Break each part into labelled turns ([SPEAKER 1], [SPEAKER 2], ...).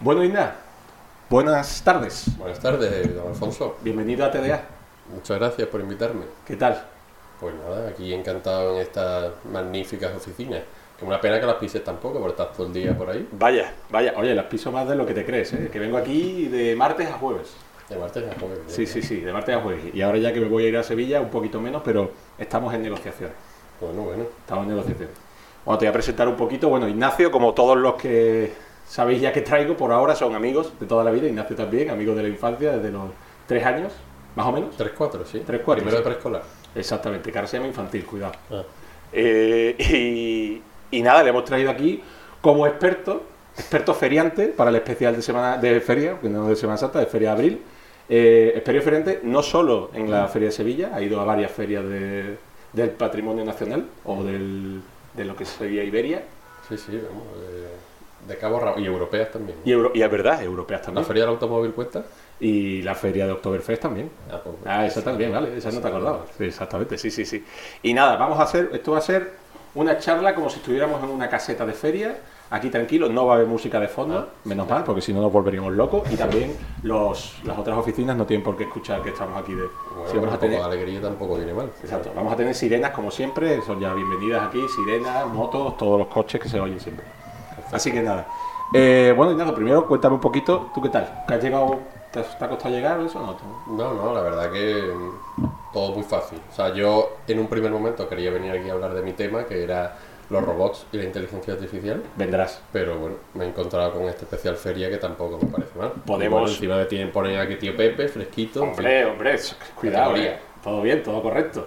[SPEAKER 1] Bueno, Inda, buenas tardes.
[SPEAKER 2] Buenas tardes, don Alfonso.
[SPEAKER 1] Bienvenido a TDA.
[SPEAKER 2] Muchas gracias por invitarme.
[SPEAKER 1] ¿Qué tal?
[SPEAKER 2] Pues nada, aquí encantado en estas magníficas oficinas. Que una pena que las pises tampoco, porque estás todo el día por ahí.
[SPEAKER 1] Vaya, vaya. Oye, las piso más de lo que te crees, ¿eh? Que vengo aquí de martes a jueves.
[SPEAKER 2] De martes ¿eh? a jueves.
[SPEAKER 1] Sí, sí, sí, de martes a jueves. Y ahora ya que me voy a ir a Sevilla, un poquito menos, pero estamos en negociaciones.
[SPEAKER 2] Bueno, bueno.
[SPEAKER 1] Estamos en negociaciones. Bueno, te voy a presentar un poquito. Bueno, Ignacio, como todos los que sabéis ya que traigo por ahora, son amigos de toda la vida. Ignacio también, amigos de la infancia, desde los tres años, más o menos.
[SPEAKER 2] 3-4, sí.
[SPEAKER 1] Tres, cuatro,
[SPEAKER 2] Primero
[SPEAKER 1] sí.
[SPEAKER 2] de preescolar.
[SPEAKER 1] Exactamente, que ahora se llama infantil, cuidado.
[SPEAKER 2] Ah,
[SPEAKER 1] Eh, y, y nada, le hemos traído aquí como experto, experto feriante para el especial de semana de feria, que no de Semana Santa, de Feria de Abril. Eh, experto feriante no solo en la Feria de Sevilla, ha ido a varias ferias de- del patrimonio nacional o del- de lo que sería Iberia.
[SPEAKER 2] sí, sí, vamos. eh, de Cabo Rabo. Y europeas también.
[SPEAKER 1] Y, euro- y es verdad, europeas
[SPEAKER 2] ¿La
[SPEAKER 1] también.
[SPEAKER 2] feria del automóvil cuenta?
[SPEAKER 1] y la feria de Oktoberfest también.
[SPEAKER 2] Ah, pues,
[SPEAKER 1] Ah, esa también, vale, esa no te acordabas. Sí, exactamente, sí, sí, sí. Y nada, vamos a hacer, esto va a ser una charla como si estuviéramos en una caseta de feria, aquí tranquilo, no va a haber música de fondo, menos mal, porque si no nos volveríamos locos. Y también los, las otras oficinas no tienen por qué escuchar que estamos aquí de.
[SPEAKER 2] Bueno, pues
[SPEAKER 1] siempre vamos a
[SPEAKER 2] tampoco
[SPEAKER 1] tener,
[SPEAKER 2] la alegría tampoco viene mal.
[SPEAKER 1] exacto, vamos a tener sirenas como siempre, son ya bienvenidas aquí, sirenas, motos, todos los coches que se oyen siempre. Así que nada. Eh, bueno, Ignacio, primero cuéntame un poquito, ¿tú qué tal? ¿Que has llegado, te has- te ha costado llegar o eso? No, tú-
[SPEAKER 2] No, no, la verdad que mm, todo muy fácil. O sea, yo en un primer momento quería venir aquí a hablar de mi tema, que era los robots y la inteligencia artificial.
[SPEAKER 1] vendrás.
[SPEAKER 2] Pero bueno, me he encontrado con esta especial feria que tampoco me parece mal.
[SPEAKER 1] Podemos-
[SPEAKER 2] Y bueno, encima me tienen poner aquí tío Pepe, fresquito. en fin.
[SPEAKER 1] Hombre, hombre, s- cuidado.
[SPEAKER 2] Categoría.
[SPEAKER 1] eh. Todo bien, todo correcto.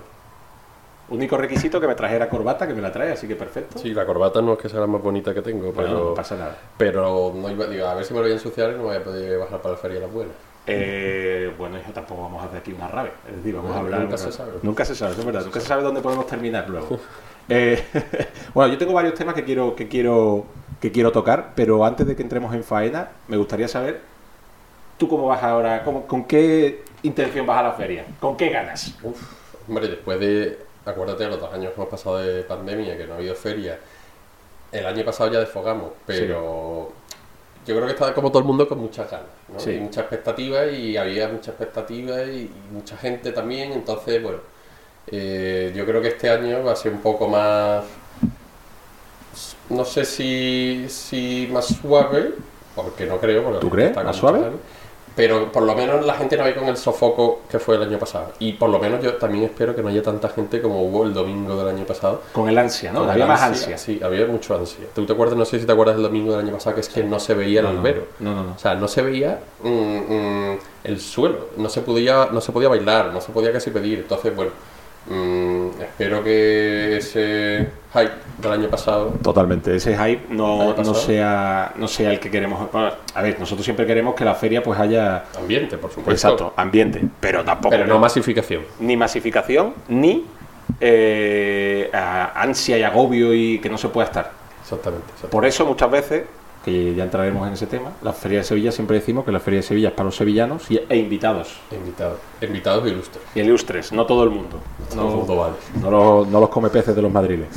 [SPEAKER 1] Único requisito que me trajera corbata, que me la trae, así que perfecto.
[SPEAKER 2] Sí, la corbata no es que sea la más bonita que tengo,
[SPEAKER 1] Bueno,
[SPEAKER 2] pero.
[SPEAKER 1] no pasa nada.
[SPEAKER 2] Pero no iba, digo, a ver si me lo voy a ensuciar y no voy a poder bajar para la feria de las buenas.
[SPEAKER 1] Eh, bueno, hijo, tampoco vamos a hacer aquí una rave. Es decir, vamos a
[SPEAKER 2] Bueno,
[SPEAKER 1] hablar.
[SPEAKER 2] nunca
[SPEAKER 1] bueno,
[SPEAKER 2] se sabe.
[SPEAKER 1] Nunca se sabe, eso es verdad. Nunca se sabe dónde podemos terminar luego. Eh, bueno, yo tengo varios temas que quiero, que quiero, que quiero tocar, pero antes de que entremos en faena, me gustaría saber tú cómo vas ahora, cómo- con qué intención vas a la feria, con qué ganas.
[SPEAKER 2] Uf, hombre, después de. Acuérdate de los dos años que hemos pasado de pandemia, que no ha habido feria. El año pasado ya desfogamos, pero. Yo creo que estaba como todo el mundo con muchas ganas, ¿no?
[SPEAKER 1] Sí.
[SPEAKER 2] Y mucha expectativa, y había mucha expectativa, y, y mucha gente también. Entonces, bueno, eh, yo creo que este año va a ser un poco más. No sé si, si más suave, porque no creo. Porque
[SPEAKER 1] ¿Tú crees?
[SPEAKER 2] está con
[SPEAKER 1] ¿Más suave?
[SPEAKER 2] mucha gana. Pero por lo menos la gente no va a ir con el sofoco que fue el año pasado. Y por lo menos yo también espero que no haya tanta gente como hubo el domingo del año pasado.
[SPEAKER 1] Con el ansia, ¿no?
[SPEAKER 2] Con
[SPEAKER 1] Había
[SPEAKER 2] el
[SPEAKER 1] más ansia.
[SPEAKER 2] Sí, había mucho ansia. ¿Tú te acuerdas? No sé si te acuerdas del domingo del año pasado, que es que no se veía el albero.
[SPEAKER 1] No, no, no.
[SPEAKER 2] O sea, no se veía mm, mm, el suelo, no se podía, no se podía bailar, no se podía casi pedir. Entonces, bueno, mm, espero que ese hype del año pasado
[SPEAKER 1] Totalmente, ese hype no,
[SPEAKER 2] ¿Ha
[SPEAKER 1] no
[SPEAKER 2] pasado?
[SPEAKER 1] sea, no sea el que queremos. bueno, A ver, nosotros siempre queremos que la feria pues haya
[SPEAKER 2] ambiente, por supuesto.
[SPEAKER 1] exacto, ambiente, pero tampoco
[SPEAKER 2] Pues, Pero no masificación.
[SPEAKER 1] ni masificación, ni eh, a- ansia y agobio y que no se pueda estar.
[SPEAKER 2] Exactamente. exacto.
[SPEAKER 1] Por eso muchas veces, que ya entraremos en ese tema, la Feria de Sevilla siempre decimos que la Feria de Sevilla es para los sevillanos y- e invitados.
[SPEAKER 2] Invitados. Invitados ilustres.
[SPEAKER 1] Y ilustres, no todo el mundo.
[SPEAKER 2] No,
[SPEAKER 1] No-
[SPEAKER 2] mundo vale.
[SPEAKER 1] No, lo- no los come peces de los madriles.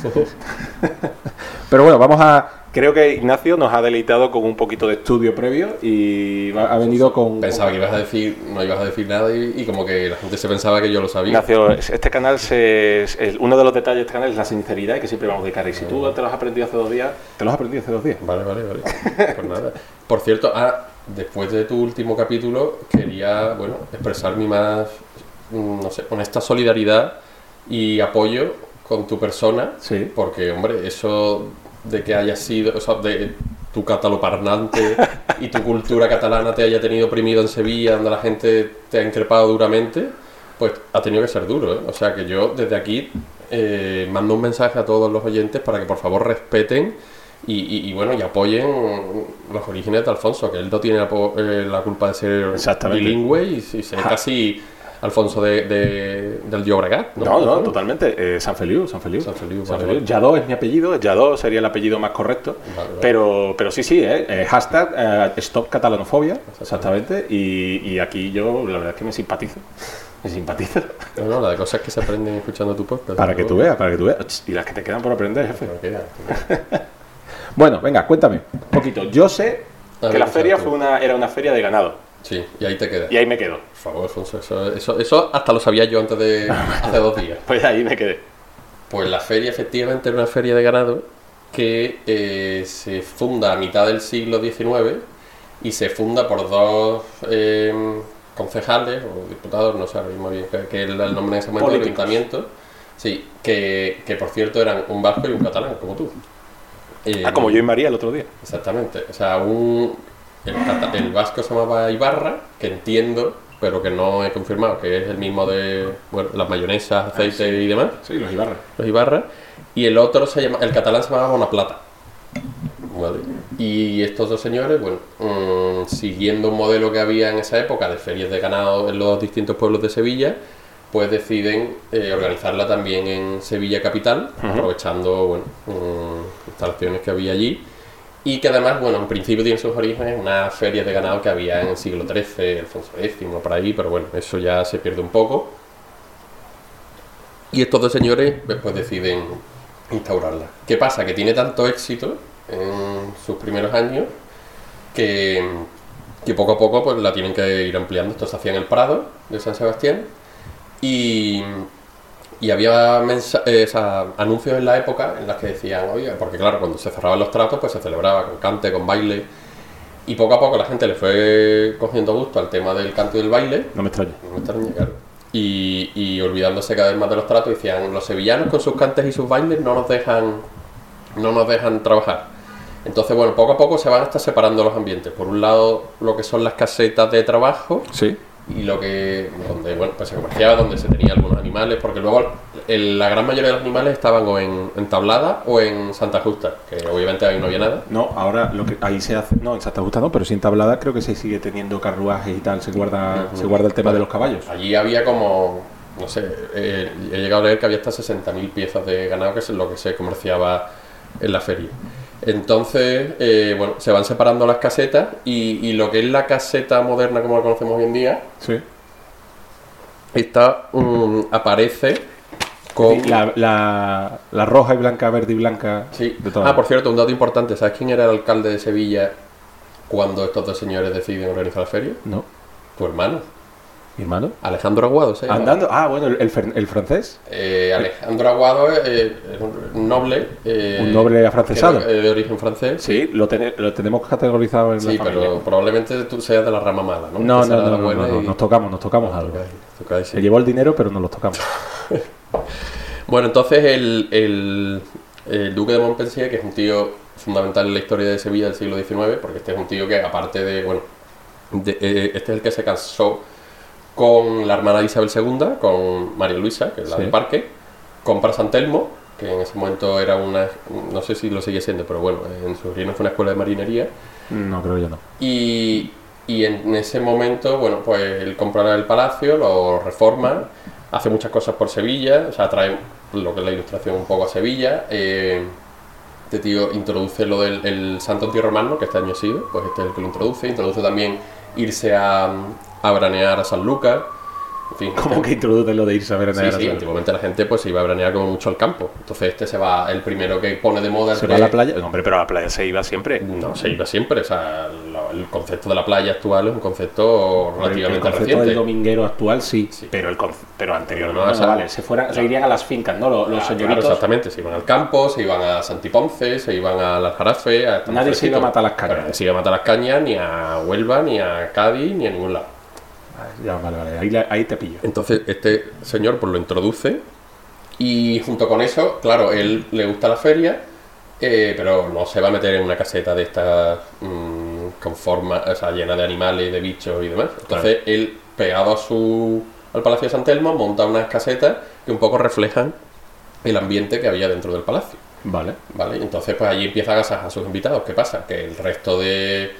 [SPEAKER 1] Pero bueno, vamos a. Creo que Ignacio nos ha deleitado con un poquito de estudio previo y va- ha venido con.
[SPEAKER 2] Pensaba que ibas a decir, no ibas a decir nada y, y como que la gente se pensaba que yo lo sabía.
[SPEAKER 1] Ignacio, este canal, se, es el- uno de los detalles de este canal es la sinceridad y que siempre vamos de cara. Y si tú te lo has aprendido hace dos días, te lo has aprendido hace dos días.
[SPEAKER 2] Vale, vale, vale. Pues nada. Por cierto, ah, después de tu último capítulo, quería, bueno, expresar mi más, mm, no sé, honesta solidaridad y apoyo con tu persona.
[SPEAKER 1] Sí.
[SPEAKER 2] Porque, hombre, eso de que haya sido, o sea, de tu cataloparnante y tu cultura catalana te haya tenido oprimido en Sevilla, donde la gente te ha increpado duramente, pues ha tenido que ser duro, ¿eh? O sea que yo desde aquí eh, mando un mensaje a todos los oyentes para que por favor respeten y, y- y, bueno, y apoyen los orígenes de Alfonso, que él no tiene la, po- eh, la culpa de ser
[SPEAKER 1] Exactamente.
[SPEAKER 2] bilingüe y, y ser
[SPEAKER 1] Ajá.
[SPEAKER 2] casi Alfonso de, de- del Llobregat.
[SPEAKER 1] No, no, totalmente. Eh, San Feliu, San Feliu.
[SPEAKER 2] San Feliu,
[SPEAKER 1] San
[SPEAKER 2] vale,
[SPEAKER 1] Feliu.
[SPEAKER 2] vale.
[SPEAKER 1] Yadó es mi apellido, Yadó sería el apellido más correcto.
[SPEAKER 2] Vale, vale.
[SPEAKER 1] Pero, pero sí, sí, eh, eh, hashtag eh, Stop Catalanofobia, exactamente. Y, y aquí yo la verdad es que me simpatizo. Me simpatizo.
[SPEAKER 2] No, no, la de cosas que se aprenden escuchando tu podcast.
[SPEAKER 1] Para que tú
[SPEAKER 2] Bueno,
[SPEAKER 1] veas, para que tú veas. Y las que te quedan por aprender, jefe.
[SPEAKER 2] no queda.
[SPEAKER 1] Bueno, venga, cuéntame un poquito. Yo sé
[SPEAKER 2] A
[SPEAKER 1] que
[SPEAKER 2] ver,
[SPEAKER 1] la
[SPEAKER 2] qué
[SPEAKER 1] feria
[SPEAKER 2] tal tú.
[SPEAKER 1] fue una, era una feria de ganado.
[SPEAKER 2] Sí, y ahí te queda.
[SPEAKER 1] Y ahí me quedo.
[SPEAKER 2] Por favor, Alfonso, eso, eso, eso hasta lo sabía yo antes de hace dos días.
[SPEAKER 1] Pues ahí me quedé.
[SPEAKER 2] Pues la feria efectivamente era una feria de ganado que eh, se funda a mitad del siglo XIX y se funda por dos eh, concejales o diputados, no sé ahora mismo bien qué- qué era el nombre en ese momento del
[SPEAKER 1] Políticos.
[SPEAKER 2] ayuntamiento. Sí, que, que por cierto eran un vasco y un catalán, como tú. Eh,
[SPEAKER 1] Ah, como yo y María el otro día.
[SPEAKER 2] Exactamente. O sea, un, el, cata- el vasco se llamaba Ibarra, que entiendo, pero que no he confirmado, que es el mismo de bueno, las mayonesas, aceite y demás,
[SPEAKER 1] Sí, los Ibarra.
[SPEAKER 2] los Ibarra. Y el otro se llama, el catalán se llamaba Bonaplata. Vale. Y estos dos señores, bueno, mm, siguiendo un modelo que había en esa época de ferias de ganado en los distintos pueblos de Sevilla, pues deciden eh, organizarla también en Sevilla capital, aprovechando bueno, mm, instalaciones que había allí. Y que además, bueno, en principio tiene sus orígenes una feria de ganado que había en el siglo XIII, Alfonso X, por ahí, pero bueno, eso ya se pierde un poco. Y estos dos señores después deciden instaurarla. ¿Qué pasa? Que tiene tanto éxito en sus primeros años que, que poco a poco pues la tienen que ir ampliando. Esto se hacía en el Prado de San Sebastián y, y había mensa- eh, o sea, anuncios en la época en las que decían, oye, porque claro, cuando se cerraban los tratos pues se celebraba con cante, con baile y poco a poco la gente le fue cogiendo gusto al tema del canto y del baile
[SPEAKER 1] No me extraña.
[SPEAKER 2] no me extraña, claro. Y, y olvidándose cada vez más de los tratos, decían, los sevillanos con sus cantes y sus bailes no nos dejan, no nos dejan trabajar. Entonces, bueno, poco a poco se van hasta separando los ambientes. Por un lado, lo que son las casetas de trabajo
[SPEAKER 1] Sí.
[SPEAKER 2] y lo que, donde, bueno, pues se comerciaba, donde se tenía algunos animales, porque luego el- la gran mayoría de los animales estaban o en, en Tablada o en Santa Justa, que obviamente ahí no había nada.
[SPEAKER 1] No, ahora lo que ahí se hace, no, en Santa Justa no, pero sin tablada creo que se sigue teniendo carruajes y tal, se guarda, se guarda el tema de los caballos.
[SPEAKER 2] Allí había como, no sé, eh, he llegado a leer que había hasta 60.000 piezas de ganado, que es lo que se comerciaba en la feria. Entonces, eh, bueno, se van separando las casetas y, y lo que es la caseta moderna como la conocemos hoy en día,
[SPEAKER 1] Sí.
[SPEAKER 2] está, mm, aparece con...
[SPEAKER 1] La, la, la roja y blanca, verde y blanca.
[SPEAKER 2] Sí.
[SPEAKER 1] De todas.
[SPEAKER 2] Ah, por cierto, un dato importante, ¿sabes quién era el alcalde de Sevilla cuando estos dos señores deciden organizar la feria?
[SPEAKER 1] No.
[SPEAKER 2] Tu hermano,
[SPEAKER 1] ¿Mi hermano?
[SPEAKER 2] Alejandro Aguado. ¿se llama?
[SPEAKER 1] Andando. Ah, bueno, el, el fr- el francés.
[SPEAKER 2] Eh, Alejandro Aguado es eh, un noble. eh,
[SPEAKER 1] Un noble afrancesado.
[SPEAKER 2] que era, eh, De origen francés.
[SPEAKER 1] Sí, lo, tene- lo tenemos categorizado en
[SPEAKER 2] Sí,
[SPEAKER 1] la familia.
[SPEAKER 2] pero probablemente tú seas de la rama mala,
[SPEAKER 1] No,
[SPEAKER 2] ¿no? Tú
[SPEAKER 1] no,
[SPEAKER 2] serás de
[SPEAKER 1] no,
[SPEAKER 2] la
[SPEAKER 1] no,
[SPEAKER 2] buena
[SPEAKER 1] no, no,
[SPEAKER 2] y-
[SPEAKER 1] nos tocamos, nos tocamos algo.
[SPEAKER 2] Tocáis, tocáis, sí.
[SPEAKER 1] Se llevó el dinero, pero nos los tocamos.
[SPEAKER 2] Bueno, entonces el, el- el duque de Montpensier, que es un tío fundamental en la historia de Sevilla del siglo XIX, porque este es un tío que aparte de, bueno, de- eh, este es el que se casó con la hermana de Isabel II, con María Luisa, que es la
[SPEAKER 1] Sí.
[SPEAKER 2] del parque, compra San Telmo, que en ese momento era una, no sé si lo sigue siendo, pero bueno, en su reino fue una escuela de marinería,
[SPEAKER 1] No, creo yo no.
[SPEAKER 2] y, y en ese momento, bueno, pues él comprará el palacio, lo reforma, hace muchas cosas por Sevilla, o sea, trae lo que es la ilustración un poco a Sevilla. eh, este tío introduce lo del el Santo Tío Romano, que este año ha sido, pues este es el que lo introduce. Introduce también irse a, a branear a San Lucas. En fin,
[SPEAKER 1] ¿Cómo que introduces lo de irse a ver a
[SPEAKER 2] Sí, sí, antiguamente la gente pues se iba a branear como mucho al campo. Entonces este se va, el primero que pone de moda...
[SPEAKER 1] ¿Se
[SPEAKER 2] entre-
[SPEAKER 1] va a la playa? No, hombre, pero a la playa se iba siempre.
[SPEAKER 2] no, se iba siempre. O sea, lo- el concepto de la playa actual es un concepto
[SPEAKER 1] Pero El, el
[SPEAKER 2] relativamente
[SPEAKER 1] concepto del
[SPEAKER 2] reciente.
[SPEAKER 1] dominguero actual sí,
[SPEAKER 2] Sí.
[SPEAKER 1] pero el conce- pero anterior
[SPEAKER 2] No,
[SPEAKER 1] no,
[SPEAKER 2] o sea,
[SPEAKER 1] vale, se fueran, se irían a las fincas, ¿no? Los, los
[SPEAKER 2] Ah, claro,
[SPEAKER 1] señoritos.
[SPEAKER 2] exactamente, se iban al campo, se iban a Santiponce, se iban a las Jarafe. A estar
[SPEAKER 1] Nadie se iba a
[SPEAKER 2] fresquitos.
[SPEAKER 1] matar las cañas.
[SPEAKER 2] Pero nadie se iba a matar las cañas ni a Huelva, ni a Cádiz, ni a ningún lado.
[SPEAKER 1] Ya, vale, vale, ahí, la- ahí te pillo.
[SPEAKER 2] Entonces este señor pues lo introduce y junto con eso, claro, él le gusta la feria, eh, pero no se va a meter en una caseta de estas mm, con forma, o sea, llena de animales, de bichos y demás. Entonces él, pegado a su, al Palacio de San Telmo, monta unas casetas que un poco reflejan el ambiente que había dentro del palacio.
[SPEAKER 1] Vale.
[SPEAKER 2] ¿vale? Y entonces, pues allí empiezan a, sa- a sus invitados. ¿Qué pasa? Que el resto de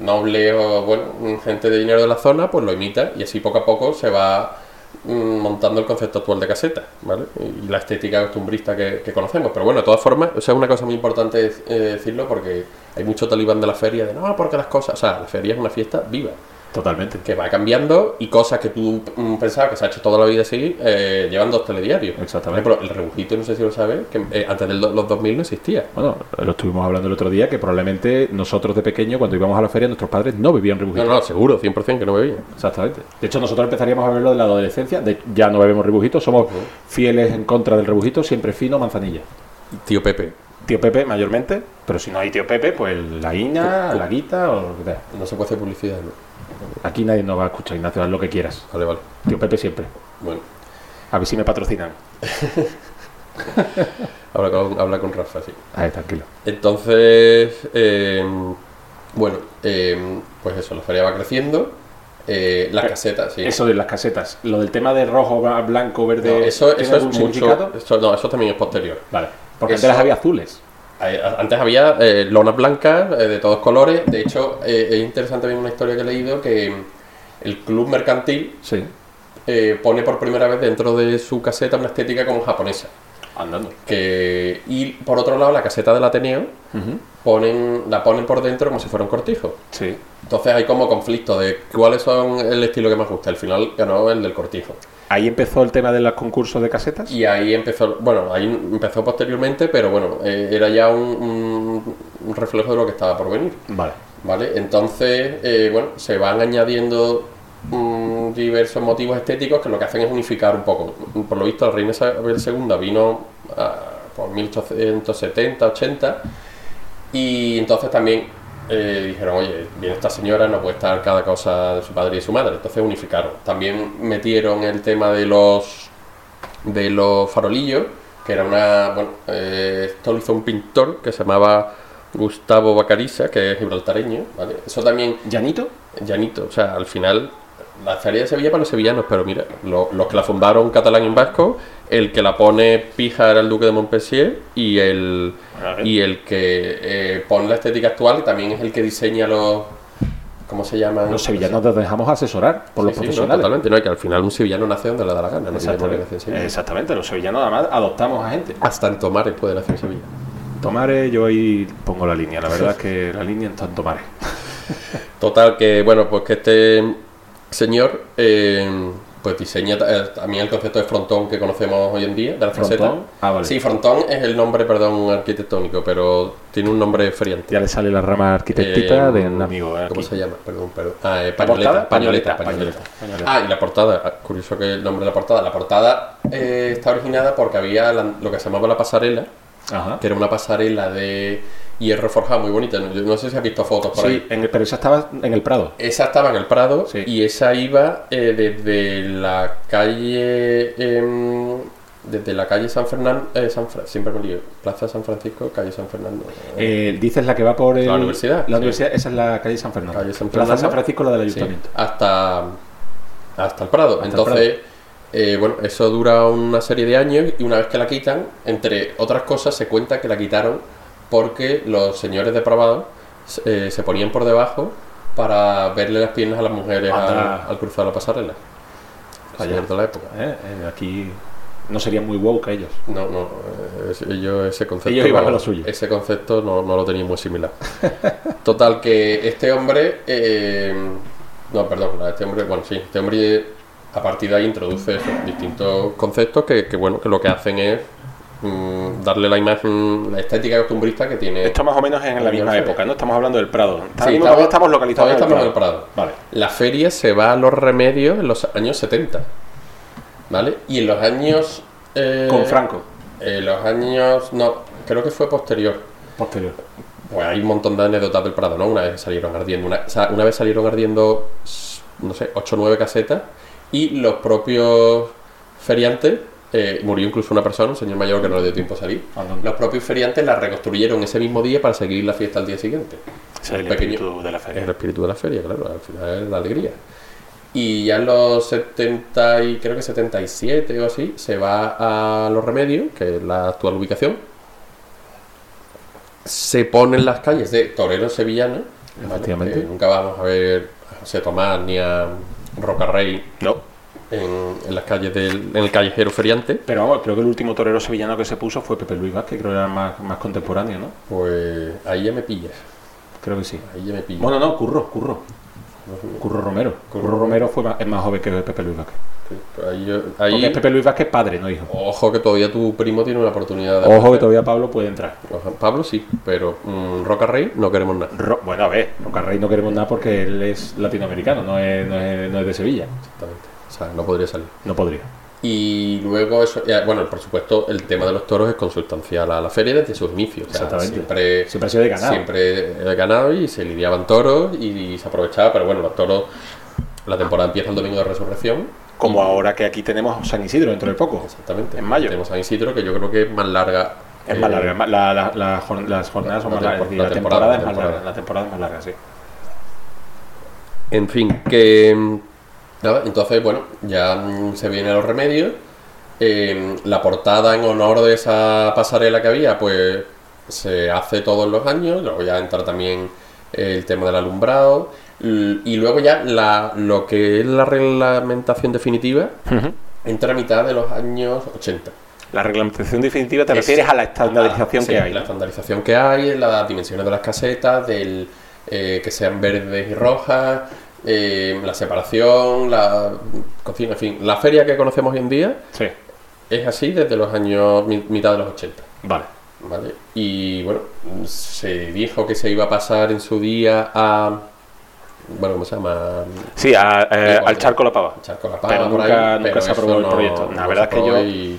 [SPEAKER 2] nobles o, bueno, gente de dinero de la zona, pues lo imita y así poco a poco se va mm, montando el concepto actual de caseta, ¿vale? Y la estética costumbrista que, que conocemos. Pero bueno, de todas formas, o sea, una cosa muy importante es, eh, decirlo porque hay mucho talibán de la feria de no, porque las cosas, o sea, la feria es una fiesta viva
[SPEAKER 1] Totalmente.
[SPEAKER 2] que va cambiando y cosas que tú mm, pensabas que se ha hecho toda la vida así, eh, llevan dos telediarios.
[SPEAKER 1] Exactamente.
[SPEAKER 2] Por ejemplo, el rebujito, no sé si lo sabes, que eh, antes de los 2000 no existía.
[SPEAKER 1] Bueno, lo estuvimos hablando el otro día que probablemente nosotros de pequeño, cuando íbamos a la feria, nuestros padres no vivían
[SPEAKER 2] No,
[SPEAKER 1] rebujitos.
[SPEAKER 2] no, seguro, 100% que no bebía.
[SPEAKER 1] Exactamente. De hecho, nosotros empezaríamos a verlo de la adolescencia. De- ya no bebemos rebujitos, somos fieles en contra del rebujito, siempre fino, manzanilla.
[SPEAKER 2] Tío Pepe,
[SPEAKER 1] Tío Pepe, mayormente, pero si no hay tío Pepe, pues la Ina, la Guita o lo que sea.
[SPEAKER 2] no se puede hacer publicidad, ¿no?
[SPEAKER 1] Aquí nadie nos va a escuchar, Ignacio, haz lo que quieras.
[SPEAKER 2] Vale, vale.
[SPEAKER 1] Tío Pepe siempre.
[SPEAKER 2] Bueno,
[SPEAKER 1] A ver si me patrocinan.
[SPEAKER 2] habla con, habla con Rafa, sí.
[SPEAKER 1] Ahí, tranquilo.
[SPEAKER 2] Entonces, eh, bueno, eh, pues eso, la feria va creciendo. eh, las
[SPEAKER 1] Pero
[SPEAKER 2] casetas, sí.
[SPEAKER 1] Eso de las casetas. Lo del tema de rojo, ba- blanco,
[SPEAKER 2] No,
[SPEAKER 1] verde.
[SPEAKER 2] eso,
[SPEAKER 1] ¿tiene
[SPEAKER 2] eso es
[SPEAKER 1] algún
[SPEAKER 2] mucho.
[SPEAKER 1] significado?
[SPEAKER 2] Eso, no, eso también es posterior.
[SPEAKER 1] Vale. Porque
[SPEAKER 2] Eso-
[SPEAKER 1] antes las había azules.
[SPEAKER 2] Eh, a- Antes había eh, lonas blancas eh, de todos colores. De hecho, eh, es interesante ver una historia que he leído que mm, el club mercantil
[SPEAKER 1] Sí.
[SPEAKER 2] eh, pone por primera vez dentro de su caseta una estética como japonesa.
[SPEAKER 1] Andando.
[SPEAKER 2] Que, y por otro lado, la caseta del Ateneo ponen, la ponen por dentro como si fuera un cortijo.
[SPEAKER 1] Sí.
[SPEAKER 2] Entonces hay como conflicto de cuáles son el estilo que más gusta. Al final ganó el del cortijo.
[SPEAKER 1] Ahí empezó el tema de los concursos de casetas.
[SPEAKER 2] Y ahí empezó, bueno, ahí empezó posteriormente, pero bueno, eh, era ya un- un- un reflejo de lo que estaba por venir.
[SPEAKER 1] Vale.
[SPEAKER 2] ¿Vale? Entonces, eh, bueno, se van añadiendo mm, diversos motivos estéticos que lo que hacen es unificar un poco. Por lo visto, la reina Isabel II vino ah, por 1870, 80, y entonces también eh, dijeron, oye, bien esta señora, no puede estar cada cosa de su padre y de su madre. Entonces unificaron. También metieron el tema de los de los farolillos, que era una. Bueno, eh, esto lo hizo un pintor que se llamaba Gustavo Bacariza, que es gibraltareño, ¿vale? Eso también,
[SPEAKER 1] ¿Llanito?
[SPEAKER 2] llanito, o sea, al final, la feria de Sevilla para los sevillanos, pero mira, lo- los que la fundaron catalán y vasco, el que la pone pija era el duque de Montpensier y el,
[SPEAKER 1] Vale.
[SPEAKER 2] y el que eh, pone la estética actual también es el que diseña los. ¿Cómo se llaman?
[SPEAKER 1] Los sevillanos nos dejamos asesorar por los
[SPEAKER 2] Sí, sí, no,
[SPEAKER 1] profesionales.
[SPEAKER 2] totalmente, no, y que al final un sevillano nace donde le da la gana, no tiene por qué nacer en Sevilla.
[SPEAKER 1] Exactamente. Exactamente, los sevillanos además adoptamos a gente.
[SPEAKER 2] Hasta en Tomares puede nacer en Sevilla.
[SPEAKER 1] Tomares, yo ahí pongo la línea. La verdad es que la línea está en Tomares.
[SPEAKER 2] Total, que bueno, pues que este señor eh, pues diseña ta- eh, también el concepto de frontón que conocemos hoy en día, de la
[SPEAKER 1] ¿Frontón?
[SPEAKER 2] caseta.
[SPEAKER 1] Ah, vale.
[SPEAKER 2] Sí, frontón es el nombre, perdón, arquitectónico, pero tiene un nombre friante.
[SPEAKER 1] Ya le sale la rama arquitectita
[SPEAKER 2] Eh,
[SPEAKER 1] de un amigo.
[SPEAKER 2] ¿Cómo
[SPEAKER 1] aquí.
[SPEAKER 2] se llama? Perdón, perdón. Ah, eh,
[SPEAKER 1] portada?
[SPEAKER 2] pañoleta, pañoleta,
[SPEAKER 1] Pañoleta,
[SPEAKER 2] pañoleta.
[SPEAKER 1] pañoleta.
[SPEAKER 2] Ah, y la portada. Ah, Curioso que el nombre de la portada. La portada eh, está originada porque había la- lo que se llamaba la pasarela,
[SPEAKER 1] Ajá.
[SPEAKER 2] que era una pasarela de hierro forjado muy bonita. No, Yo no sé si has visto fotos por ahí.
[SPEAKER 1] Sí, en el- pero esa estaba en el Prado.
[SPEAKER 2] Esa estaba en el Prado
[SPEAKER 1] Sí.
[SPEAKER 2] y esa iba eh, desde la calle em, desde la calle San Fernando San Fra- siempre me lío Plaza San Francisco calle San Fernando eh,
[SPEAKER 1] Eh, dices la que va por el-
[SPEAKER 2] La universidad,
[SPEAKER 1] La
[SPEAKER 2] sí.
[SPEAKER 1] universidad, esa es la calle San Fernando.
[SPEAKER 2] Calle San
[SPEAKER 1] Plaza
[SPEAKER 2] Fernando.
[SPEAKER 1] San Francisco, la del
[SPEAKER 2] sí,
[SPEAKER 1] ayuntamiento.
[SPEAKER 2] hasta hasta el Prado
[SPEAKER 1] el
[SPEAKER 2] entonces eh, bueno eso dura una serie de años y una vez que la quitan entre otras cosas se cuenta que la quitaron porque los señores depravados eh, se ponían por debajo para verle las piernas a las mujeres al,
[SPEAKER 1] Anda.
[SPEAKER 2] al cruzar la pasarela
[SPEAKER 1] Vaya.
[SPEAKER 2] Señor de la época
[SPEAKER 1] Eh, eh, aquí no serían muy woke ellos.
[SPEAKER 2] No, no, eh, es- yo ese concepto,
[SPEAKER 1] Ellos iban a lo
[SPEAKER 2] vamos,
[SPEAKER 1] suyo.
[SPEAKER 2] Ese concepto no, no lo tenía muy similar. Total, que este hombre, eh, no, perdón, la- este hombre, bueno, sí, este hombre eh, a partir de ahí introduce esos distintos conceptos que, que, bueno, que lo que hacen es mm, darle la imagen, la estética costumbrista que tiene.
[SPEAKER 1] Esto más o menos en la misma época, ¿no? Estamos hablando del Prado. Ahora
[SPEAKER 2] Sí,
[SPEAKER 1] mismo
[SPEAKER 2] estaba-
[SPEAKER 1] todavía estamos localizados
[SPEAKER 2] todavía
[SPEAKER 1] en el
[SPEAKER 2] estamos en el Prado.
[SPEAKER 1] Vale.
[SPEAKER 2] La feria se va a los remedios en los años 70, ¿vale? Y en los años... eh,
[SPEAKER 1] Con Franco,
[SPEAKER 2] eh, los años. No, creo que fue posterior.
[SPEAKER 1] posterior.
[SPEAKER 2] Pues hay un montón de anécdotas del Prado, ¿no? Una vez salieron ardiendo. Una, o sea, una vez salieron ardiendo, s- no sé, 8 o 9 casetas. Y los propios feriantes. eh, murió incluso una persona, un señor mayor que no le dio tiempo a salir.
[SPEAKER 1] Andando.
[SPEAKER 2] Los propios feriantes la reconstruyeron ese mismo día para seguir la fiesta al día siguiente.
[SPEAKER 1] Ese es el
[SPEAKER 2] Pequeño.
[SPEAKER 1] espíritu de la
[SPEAKER 2] Es el
[SPEAKER 1] feria.
[SPEAKER 2] espíritu de la feria, claro, al final es la alegría. Y ya en los 70 y creo que 77 o así, se va a Los Remedios, que es la actual ubicación, se pone en las calles de toreros sevillanos. ¿vale?
[SPEAKER 1] Efectivamente.
[SPEAKER 2] Que nunca vamos a ver a José Tomás ni a Rocarrey
[SPEAKER 1] No.
[SPEAKER 2] en, en las calles del en el callejero feriante.
[SPEAKER 1] Pero vamos, creo que el último torero sevillano que se puso fue Pepe Luis Vázquez, creo que era más, más contemporáneo, ¿no?
[SPEAKER 2] Pues ahí ya me pillas.
[SPEAKER 1] Creo que sí.
[SPEAKER 2] Ahí ya me pillas.
[SPEAKER 1] Bueno, no, Curro, Curro. Curro Romero. Curro, Romero fue más, es más joven que Pepe Luis Vázquez.
[SPEAKER 2] Sí, pues ahí yo-
[SPEAKER 1] Porque
[SPEAKER 2] ahí-
[SPEAKER 1] es Pepe Luis Vázquez padre, no hijo.
[SPEAKER 2] ojo que todavía tu primo tiene una oportunidad. de-
[SPEAKER 1] Ojo que todavía Pablo puede entrar.
[SPEAKER 2] Ojo, Pablo sí, pero mm, Rocarrey no queremos nada.
[SPEAKER 1] Ro- bueno, a ver, Rocarrey no queremos nada porque él es latinoamericano, no es, no es, no es de Sevilla.
[SPEAKER 2] Exactamente. O sea, no podría salir.
[SPEAKER 1] No podría.
[SPEAKER 2] Y luego, eso, ya, bueno, por supuesto, el tema de los toros es consustancial a la feria desde sus inicios. O sea,
[SPEAKER 1] Exactamente.
[SPEAKER 2] Siempre,
[SPEAKER 1] Siempre ha sido de ganado.
[SPEAKER 2] Siempre he ganado y se lidiaban toros y, se aprovechaba, pero bueno, los toros, la temporada empieza el domingo de resurrección.
[SPEAKER 1] Como ahora que aquí tenemos San Isidro dentro de poco.
[SPEAKER 2] Exactamente.
[SPEAKER 1] En mayo.
[SPEAKER 2] Tenemos San Isidro, que yo creo que es más larga.
[SPEAKER 1] Es
[SPEAKER 2] eh,
[SPEAKER 1] más larga, es más- la- la- la jorn- las jornadas son
[SPEAKER 2] la
[SPEAKER 1] más largas, es
[SPEAKER 2] tempo-
[SPEAKER 1] decir, la,
[SPEAKER 2] la
[SPEAKER 1] temporada,
[SPEAKER 2] temporada,
[SPEAKER 1] es más
[SPEAKER 2] temporada.
[SPEAKER 1] larga, la temporada es más larga, sí.
[SPEAKER 2] En fin, que. mm, Nada, entonces, bueno, ya mm, se vienen los remedios. Eh, la portada en honor de esa pasarela que había, pues se hace todos los años. Luego ya entra también eh, el tema del alumbrado. L- Y luego ya la, lo que es la reglamentación definitiva entra a mitad de los años 80.
[SPEAKER 1] La reglamentación definitiva te
[SPEAKER 2] Es-
[SPEAKER 1] refieres a la estandarización
[SPEAKER 2] Ah,
[SPEAKER 1] que
[SPEAKER 2] sí,
[SPEAKER 1] hay.
[SPEAKER 2] La estandarización que hay, las dimensiones de las casetas, del eh, que sean verdes y rojas, eh, la separación, la cocina, en fin. La feria que conocemos hoy en día
[SPEAKER 1] Sí,
[SPEAKER 2] es así desde los años mi- mitad de los 80.
[SPEAKER 1] vale.
[SPEAKER 2] ¿vale? Y bueno, se dijo que se iba a pasar en su día a. Bueno, ¿cómo se llama?
[SPEAKER 1] Sí, a- eh,
[SPEAKER 2] Igual,
[SPEAKER 1] al charco la pava.
[SPEAKER 2] Echar con la pava
[SPEAKER 1] Pero
[SPEAKER 2] por
[SPEAKER 1] nunca-
[SPEAKER 2] ahí,
[SPEAKER 1] nunca
[SPEAKER 2] pero
[SPEAKER 1] se
[SPEAKER 2] eso
[SPEAKER 1] aprobó el
[SPEAKER 2] no-
[SPEAKER 1] proyecto. La
[SPEAKER 2] no se
[SPEAKER 1] verdad es que
[SPEAKER 2] aprobó
[SPEAKER 1] yo-
[SPEAKER 2] y-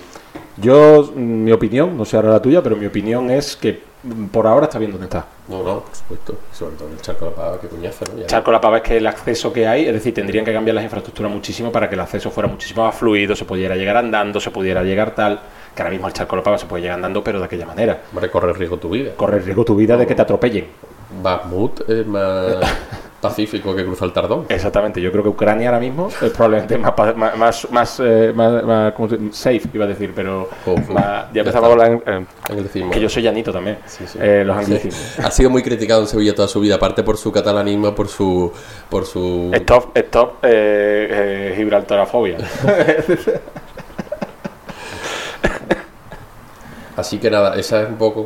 [SPEAKER 1] Yo, mm, mi opinión, no sé ahora la tuya, pero mi opinión es que mm, por ahora está bien donde está.
[SPEAKER 2] No, no, por supuesto. Sobre todo el charco de la pava, qué coñazo, ¿no? Ya-
[SPEAKER 1] Charco la pava es que el acceso que hay, es decir, tendrían que cambiar las infraestructuras muchísimo para que el acceso fuera muchísimo más fluido, se pudiera llegar andando, se pudiera llegar tal. Que ahora mismo el charco la pava se puede llegar andando, pero de aquella manera.
[SPEAKER 2] Hombre, corre riesgo tu vida.
[SPEAKER 1] Corre riesgo tu vida de que te atropellen.
[SPEAKER 2] Bakhmut es más pacífico que cruza el tardón.
[SPEAKER 1] Exactamente, yo creo que Ucrania ahora mismo es probablemente más, pa- más, más, más, eh, más- más- ¿cómo se- safe, iba a decir, pero
[SPEAKER 2] Ojo.
[SPEAKER 1] más- ya
[SPEAKER 2] Oh, Ya
[SPEAKER 1] empezaba a
[SPEAKER 2] está.
[SPEAKER 1] hablar. en- eh,
[SPEAKER 2] Anglicismo.
[SPEAKER 1] que yo soy llanito también,
[SPEAKER 2] Sí, sí.
[SPEAKER 1] eh, los anglicismos.
[SPEAKER 2] Ha sido muy criticado en Sevilla toda su vida, aparte por su catalanismo, por su. por su.
[SPEAKER 1] Stop, stop, eh, eh, Gibraltarafobia.
[SPEAKER 2] Así que nada, esa es un poco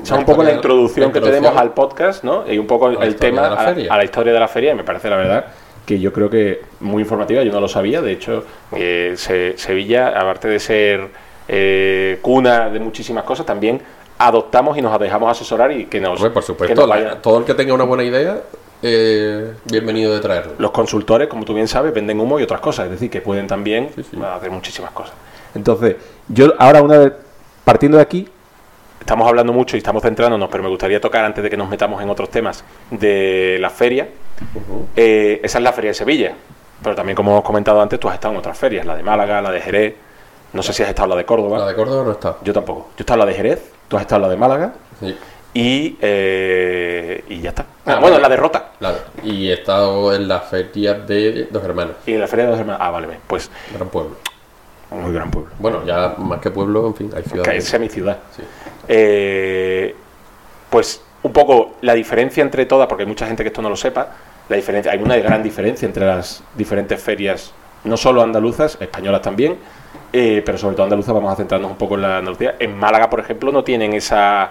[SPEAKER 1] O sea, un poco la introducción que tenemos al
[SPEAKER 2] introducción.
[SPEAKER 1] podcast, ¿no? Y un poco
[SPEAKER 2] la
[SPEAKER 1] el
[SPEAKER 2] historia
[SPEAKER 1] tema
[SPEAKER 2] de la
[SPEAKER 1] a,
[SPEAKER 2] feria.
[SPEAKER 1] a la historia de la feria, y me parece la verdad que yo creo que muy informativa, yo no lo sabía, de hecho, eh, Se- Sevilla, aparte de ser eh, cuna de muchísimas cosas, también adoptamos y nos dejamos asesorar y que nos...
[SPEAKER 2] Hombre, por
[SPEAKER 1] que
[SPEAKER 2] supuesto,
[SPEAKER 1] nos
[SPEAKER 2] la-
[SPEAKER 1] vayan-
[SPEAKER 2] todo el que tenga una buena idea, eh, bienvenido de traerlo.
[SPEAKER 1] los consultores, como tú bien sabes, venden humo y otras cosas, es decir, que pueden también
[SPEAKER 2] Sí, sí.
[SPEAKER 1] hacer muchísimas cosas. Entonces, yo ahora una vez, partiendo de aquí, estamos hablando mucho y estamos centrándonos, pero me gustaría tocar antes de que nos metamos en otros temas de la feria.
[SPEAKER 2] Ujú.
[SPEAKER 1] Eh, esa es la feria de Sevilla, pero también como hemos comentado antes, tú has estado en otras ferias, la de Málaga, la de Jerez, no sé si has estado en la de Córdoba,
[SPEAKER 2] La de Córdoba no está.
[SPEAKER 1] yo tampoco, yo he estado en la de Jerez, tú has estado en la de Málaga
[SPEAKER 2] Sí.
[SPEAKER 1] y, eh, y ya está.
[SPEAKER 2] Ah,
[SPEAKER 1] Ah, bueno,
[SPEAKER 2] vale.
[SPEAKER 1] la derrota.
[SPEAKER 2] La- y he estado en la feria de Dos Hermanos,
[SPEAKER 1] Y en la feria de los hermanos. Ah, vale, bien, pues
[SPEAKER 2] gran pueblo.
[SPEAKER 1] muy gran pueblo.
[SPEAKER 2] Bueno, ya más que pueblo, en fin, hay
[SPEAKER 1] Que
[SPEAKER 2] ciudades.
[SPEAKER 1] sea mi ciudad.
[SPEAKER 2] Sí.
[SPEAKER 1] Eh, pues un poco la diferencia entre todas, porque hay mucha gente que esto no lo sepa, la diferencia, hay una gran diferencia entre las diferentes ferias, no solo andaluzas, españolas también, eh, pero sobre todo andaluzas, vamos a centrarnos un poco en la Andalucía. En Málaga, por ejemplo, no tienen esa,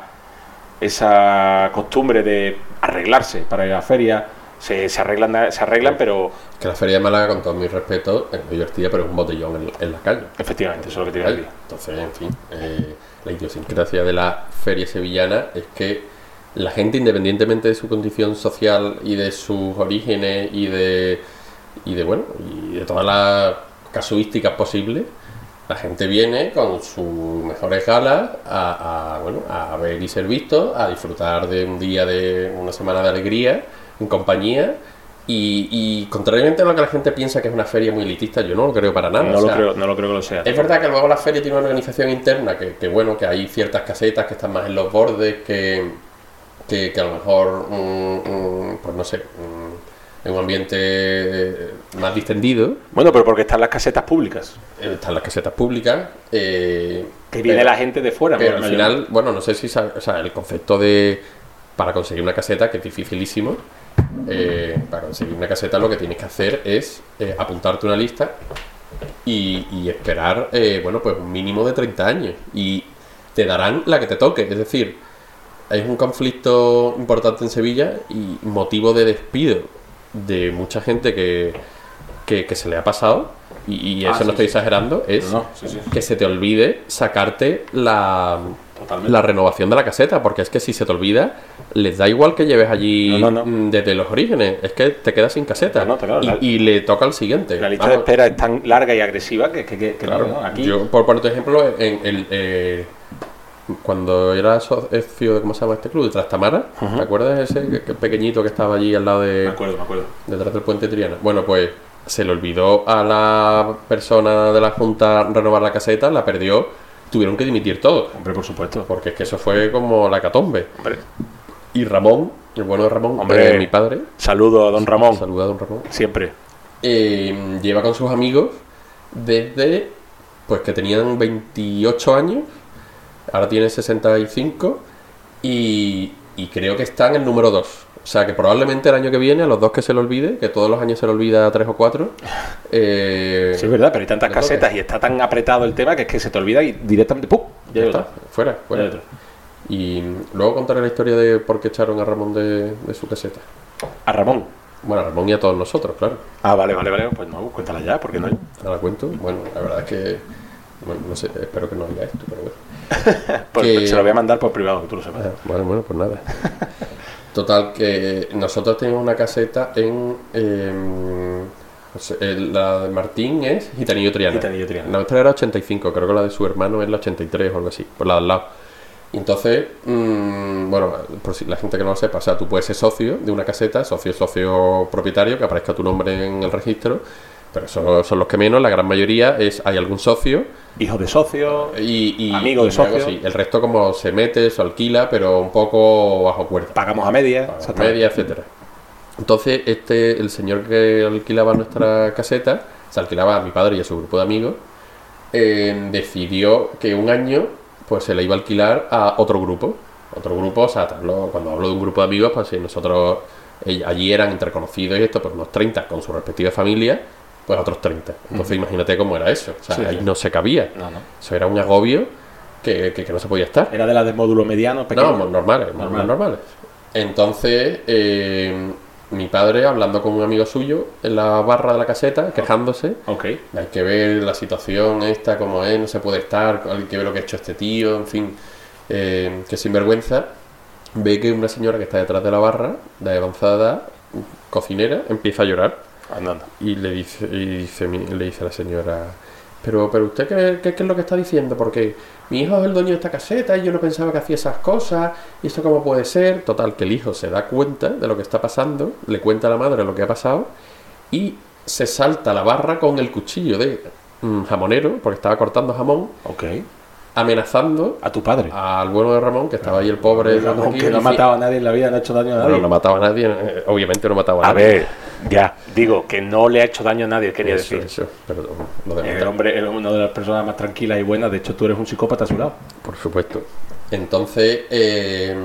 [SPEAKER 1] esa costumbre de arreglarse para ir a la feria, se, se arreglan, se arreglan, pero
[SPEAKER 2] Que la feria de Málaga, con todo mi respeto, es muy divertida, pero es un botellón en, en la calle.
[SPEAKER 1] efectivamente, eso es lo que te iba a decir.
[SPEAKER 2] Entonces, en fin, eh, la idiosincrasia de la feria sevillana es que la gente, independientemente de su condición social y de sus orígenes y de, y de bueno, y de todas las casuísticas posibles, la gente viene con sus mejores galas a, a, bueno, a ver y ser visto, a disfrutar de un día de una semana de alegría, en compañía. Y, y contrariamente a lo que la gente piensa que es una feria muy elitista, yo no lo creo para nada.
[SPEAKER 1] No
[SPEAKER 2] Ah, o
[SPEAKER 1] lo
[SPEAKER 2] sea,
[SPEAKER 1] creo, no lo creo que lo sea.
[SPEAKER 2] es verdad que luego la feria tiene una organización interna, que, que bueno, que hay ciertas casetas que están más en los bordes, que, que, que a lo mejor, mm, mm, pues no sé, mm, en un ambiente eh, más distendido.
[SPEAKER 1] Bueno, pero porque están las casetas públicas.
[SPEAKER 2] Eh, Están las casetas públicas. eh,
[SPEAKER 1] Que viene
[SPEAKER 2] pero-
[SPEAKER 1] la gente de fuera.
[SPEAKER 2] Pero
[SPEAKER 1] por lo
[SPEAKER 2] al final,
[SPEAKER 1] menos.
[SPEAKER 2] bueno, no sé si sab- o sea, el concepto de para conseguir una caseta, que es dificilísimo, eh, para conseguir una caseta lo que tienes que hacer es eh, apuntarte una lista y, y esperar, eh, bueno, pues un mínimo de 30 años y te darán la que te toque. Es decir, es un conflicto importante en Sevilla y motivo de despido de mucha gente que, que- que se le ha pasado, y, y
[SPEAKER 1] Ah,
[SPEAKER 2] eso
[SPEAKER 1] sí,
[SPEAKER 2] no estoy
[SPEAKER 1] sí.
[SPEAKER 2] exagerando, es
[SPEAKER 1] No, no, sí, sí.
[SPEAKER 2] que se te olvide sacarte la,
[SPEAKER 1] Totalmente.
[SPEAKER 2] la renovación de la caseta, porque es que si se te olvida, les da igual que lleves allí
[SPEAKER 1] No, no, no.
[SPEAKER 2] mm, desde los orígenes, es que te quedas sin caseta
[SPEAKER 1] No, no, claro,
[SPEAKER 2] y,
[SPEAKER 1] la-
[SPEAKER 2] y le toca al siguiente.
[SPEAKER 1] La lista de
[SPEAKER 2] Vamos,
[SPEAKER 1] espera es tan larga y agresiva que, que, que- que
[SPEAKER 2] claro.
[SPEAKER 1] no, aquí
[SPEAKER 2] Yo, por ponerte ejemplo, en el, eh, cuando era socio de, ¿cómo se llama este club? De Trastamara,
[SPEAKER 1] Ujú. Ah.
[SPEAKER 2] ¿te acuerdas ese que- que pequeñito que estaba allí al lado de...
[SPEAKER 1] me acuerdo, me acuerdo.
[SPEAKER 2] Detrás del puente Triana. Bueno, pues se le olvidó a la persona de la Junta renovar la caseta, la perdió, tuvieron que dimitir todo.
[SPEAKER 1] Hombre, por supuesto.
[SPEAKER 2] Porque es que eso fue como la catombe.
[SPEAKER 1] Hombre.
[SPEAKER 2] Y Ramón, el bueno de Ramón,
[SPEAKER 1] Hombre.
[SPEAKER 2] eh, mi padre,
[SPEAKER 1] Saludo a don Ramón.
[SPEAKER 2] saluda a don Ramón,
[SPEAKER 1] Siempre.
[SPEAKER 2] eh, lleva con sus amigos desde pues que tenían 28 años, ahora tiene 65 y, y creo que está en el número 2. O sea que probablemente el año que viene, a los dos que se le olvide, que todos los años se le olvida tres o cuatro, eh,
[SPEAKER 1] Sí, es verdad, pero hay tantas
[SPEAKER 2] Me toca.
[SPEAKER 1] casetas y está tan apretado el tema que es que se te olvida y directamente ¡pum!
[SPEAKER 2] ya
[SPEAKER 1] hay
[SPEAKER 2] está,
[SPEAKER 1] otra,
[SPEAKER 2] fuera,
[SPEAKER 1] ya hay
[SPEAKER 2] fuera.
[SPEAKER 1] otra.
[SPEAKER 2] Y luego contaré la historia de por qué echaron a Ramón de, de su caseta.
[SPEAKER 1] A Ramón.
[SPEAKER 2] Bueno, a Ramón y a todos nosotros, claro.
[SPEAKER 1] Ah, vale, vale, vale. Pues no, cuéntala ya, porque no.
[SPEAKER 2] Ahora cuento. Bueno, la verdad es que. Bueno, no sé, espero que no diga esto, pero bueno.
[SPEAKER 1] Pues,
[SPEAKER 2] Que-
[SPEAKER 1] Se lo voy a mandar por privado, que tú lo sepas.
[SPEAKER 2] Bueno, bueno, pues nada. Total, que nosotros tenemos una caseta en. em, no sé, eh, la de Martín es Gitanillo Triana.
[SPEAKER 1] Gitanillo Triana.
[SPEAKER 2] La nuestra era 85, creo que la de su hermano es la 83 o algo así, por la de al lado. Y Entonces, mm, bueno, por si la gente que no lo sepa, o sea, tú puedes ser socio de una caseta, socio es socio propietario, que aparezca tu nombre en el registro, pero eso son los que menos, la gran mayoría es, hay algún socio,
[SPEAKER 1] Hijo de socio.
[SPEAKER 2] y, y-
[SPEAKER 1] Amigo
[SPEAKER 2] y
[SPEAKER 1] de
[SPEAKER 2] luego
[SPEAKER 1] socio.
[SPEAKER 2] sí, el resto como se mete, se alquila, pero un poco bajo cuerda.
[SPEAKER 1] Pagamos a media. exactamente.
[SPEAKER 2] Media, etcétera. Entonces, este, el señor que alquilaba nuestra caseta, se alquilaba a mi padre y a su grupo de amigos, eh, decidió que un año pues se la iba a alquilar a otro grupo. Otro grupo, o sea, te hablo- cuando hablo de un grupo de amigos, pues si nosotros eh, allí eran entre conocidos y esto, pues unos 30 con su respectiva familia, pues otros 30. Entonces, imagínate cómo era eso. O sea,
[SPEAKER 1] Sí,
[SPEAKER 2] ahí
[SPEAKER 1] sí.
[SPEAKER 2] no se cabía.
[SPEAKER 1] No, no.
[SPEAKER 2] Eso era un agobio que, que- que no se podía estar.
[SPEAKER 1] Era de la de módulo mediano, pequeño.
[SPEAKER 2] No, mo- normales, mo-
[SPEAKER 1] Normal.
[SPEAKER 2] normales. Entonces, eh, mi padre, hablando con un amigo suyo en la barra de la caseta, quejándose,
[SPEAKER 1] Ok.
[SPEAKER 2] hay que ver la situación esta, cómo es, no se puede estar, hay que ver lo que ha hecho este tío, en fin, eh, que sinvergüenza, ve que una señora que está detrás de la barra, de avanzada edad, cocinera, empieza a llorar.
[SPEAKER 1] Andando.
[SPEAKER 2] Y le dice, y dice mi- le dice a la señora, pero, pero usted qué, qué- qué es lo que está diciendo, porque mi hijo es el dueño de esta caseta y yo no pensaba que hacía esas cosas, y esto cómo puede ser. Total, que el hijo se da cuenta de lo que está pasando, le cuenta a la madre lo que ha pasado, y se salta a la barra con el cuchillo de mm, jamonero, porque estaba cortando jamón,
[SPEAKER 1] Ok.
[SPEAKER 2] amenazando
[SPEAKER 1] A tu padre.
[SPEAKER 2] al bueno de Ramón, que estaba ahí el pobre.
[SPEAKER 1] Aunque no ha
[SPEAKER 2] tranquilo,
[SPEAKER 1] matado a nadie en la vida, no ha hecho daño a nadie.
[SPEAKER 2] Bueno, no mataba a nadie, eh, obviamente no mataba a
[SPEAKER 1] A
[SPEAKER 2] nadie.
[SPEAKER 1] ver, ya, digo, que no le ha hecho daño a nadie, quería
[SPEAKER 2] Eso,
[SPEAKER 1] decir.
[SPEAKER 2] eso, perdón, lo de
[SPEAKER 1] El hombre es una de las personas más tranquilas y buenas, de hecho tú eres un psicópata a su lado.
[SPEAKER 2] Por supuesto. Entonces, eh,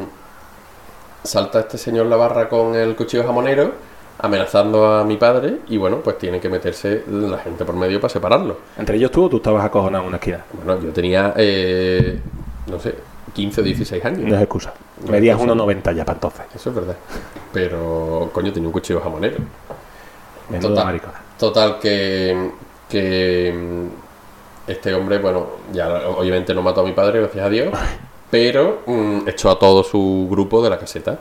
[SPEAKER 2] salta este señor la barra con el cuchillo jamonero, amenazando a mi padre, y bueno, pues tiene que meterse la gente por medio para separarlo.
[SPEAKER 1] Entre ellos tú, tú estabas acojonado en una esquina.
[SPEAKER 2] Bueno, yo tenía, eh, no sé, 15 o 16
[SPEAKER 1] No
[SPEAKER 2] años.
[SPEAKER 1] es excusa.
[SPEAKER 2] No es
[SPEAKER 1] Medías
[SPEAKER 2] excusa.
[SPEAKER 1] 1,90 ya para entonces.
[SPEAKER 2] Eso es verdad. Pero, coño, tenía un cuchillo jamonero.
[SPEAKER 1] Menudo
[SPEAKER 2] Total.
[SPEAKER 1] maricona.
[SPEAKER 2] Total, que, que mm, este hombre, bueno, ya obviamente no mató a mi padre, gracias a Dios, pero mm, echó a todo su grupo de la caseta.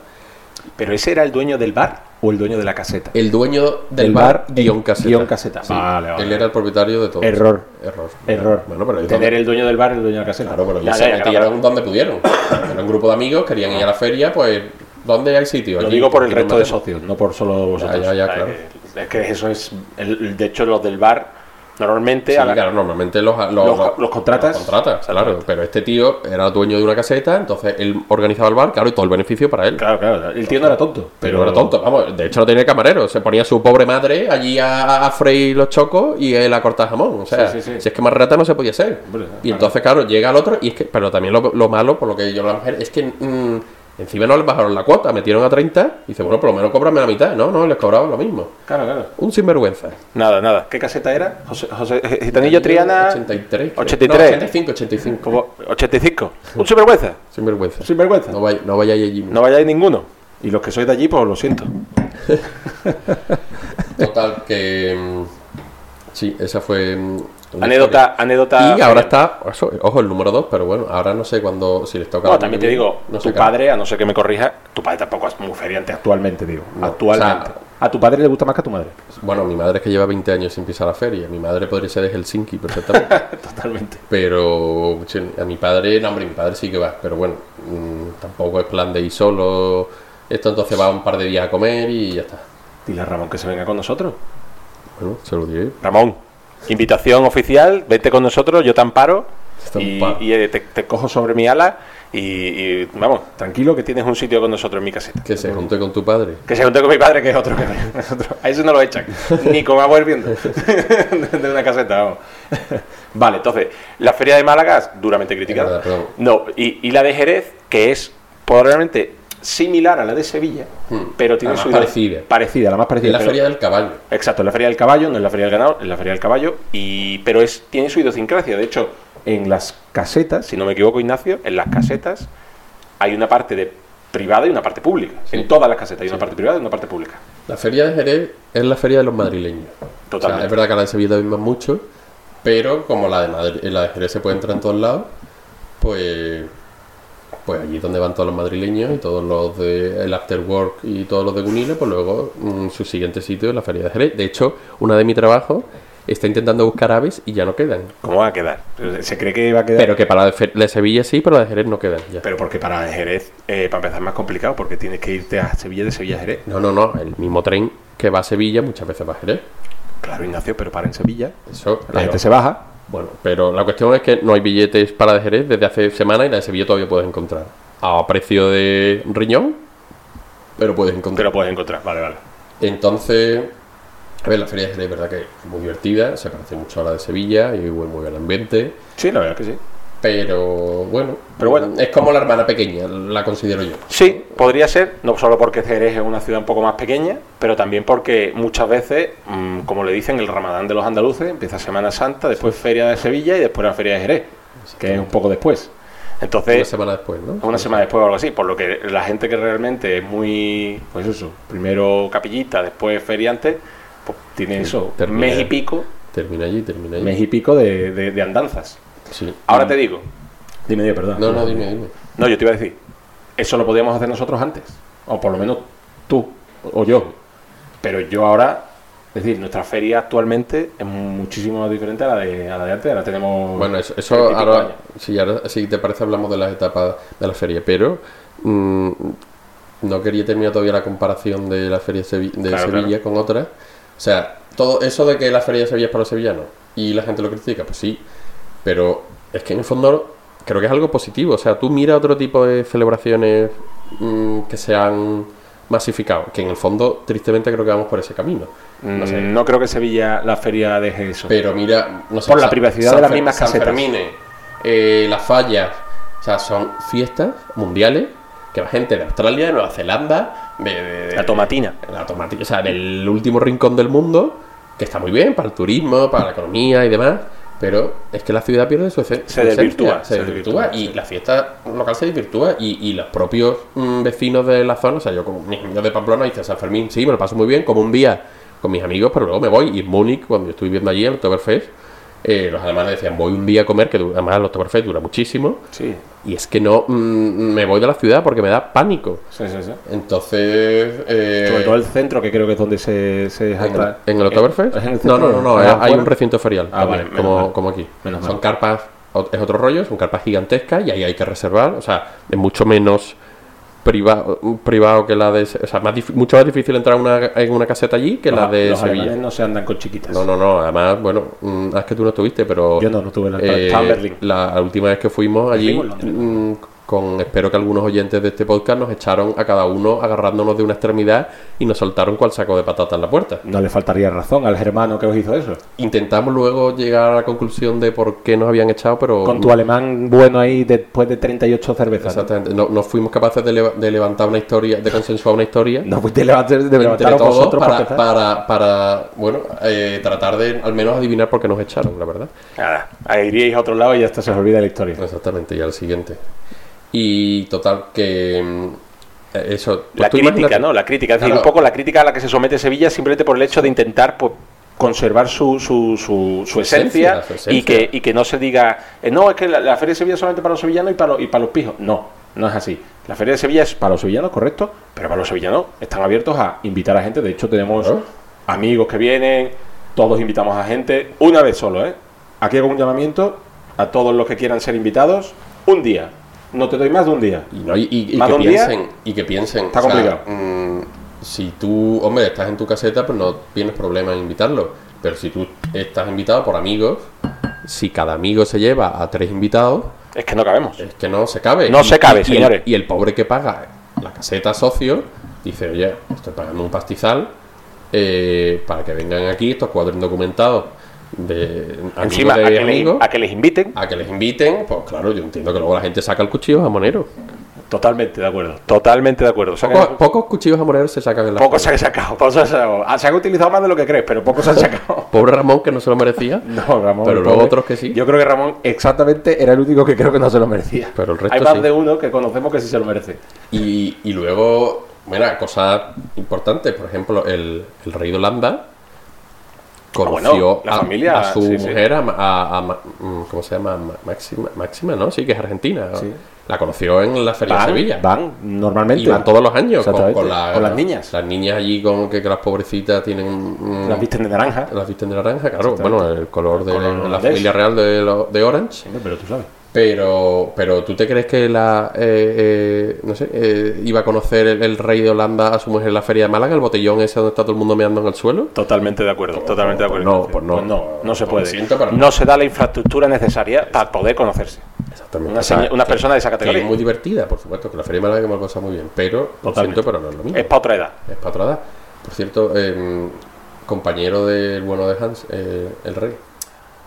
[SPEAKER 1] Pero ese era el dueño del bar o el dueño de la caseta.
[SPEAKER 2] El dueño del
[SPEAKER 1] Del
[SPEAKER 2] bar,
[SPEAKER 1] bar,
[SPEAKER 2] guión caseta.
[SPEAKER 1] guión caseta.
[SPEAKER 2] Sí.
[SPEAKER 1] Vale, vale.
[SPEAKER 2] Él era el propietario de todo.
[SPEAKER 1] Error.
[SPEAKER 2] Error.
[SPEAKER 1] Error.
[SPEAKER 2] Bueno, pero ellos
[SPEAKER 1] Tener
[SPEAKER 2] donde-
[SPEAKER 1] el dueño del bar y el dueño de la caseta.
[SPEAKER 2] Claro, pero
[SPEAKER 1] Ya,
[SPEAKER 2] ellos
[SPEAKER 1] ya,
[SPEAKER 2] se
[SPEAKER 1] ya,
[SPEAKER 2] metieron
[SPEAKER 1] claro.
[SPEAKER 2] donde pudieron. Era un grupo de amigos, querían ir a la feria, pues, ¿dónde hay sitio?
[SPEAKER 1] Lo
[SPEAKER 2] Allí,
[SPEAKER 1] digo por el
[SPEAKER 2] aquí no
[SPEAKER 1] resto de
[SPEAKER 2] metemos.
[SPEAKER 1] socios, no por solo vosotros.
[SPEAKER 2] ya, ya,
[SPEAKER 1] O sea,
[SPEAKER 2] claro.
[SPEAKER 1] que- Es que eso es. el- de hecho, los del bar Normalmente,
[SPEAKER 2] Sí,
[SPEAKER 1] a la-
[SPEAKER 2] claro, normalmente los, los,
[SPEAKER 1] Los- los contratas.
[SPEAKER 2] los contratas, claro. Pero este tío era dueño de una caseta, entonces él organizaba el bar, claro, y todo el beneficio para él.
[SPEAKER 1] claro, claro, el tío no era tonto.
[SPEAKER 2] Pero era tonto, vamos, de hecho no tenía camarero, se ponía su pobre madre allí a, a freír los chocos y él a cortar jamón, o sea,
[SPEAKER 1] Sí, sí, sí.
[SPEAKER 2] si es que más rata no se podía ser.
[SPEAKER 1] Hombre,
[SPEAKER 2] y
[SPEAKER 1] claro.
[SPEAKER 2] entonces, claro, llega el otro y es que, pero también lo, lo malo, por lo que yo la mujer, es que mm, encima no les bajaron la cuota, metieron a 30 y dice, bueno, por lo menos cóbrame la mitad, no, no, les cobraban lo mismo.
[SPEAKER 1] Claro, claro.
[SPEAKER 2] Un sinvergüenza.
[SPEAKER 1] Nada, nada. ¿Qué caseta era? José, José- eh, Gitanillo Triana.
[SPEAKER 2] 83. creo.
[SPEAKER 1] 83.
[SPEAKER 2] No, 85, 85.
[SPEAKER 1] Como 85. Un sinvergüenza.
[SPEAKER 2] Sinvergüenza.
[SPEAKER 1] Sinvergüenza.
[SPEAKER 2] No vayáis no vayáis allí.
[SPEAKER 1] No vayáis ninguno. Y los que sois de allí, pues lo siento.
[SPEAKER 2] Total, que. mm, Sí, esa fue. mm, una
[SPEAKER 1] Anécdota,
[SPEAKER 2] historia.
[SPEAKER 1] anécdota.
[SPEAKER 2] Y ahora está, oso- ojo, el número 2, pero bueno, ahora no sé cuándo, si les toca.
[SPEAKER 1] Bueno, también te digo,
[SPEAKER 2] No sé
[SPEAKER 1] tu
[SPEAKER 2] cada-
[SPEAKER 1] padre, a no ser que me corrija, tu padre tampoco es muy feriante actualmente, digo.
[SPEAKER 2] No,
[SPEAKER 1] actualmente.
[SPEAKER 2] o sea-
[SPEAKER 1] a tu padre le gusta más que a tu madre.
[SPEAKER 2] Bueno, mi madre es que lleva 20 años sin pisar la feria. Mi madre podría ser de Helsinki perfectamente.
[SPEAKER 1] Totalmente.
[SPEAKER 2] pero che, a mi padre, no, hombre, mi padre sí que va. Pero bueno, mm, tampoco es plan de ir solo. Esto entonces va un par de días a comer y ya está.
[SPEAKER 1] Dile a Ramón que se venga con nosotros.
[SPEAKER 2] Bueno, se lo diré.
[SPEAKER 1] Ramón, invitación oficial, vete con nosotros, yo te amparo.
[SPEAKER 2] Te
[SPEAKER 1] y
[SPEAKER 2] amparo.
[SPEAKER 1] y, eh, te, te cojo sobre mi ala y, y, vamos, tranquilo que tienes un sitio con nosotros en mi caseta.
[SPEAKER 2] Que se junte con tu padre.
[SPEAKER 1] Que se junte con mi padre, que es otro que es otro. A eso no lo echan. Ni con agua hirviendo. de una caseta, vamos. Vale, entonces, la feria de Málaga es duramente criticada.
[SPEAKER 2] Es verdad,
[SPEAKER 1] No, y, y la de Jerez, que es probablemente similar a la de Sevilla,
[SPEAKER 2] Hmm.
[SPEAKER 1] pero tiene
[SPEAKER 2] La más
[SPEAKER 1] su idea-
[SPEAKER 2] parecida.
[SPEAKER 1] Parecida, la más
[SPEAKER 2] En
[SPEAKER 1] parecida.
[SPEAKER 2] la
[SPEAKER 1] pero-
[SPEAKER 2] feria del caballo.
[SPEAKER 1] Exacto, en la feria del caballo, no en la feria del ganado, en la feria del caballo, y pero es tiene su idiosincrasia. De hecho, en las casetas, si no me equivoco, Ignacio, en las casetas hay una parte de privada y una parte pública.
[SPEAKER 2] Sí.
[SPEAKER 1] En todas las casetas hay una
[SPEAKER 2] Sí.
[SPEAKER 1] parte privada y una parte pública.
[SPEAKER 2] La feria de Jerez es la feria de los madrileños.
[SPEAKER 1] Totalmente.
[SPEAKER 2] O sea, es verdad que la de Sevilla también va mucho, pero como la de, Madri- eh, la de Jerez se puede entrar en todos lados, pues, pues allí es donde van todos los madrileños y todos los de el After Work y todos los de Cuniles, pues luego mm, su siguiente sitio es la feria de Jerez. De hecho, una de mi trabajo está intentando buscar aves y ya no quedan.
[SPEAKER 1] ¿Cómo va a quedar? Se cree que va a quedar.
[SPEAKER 2] Pero que para la de, Fe- la de Sevilla sí, pero la de Jerez no quedan ya.
[SPEAKER 1] Pero porque para Jerez, eh, para empezar, es más complicado porque tienes que irte a Sevilla de Sevilla a Jerez.
[SPEAKER 2] No, no, no. El mismo tren que va a Sevilla muchas veces va a Jerez.
[SPEAKER 1] Claro, Ignacio, pero para en Sevilla.
[SPEAKER 2] Eso.
[SPEAKER 1] La gente
[SPEAKER 2] pero-
[SPEAKER 1] se baja.
[SPEAKER 2] Bueno, pero la cuestión es que no hay billetes para la de Jerez desde hace semanas y la de Sevilla todavía puedes encontrar. A precio de riñón, pero puedes
[SPEAKER 1] Pero
[SPEAKER 2] encontrar.
[SPEAKER 1] puedes encontrar, vale, vale.
[SPEAKER 2] Entonces, a ver, la feria de Jerez es verdad que es muy divertida, se parece mucho a la de Sevilla y huele muy bien el ambiente,
[SPEAKER 1] Sí, la verdad que sí.
[SPEAKER 2] pero bueno,
[SPEAKER 1] Pero bueno.
[SPEAKER 2] es como la hermana pequeña, la considero yo.
[SPEAKER 1] Sí, podría ser, no solo porque Jerez es una ciudad un poco más pequeña, pero también porque muchas veces, mm, como le dicen, el ramadán de los andaluces empieza Semana Santa, después Feria de Sevilla y después la Feria de Jerez, que es un poco después.
[SPEAKER 2] Una
[SPEAKER 1] Entonces,
[SPEAKER 2] semana después, ¿no?
[SPEAKER 1] una semana después o algo así, por lo que la gente que realmente es muy, pues eso, primero capillita, después feriante, pues tiene eso,
[SPEAKER 2] termina-
[SPEAKER 1] mes y pico,
[SPEAKER 2] Termina allí, termina allí.
[SPEAKER 1] mes y pico de, de- de andanzas.
[SPEAKER 2] Sí.
[SPEAKER 1] Ahora te digo. Dime, dime, perdón.
[SPEAKER 2] No, no, dime, dime.
[SPEAKER 1] No, yo te iba a decir, eso lo podíamos hacer nosotros antes, o por lo menos tú o yo. Pero yo ahora, es decir, nuestra feria actualmente es muchísimo más diferente a la de, a la de antes, ahora tenemos...
[SPEAKER 2] Bueno, eso, eso
[SPEAKER 1] el típico
[SPEAKER 2] ahora,
[SPEAKER 1] año.
[SPEAKER 2] si, ahora, si te parece, hablamos de las etapas de la feria, pero mm, no quería terminar todavía la comparación de la feria Sevi- de
[SPEAKER 1] Claro,
[SPEAKER 2] Sevilla con otras. O sea, todo eso de que la feria de Sevilla es para los sevillanos y la gente lo critica, pues sí, pero es que en el fondo creo que es algo positivo. O sea, tú mira otro tipo de celebraciones mm, que se han masificado, que en el fondo, tristemente, creo que vamos por ese camino.
[SPEAKER 1] Mm,
[SPEAKER 2] No
[SPEAKER 1] no,
[SPEAKER 2] sé.
[SPEAKER 1] creo que Sevilla, la feria deje eso.
[SPEAKER 2] Pero mira, no sé,
[SPEAKER 1] Por la
[SPEAKER 2] San-
[SPEAKER 1] privacidad
[SPEAKER 2] San
[SPEAKER 1] de las
[SPEAKER 2] Fer-
[SPEAKER 1] mismas
[SPEAKER 2] San
[SPEAKER 1] casetas.
[SPEAKER 2] Fermines, eh, las fallas, o sea, son fiestas mundiales que la gente de Australia, de Nueva Zelanda, de, de- de-
[SPEAKER 1] la tomatina.
[SPEAKER 2] la tomati- o sea, del último rincón del mundo, que está muy bien para el turismo, para la economía y demás, pero es que la ciudad pierde su esencia.
[SPEAKER 1] Se desvirtúa,
[SPEAKER 2] Se
[SPEAKER 1] se
[SPEAKER 2] desvirtúa y
[SPEAKER 1] desvirtúa, sí.
[SPEAKER 2] la fiesta local se desvirtúa y, y los propios mm, vecinos de la zona, o sea, yo como mis amigos de Pamplona dice San Fermín, sí, me lo paso muy bien, como un día con mis amigos, pero luego me voy. Y en Múnich, cuando yo estuve viviendo allí en el Oktoberfest, eh, los alemanes decían, voy un día a comer, que dura- además el Oktoberfest dura muchísimo,
[SPEAKER 1] Sí,
[SPEAKER 2] y es que no mm, me voy de la ciudad porque me da pánico.
[SPEAKER 1] sí, sí. sí.
[SPEAKER 2] Entonces... eh,
[SPEAKER 1] Sobre todo el centro, que creo que es donde se... se
[SPEAKER 2] ¿En el,
[SPEAKER 1] jacta.
[SPEAKER 2] en el Oktoberfest?
[SPEAKER 1] Eh, ¿Es en el
[SPEAKER 2] No,
[SPEAKER 1] centro?
[SPEAKER 2] no, no, no,
[SPEAKER 1] Ah,
[SPEAKER 2] hay- hay
[SPEAKER 1] fuera.
[SPEAKER 2] un recinto ferial.
[SPEAKER 1] Ah,
[SPEAKER 2] también,
[SPEAKER 1] vale, menos
[SPEAKER 2] como,
[SPEAKER 1] mal.
[SPEAKER 2] como aquí.
[SPEAKER 1] Menos
[SPEAKER 2] son
[SPEAKER 1] mal.
[SPEAKER 2] carpas, o- es otro rollo, son carpas gigantescas y ahí hay que reservar, o sea, es mucho menos privado, un privado que la de. O sea, más dif- mucho más difícil entrar a una- en una caseta allí que la
[SPEAKER 1] No,
[SPEAKER 2] de
[SPEAKER 1] los
[SPEAKER 2] Sevilla.
[SPEAKER 1] alemanes no se andan con chiquitas.
[SPEAKER 2] No, no, no. Además, bueno, mm, es que tú no estuviste, pero.
[SPEAKER 1] Yo no, no tuve la
[SPEAKER 2] eh,
[SPEAKER 1] Estaba en Berlín.
[SPEAKER 2] la última vez que fuimos allí,
[SPEAKER 1] Estuvimos en Londres.
[SPEAKER 2] mm, con espero que algunos oyentes de este podcast nos echaron a cada uno agarrándonos de una extremidad y nos saltaron cual saco de patata en la puerta.
[SPEAKER 1] No le faltaría razón al hermano que os hizo eso.
[SPEAKER 2] Intentamos luego llegar a la conclusión de por qué nos habían echado, pero
[SPEAKER 1] Con tu alemán bueno ahí después de 38 cervezas. ¿no?
[SPEAKER 2] Exactamente. No, no fuimos capaces de, leva- de levantar una historia, de consensuar una historia.
[SPEAKER 1] No fuiste levantar, de
[SPEAKER 2] entre
[SPEAKER 1] levantaros
[SPEAKER 2] todos
[SPEAKER 1] vosotros
[SPEAKER 2] para,
[SPEAKER 1] para,
[SPEAKER 2] para, para, bueno, eh, tratar de al menos adivinar por qué nos echaron, la verdad.
[SPEAKER 1] Nada, ahí iríais a otro lado y ya hasta se os olvida la historia.
[SPEAKER 2] Exactamente, y al siguiente. Y total, que mm, eso. pues
[SPEAKER 1] La
[SPEAKER 2] tú
[SPEAKER 1] crítica,
[SPEAKER 2] imagínate-
[SPEAKER 1] ¿no? La crítica, es decir,
[SPEAKER 2] Claro.
[SPEAKER 1] un poco la crítica a la que se somete Sevilla simplemente por el hecho de intentar pues, conservar su, su, su, su esencia,
[SPEAKER 2] esencia, su esencia.
[SPEAKER 1] Y, que, y que no se diga, eh, no, es que la, la Feria de Sevilla es solamente para los sevillanos y para los, y para los pijos. No, no es así. La Feria de Sevilla es para los sevillanos, correcto, pero para los sevillanos están abiertos a invitar a gente. De hecho, tenemos
[SPEAKER 2] Claro.
[SPEAKER 1] amigos que vienen, todos invitamos a gente, una vez solo, ¿eh? Aquí hago un llamamiento a todos los que quieran ser invitados, un día. No te doy más de un día.
[SPEAKER 2] Y, no, y- y- y
[SPEAKER 1] Más
[SPEAKER 2] que
[SPEAKER 1] de un día,
[SPEAKER 2] piensen, y que piensen.
[SPEAKER 1] está
[SPEAKER 2] o sea,
[SPEAKER 1] complicado.
[SPEAKER 2] mm, si tú, hombre, estás en tu caseta, pues no tienes problema en invitarlo. Pero si tú estás invitado por amigos, si cada amigo se lleva a tres invitados,
[SPEAKER 1] Es que no cabemos.
[SPEAKER 2] es que no se cabe.
[SPEAKER 1] No
[SPEAKER 2] Y-
[SPEAKER 1] se cabe,
[SPEAKER 2] y el-
[SPEAKER 1] señores.
[SPEAKER 2] y el pobre que paga la caseta socio dice, oye, estoy pagando un pastizal eh, para que vengan aquí estos cuatro indocumentados de amigo
[SPEAKER 1] Encima, a
[SPEAKER 2] de
[SPEAKER 1] que, les,
[SPEAKER 2] amigo,
[SPEAKER 1] a que les inviten.
[SPEAKER 2] a que les inviten. Pues claro, yo entiendo que luego la gente saca el cuchillo jamonero.
[SPEAKER 1] Totalmente de acuerdo. Totalmente de acuerdo. Sacan-
[SPEAKER 2] Pocos, pocos cuchillos amoreros se sacan en la
[SPEAKER 1] pocos se han sacado. pocos se han sacado. Ah, Se han utilizado más de lo que crees, pero pocos se han sacado.
[SPEAKER 2] Pobre Ramón, que no se lo merecía.
[SPEAKER 1] No, Ramón.
[SPEAKER 2] Pero
[SPEAKER 1] el
[SPEAKER 2] luego otros que sí.
[SPEAKER 1] Yo creo que Ramón exactamente era el único que creo que no se lo merecía.
[SPEAKER 2] Pero el resto
[SPEAKER 1] Hay más
[SPEAKER 2] sí.
[SPEAKER 1] de uno que conocemos que sí se lo merece.
[SPEAKER 2] Y, y luego, mira, cosas importantes. Por ejemplo, el, el rey de Holanda
[SPEAKER 1] Ah,
[SPEAKER 2] conoció
[SPEAKER 1] bueno, la
[SPEAKER 2] a,
[SPEAKER 1] familia,
[SPEAKER 2] a su
[SPEAKER 1] sí, sí.
[SPEAKER 2] mujer, a, Ma- a- a Ma- mm, ¿cómo se llama? Ma- Máxima, Máxima, ¿no? Sí, que es argentina.
[SPEAKER 1] Sí.
[SPEAKER 2] La conoció en la Feria de Sevilla.
[SPEAKER 1] van normalmente.
[SPEAKER 2] Y van todos los años con,
[SPEAKER 1] Exactamente.
[SPEAKER 2] con la-
[SPEAKER 1] Con las niñas.
[SPEAKER 2] Las niñas allí como que, que las pobrecitas tienen... mm,
[SPEAKER 1] Las visten de naranja.
[SPEAKER 2] las visten de naranja, claro. Bueno, el color de
[SPEAKER 1] color
[SPEAKER 2] la
[SPEAKER 1] holandés.
[SPEAKER 2] familia real de, lo- de Orange.
[SPEAKER 1] Hombre, Pero tú sabes.
[SPEAKER 2] Pero, pero tú te crees que la, eh, eh, no sé, eh, iba a conocer el, el rey de Holanda a su mujer en la feria de Málaga, el botellón ese donde está todo el mundo meando en el suelo.
[SPEAKER 1] Totalmente de acuerdo, totalmente
[SPEAKER 2] pues
[SPEAKER 1] de acuerdo.
[SPEAKER 2] no, pues no.
[SPEAKER 1] no, no se
[SPEAKER 2] Lo
[SPEAKER 1] puede.
[SPEAKER 2] siento, pero
[SPEAKER 1] no se da la infraestructura necesaria para poder conocerse.
[SPEAKER 2] Exactamente.
[SPEAKER 1] Una, seña- una persona de esa
[SPEAKER 2] que es
[SPEAKER 1] categoría.
[SPEAKER 2] muy divertida, por supuesto, que la feria de Málaga es una cosa muy bien, pero lo
[SPEAKER 1] Totalmente.
[SPEAKER 2] siento, pero no es lo mismo.
[SPEAKER 1] Es para otra edad.
[SPEAKER 2] Es para otra edad. Por cierto, eh, compañero del bueno de Hans, eh, el rey.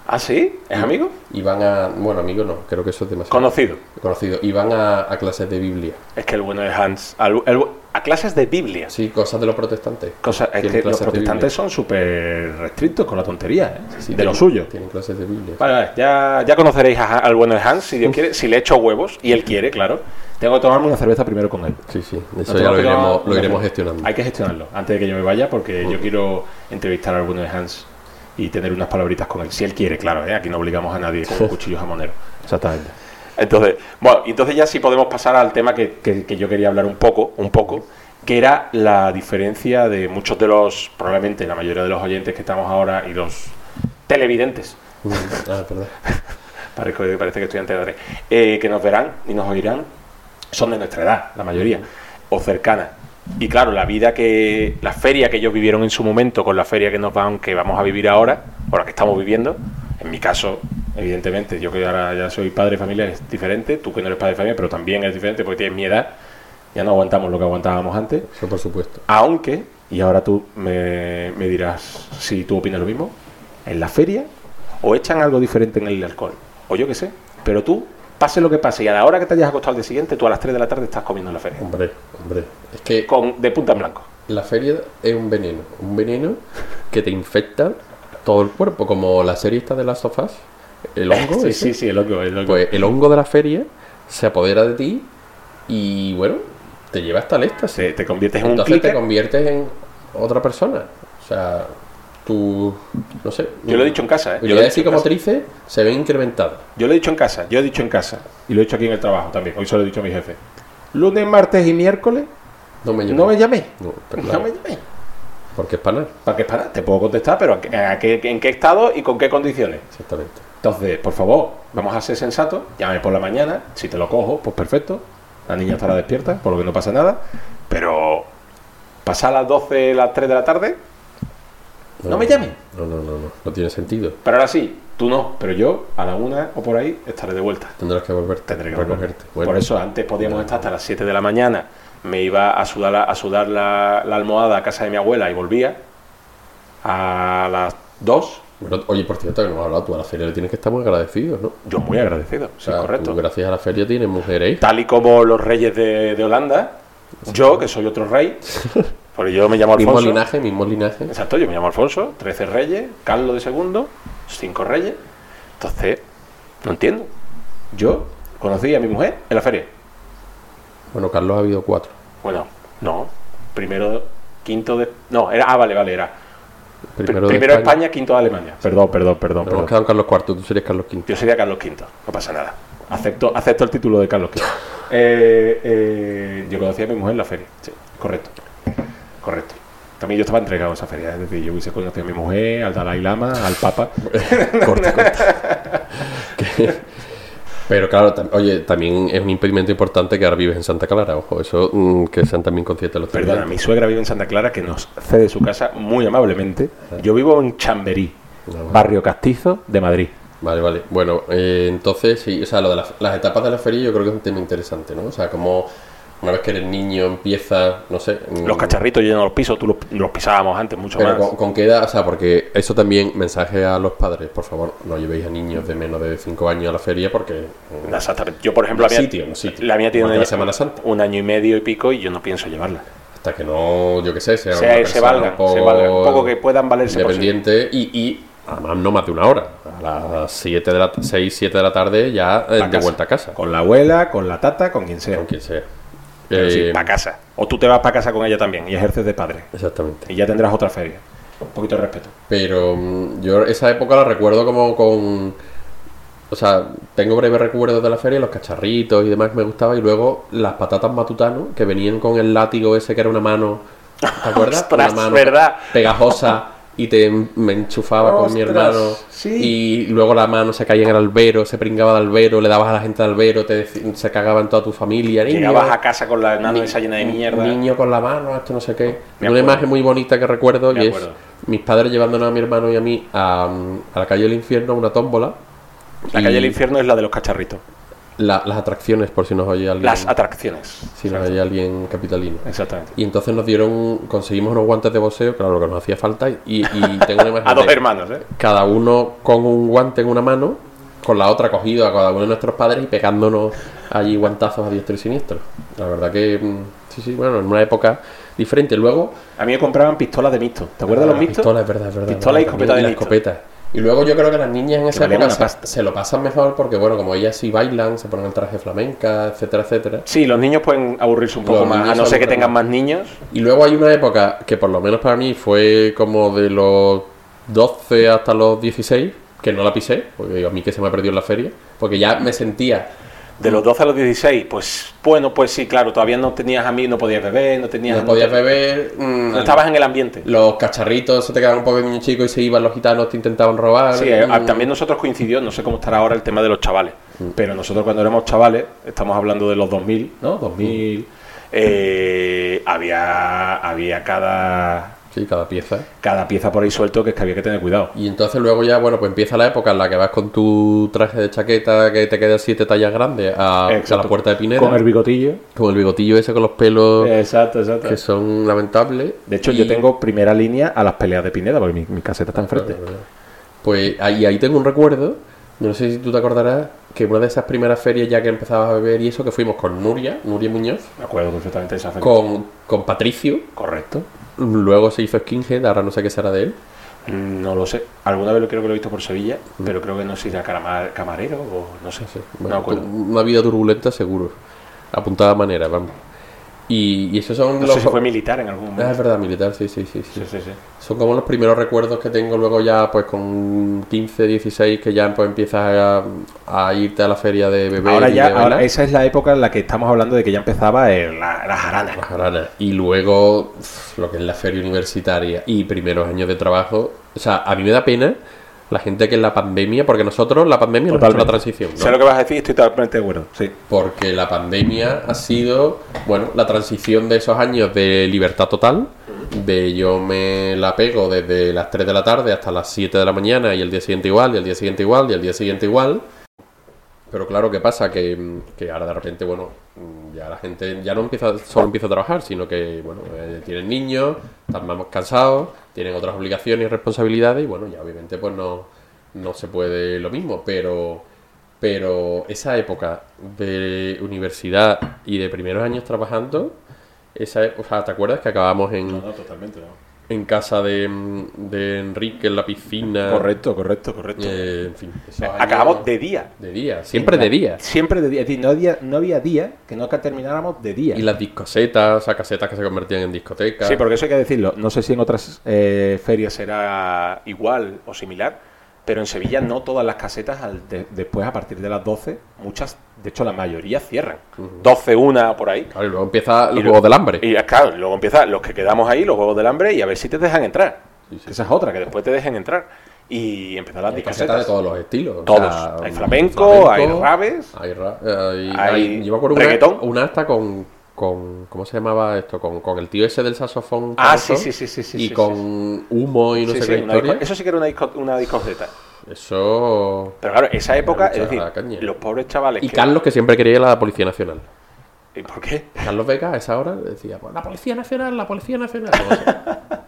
[SPEAKER 1] ¿Ah, sí? ¿Es amigo?
[SPEAKER 2] Iban a. Bueno, amigo no, creo que eso es demasiado
[SPEAKER 1] Conocido.
[SPEAKER 2] conocido. Iban a, a clases de Biblia.
[SPEAKER 1] Es que el bueno de Hans. al- el- a clases de Biblia.
[SPEAKER 2] Sí, cosas de los protestantes.
[SPEAKER 1] Cosa- es
[SPEAKER 2] Tienen
[SPEAKER 1] que los
[SPEAKER 2] clases de
[SPEAKER 1] protestantes
[SPEAKER 2] Biblia.
[SPEAKER 1] son súper restrictos con la tontería, ¿eh?
[SPEAKER 2] Sí,
[SPEAKER 1] de lo
[SPEAKER 2] tienen-
[SPEAKER 1] suyo.
[SPEAKER 2] Tienen clases de Biblia.
[SPEAKER 1] Vale, vale, ya, ya conoceréis a Han- al bueno de Hans, si Dios quiere, si le echo huevos, y él quiere, claro. Tengo que tomarme una cerveza primero con él.
[SPEAKER 2] Sí, sí, eso
[SPEAKER 1] Nos
[SPEAKER 2] ya
[SPEAKER 1] tenemos
[SPEAKER 2] lo
[SPEAKER 1] que tomar
[SPEAKER 2] iremos, lo
[SPEAKER 1] una
[SPEAKER 2] iremos
[SPEAKER 1] cerveza.
[SPEAKER 2] gestionando. Mm.
[SPEAKER 1] Hay que gestionarlo antes de que yo me vaya, porque yo quiero entrevistar al bueno de Hans y tener unas palabritas con él. Si él quiere, claro, ¿eh? aquí no obligamos a nadie con cuchillos jamoneros.
[SPEAKER 2] Exactamente.
[SPEAKER 1] Entonces, bueno, entonces ya sí podemos pasar al tema que, que- que yo quería hablar un poco, un poco, que era la diferencia de muchos de los, probablemente la mayoría de los oyentes que estamos ahora y los televidentes,
[SPEAKER 2] ah, perdón.
[SPEAKER 1] parezco- parece que estoy en TV3, eh, que nos verán y nos oirán, son de nuestra edad, la mayoría, o cercana. Y claro, la vida que, la feria que ellos vivieron en su momento con la feria que nos van, que vamos a vivir ahora, o la que estamos viviendo, en mi caso, evidentemente, yo que ahora ya soy padre de familia es diferente, tú que no eres padre de familia, pero también es diferente porque tienes mi edad, ya no aguantamos lo que aguantábamos antes,
[SPEAKER 2] Eso por supuesto.
[SPEAKER 1] aunque, y ahora tú me, me dirás si tú opinas lo mismo, en la feria o echan algo diferente en el alcohol, o yo qué sé, pero tú, pase lo que pase, y a la hora que te hayas acostado al día siguiente, tú a las 3 de la tarde estás comiendo en la feria.
[SPEAKER 2] Hombre, hombre. Es que
[SPEAKER 1] Con, de punta en blanco.
[SPEAKER 2] la feria es un veneno. Un veneno que te infecta todo el cuerpo. Como la serie esta de las sofás, el hongo.
[SPEAKER 1] Sí,
[SPEAKER 2] ese.
[SPEAKER 1] sí, sí, es loco, es loco.
[SPEAKER 2] Pues el hongo de la feria se apodera de ti y, bueno, te lleva hasta el éxtasis.
[SPEAKER 1] Se- te conviertes en un
[SPEAKER 2] Entonces te
[SPEAKER 1] clicker.
[SPEAKER 2] conviertes en otra persona. O sea, tú. No sé.
[SPEAKER 1] Yo lo he dicho en casa, ¿eh? Yo lo he
[SPEAKER 2] Habilidades
[SPEAKER 1] dicho en casa.
[SPEAKER 2] psicomotrices ¿eh? se ven incrementadas.
[SPEAKER 1] Yo lo he dicho en casa, yo he dicho en casa, y lo he dicho aquí en el trabajo también, hoy se lo he dicho a mi jefe. Lunes, martes y miércoles,
[SPEAKER 2] No me
[SPEAKER 1] no me llamé.
[SPEAKER 2] No, pues pero
[SPEAKER 1] No
[SPEAKER 2] claro,
[SPEAKER 1] me llamé.
[SPEAKER 2] Porque es panar,
[SPEAKER 1] ¿Para qué parar? Te puedo contestar, pero ¿a qué- a qué- ¿en qué estado y con qué condiciones?
[SPEAKER 2] exactamente.
[SPEAKER 1] Entonces, por favor, vamos a ser sensatos, llame por la mañana, si te lo cojo, pues perfecto. La niña estará despierta, por lo que no pasa nada. Pero pasar las 12, las 3 de la tarde, No me llamen.
[SPEAKER 2] No, no, no, no. No tiene sentido.
[SPEAKER 1] pero ahora sí, tú no, pero yo a la una o por ahí estaré de vuelta.
[SPEAKER 2] Tendrás que volverte.
[SPEAKER 1] Tendré que
[SPEAKER 2] recogerte. Bueno,
[SPEAKER 1] Por eso antes podíamos estar hasta las 7 de la mañana, me iba a sudar, la- a sudar la, la almohada a casa de mi abuela y volvía a las 2.
[SPEAKER 2] bueno, oye, por cierto, que no hemos hablado. Tú a la feria le tienes que estar muy agradecido, ¿no?
[SPEAKER 1] Yo muy agradecido, sí,
[SPEAKER 2] O sea,
[SPEAKER 1] correcto.
[SPEAKER 2] Ah, tú gracias a la feria tienes mujeres.
[SPEAKER 1] Tal y como los reyes de, de Holanda, yo, que soy otro rey, porque yo me llamo
[SPEAKER 2] Mismo
[SPEAKER 1] Alfonso.
[SPEAKER 2] linaje, mismo linaje.
[SPEAKER 1] Exacto, yo me llamo Alfonso, 13 reyes, Carlos de segundo, 5 reyes. Entonces, no entiendo. Yo conocí a mi mujer en la feria.
[SPEAKER 2] Bueno, Carlos ha habido cuatro.
[SPEAKER 1] Bueno, no. Primero, quinto de. No, era. Ah, vale, vale, era. Pr- Primero,
[SPEAKER 2] de
[SPEAKER 1] España. quinto de Alemania. Perdón, perdón, perdón.
[SPEAKER 2] Nos hemos
[SPEAKER 1] perdón.
[SPEAKER 2] quedado en Carlos IV, tú serías Carlos V.
[SPEAKER 1] Yo sería Carlos V, no pasa nada. Acepto, acepto el título de Carlos V. Eh, eh, yo conocí a mi mujer en la feria, sí, correcto. Correcto. También yo estaba entregado a esa feria, es decir, yo hubiese conocido a mi mujer, al Dalai Lama, al Papa.
[SPEAKER 2] corta, corta. Que- Pero claro, tam- oye, también es un impedimento importante que ahora vives en Santa Clara, ojo, eso mm, que sean también conscientes los
[SPEAKER 1] Perdona, mi
[SPEAKER 2] televidentes.
[SPEAKER 1] suegra vive en Santa Clara que nos cede su casa muy amablemente. Yo vivo en Chamberí, barrio castizo de Madrid.
[SPEAKER 2] Vale, vale. Bueno, eh, entonces, sí, o sea, lo de las, las etapas de la feria yo creo que es un tema interesante, ¿no? O sea, como una vez que eres niño empieza, no sé. mm,
[SPEAKER 1] Los cacharritos llenos los pisos, tú los, los pisábamos antes mucho
[SPEAKER 2] Pero
[SPEAKER 1] más.
[SPEAKER 2] con, con qué edad, o sea, porque eso también, mensaje a los padres, por favor, no llevéis a niños de menos de 5 años a la feria porque mm,
[SPEAKER 1] Las atar- Yo, por ejemplo, la
[SPEAKER 2] En
[SPEAKER 1] mía,
[SPEAKER 2] sitio, en sitio.
[SPEAKER 1] La mía tiene
[SPEAKER 2] Igual
[SPEAKER 1] un
[SPEAKER 2] que
[SPEAKER 1] año,
[SPEAKER 2] la Semana Santa.
[SPEAKER 1] un año y medio y pico y yo no pienso llevarla.
[SPEAKER 2] hasta que no, yo qué sé, sea,
[SPEAKER 1] O sea,
[SPEAKER 2] una
[SPEAKER 1] se
[SPEAKER 2] persona
[SPEAKER 1] valgan, se valgan, un poco que puedan valerse por sí.
[SPEAKER 2] independiente y, y además no más de una hora. A las 7 de la 6, 7 de la tarde ya eh,
[SPEAKER 1] Pa'
[SPEAKER 2] de
[SPEAKER 1] casa.
[SPEAKER 2] vuelta a casa. Con,
[SPEAKER 1] Con la abuela, con la tata, con quien sea.
[SPEAKER 2] quien sea.
[SPEAKER 1] Pero sí,
[SPEAKER 2] Eh,
[SPEAKER 1] para casa. O tú te vas para casa con ella también y ejerces de padre.
[SPEAKER 2] exactamente.
[SPEAKER 1] Y ya tendrás otra feria. Un poquito de respeto.
[SPEAKER 2] Pero mm, yo esa época la recuerdo como con. O sea, tengo breves recuerdos de la feria, los cacharritos y demás que me gustaba, y luego las patatas matutano que venían con el látigo ese que era una mano. ¿Te acuerdas?
[SPEAKER 1] Ostras,
[SPEAKER 2] una mano
[SPEAKER 1] ¿verdad?
[SPEAKER 2] pegajosa y te en- me enchufaba con mi
[SPEAKER 1] Ostras,
[SPEAKER 2] hermano.
[SPEAKER 1] sí.
[SPEAKER 2] Y luego la mano se caía en el albero, se pringaba de albero, le dabas a la gente de albero, te deci- se cagaba en toda tu familia. niño,
[SPEAKER 1] Llegabas a casa con la mano
[SPEAKER 2] ni-
[SPEAKER 1] esa llena de mierda.
[SPEAKER 2] Niño con la mano, esto no sé qué.
[SPEAKER 1] Me acuerdo.
[SPEAKER 2] Una imagen muy bonita que recuerdo
[SPEAKER 1] Me
[SPEAKER 2] y
[SPEAKER 1] acuerdo.
[SPEAKER 2] es mis padres llevándonos a mi hermano y a mí a, mm, a la calle del infierno, una tómbola.
[SPEAKER 1] La
[SPEAKER 2] y
[SPEAKER 1] calle del infierno es la de los cacharritos.
[SPEAKER 2] la- las atracciones, por si nos oye alguien.
[SPEAKER 1] Las atracciones.
[SPEAKER 2] si nos oye alguien capitalino.
[SPEAKER 1] Exactamente.
[SPEAKER 2] Y entonces nos dieron, conseguimos unos guantes de boxeo, claro, lo que nos hacía falta. Y, y tengo una imagen
[SPEAKER 1] A dos
[SPEAKER 2] de
[SPEAKER 1] hermanos, ¿eh?
[SPEAKER 2] cada uno con un guante en una mano, con la otra cogido a cada uno de nuestros padres y pegándonos allí guantazos a diestro y siniestro. La verdad que, mm, sí, sí, bueno, en una época diferente. Luego,
[SPEAKER 1] A mí me compraban pistolas de mixto. ¿Te acuerdas de los
[SPEAKER 2] Ah,
[SPEAKER 1] mixtos?
[SPEAKER 2] Pistola, es verdad, es verdad.
[SPEAKER 1] Pistola
[SPEAKER 2] verdad,
[SPEAKER 1] y escopeta
[SPEAKER 2] también,
[SPEAKER 1] de
[SPEAKER 2] y la
[SPEAKER 1] listo.
[SPEAKER 2] escopeta. Y luego yo creo que las niñas en esa
[SPEAKER 1] valían
[SPEAKER 2] época
[SPEAKER 1] una
[SPEAKER 2] se,
[SPEAKER 1] pasta.
[SPEAKER 2] se lo pasan mejor porque, bueno, como ellas sí bailan, se ponen el traje flamenca, etcétera, etcétera.
[SPEAKER 1] Sí, los niños pueden aburrirse un
[SPEAKER 2] Los
[SPEAKER 1] poco más,
[SPEAKER 2] niños
[SPEAKER 1] a no
[SPEAKER 2] se
[SPEAKER 1] ser que
[SPEAKER 2] aburren
[SPEAKER 1] tengan
[SPEAKER 2] más.
[SPEAKER 1] más niños.
[SPEAKER 2] Y luego hay una época que, por lo menos para mí, fue como de los 12 hasta los 16, que no la pisé, porque digo, a mí que se me ha perdido en la feria, porque ya me sentía.
[SPEAKER 1] De los 12 a los 16, pues bueno, pues sí, claro, todavía no tenías a mí, no podías beber, no tenías.
[SPEAKER 2] No podías beber. mm,
[SPEAKER 1] No estabas en el ambiente.
[SPEAKER 2] Los cacharritos se te quedaban un poco de niño chico y se iban, los gitanos te intentaban robar.
[SPEAKER 1] Sí, eh,
[SPEAKER 2] mm.
[SPEAKER 1] también nosotros coincidió, no sé cómo estará ahora el tema de los chavales, pero nosotros cuando éramos chavales, estamos hablando de los 2000, ¿no? 2000, eh, había, había cada,
[SPEAKER 2] Sí, cada pieza.
[SPEAKER 1] cada pieza por ahí suelto que es que había que tener cuidado.
[SPEAKER 2] Y entonces luego ya, bueno, pues empieza la época en la que vas con tu traje de chaqueta que te queda siete tallas grandes a, a la
[SPEAKER 1] Exacto.
[SPEAKER 2] puerta de Pineda.
[SPEAKER 1] Con el bigotillo.
[SPEAKER 2] con el bigotillo ese con los pelos
[SPEAKER 1] Exacto, exacto.
[SPEAKER 2] que son lamentables.
[SPEAKER 1] De hecho,
[SPEAKER 2] Y-
[SPEAKER 1] yo tengo primera línea a las peleas de Pineda, porque mi, mi caseta está enfrente.
[SPEAKER 2] Pues ahí, ahí tengo un recuerdo, no sé si tú te acordarás, que una de esas primeras ferias ya que empezabas a beber y eso, que fuimos con Nuria, Nuria Muñoz,
[SPEAKER 1] Me acuerdo perfectamente de esa feria.
[SPEAKER 2] con, con Patricio,
[SPEAKER 1] Correcto.
[SPEAKER 2] luego se hizo Skinhead, ahora no sé qué será de él.
[SPEAKER 1] Mm, No lo sé. Alguna vez lo creo que lo he visto por Sevilla, pero creo que no sé si era carama- camarero o no sé.
[SPEAKER 2] Sí,
[SPEAKER 1] no
[SPEAKER 2] bueno,
[SPEAKER 1] me acuerdo.
[SPEAKER 2] tu- una vida turbulenta seguro. Apuntada manera, vamos. Y, y esos son
[SPEAKER 1] No
[SPEAKER 2] los...
[SPEAKER 1] sé si fue militar en algún
[SPEAKER 2] Ah,
[SPEAKER 1] momento.
[SPEAKER 2] es verdad, militar, sí, sí, sí, sí.
[SPEAKER 1] Sí, sí, sí.
[SPEAKER 2] Son como los primeros recuerdos que tengo luego ya pues con 15, 16 que ya pues empiezas a, a irte a la feria de bebé
[SPEAKER 1] Ahora
[SPEAKER 2] y
[SPEAKER 1] ya,
[SPEAKER 2] de
[SPEAKER 1] ahora
[SPEAKER 2] bailar.
[SPEAKER 1] esa es la época en la que estamos hablando de que ya empezaba el- la, la jarana.
[SPEAKER 2] Las jaranas. Pues, Y luego pf, lo que es la feria universitaria y primeros años de trabajo. O sea, a mí me da pena La gente que en la pandemia, porque nosotros la pandemia nos ha hecho la transición. ¿no?
[SPEAKER 1] Sé lo que vas a decir, estoy totalmente de acuerdo. Sí.
[SPEAKER 2] Porque la pandemia ha sido, bueno, la transición de esos años de libertad total, de yo me la pego desde las 3 de la tarde hasta las 7 de la mañana y el día siguiente igual, y el día siguiente igual, y el día siguiente igual. Pero claro, ¿qué pasa? Que, que ahora de repente, bueno, ya la gente ya no empieza, solo empieza a trabajar, sino que, bueno, eh, tienen niños, están más cansados, tienen otras obligaciones y responsabilidades, y bueno, ya obviamente pues no, no se puede lo mismo, pero, pero esa época de universidad y de primeros años trabajando, esa, e- o sea, ¿te acuerdas que acabamos en,
[SPEAKER 1] totalmente. no.
[SPEAKER 2] en casa de, de Enrique en la piscina?
[SPEAKER 1] Correcto, correcto, correcto.
[SPEAKER 2] Eh, en fin, esos años
[SPEAKER 1] Acabamos de día.
[SPEAKER 2] de día, siempre de día.
[SPEAKER 1] Siempre de día. Es decir, no había, no había día que no termináramos de día.
[SPEAKER 2] Y las discosetas, o sea, casetas que se convertían en discotecas.
[SPEAKER 1] Sí, porque eso hay que decirlo. No sé si en otras eh, ferias será igual o similar, pero en Sevilla no todas las casetas al- de- después a partir de las 12, muchas, de hecho la mayoría cierran. 12, una por ahí.
[SPEAKER 2] Claro, y luego
[SPEAKER 1] Y
[SPEAKER 2] empieza los juegos
[SPEAKER 1] luego-
[SPEAKER 2] del hambre.
[SPEAKER 1] Y ya, claro, luego empiezan los que quedamos ahí, los juegos del hambre, y a ver si te dejan entrar.
[SPEAKER 2] Sí, sí.
[SPEAKER 1] Que Esa es otra, que después te dejen entrar. Y empezar las
[SPEAKER 2] Hay casetas de
[SPEAKER 1] discosetas.
[SPEAKER 2] todos los estilos. o
[SPEAKER 1] Todos.
[SPEAKER 2] sea,
[SPEAKER 1] Hay flamenco, hay raves.
[SPEAKER 2] Hay, ra- eh, hay-
[SPEAKER 1] Hay
[SPEAKER 2] hay- Yo me acuerdo
[SPEAKER 1] reggaetón.
[SPEAKER 2] una, una hasta con, con. ¿Cómo se llamaba esto? Con, con el tío ese del saxofón.
[SPEAKER 1] Ah,
[SPEAKER 2] famoso,
[SPEAKER 1] sí, sí, sí, sí, sí,
[SPEAKER 2] Y
[SPEAKER 1] sí,
[SPEAKER 2] con humo y no
[SPEAKER 1] Sí,
[SPEAKER 2] sé
[SPEAKER 1] sí,
[SPEAKER 2] qué
[SPEAKER 1] una
[SPEAKER 2] historia.
[SPEAKER 1] disco- eso sí que era una, disco- una discoseta.
[SPEAKER 2] Eso.
[SPEAKER 1] Pero claro, esa época,
[SPEAKER 2] mucha
[SPEAKER 1] es decir,
[SPEAKER 2] caña.
[SPEAKER 1] los pobres chavales.
[SPEAKER 2] Y
[SPEAKER 1] que-
[SPEAKER 2] Carlos, que siempre quería ir a la Policía Nacional.
[SPEAKER 1] ¿Y por qué?
[SPEAKER 2] Carlos Vega a esa hora decía: "Pues, La Policía Nacional, la Policía Nacional. No sé.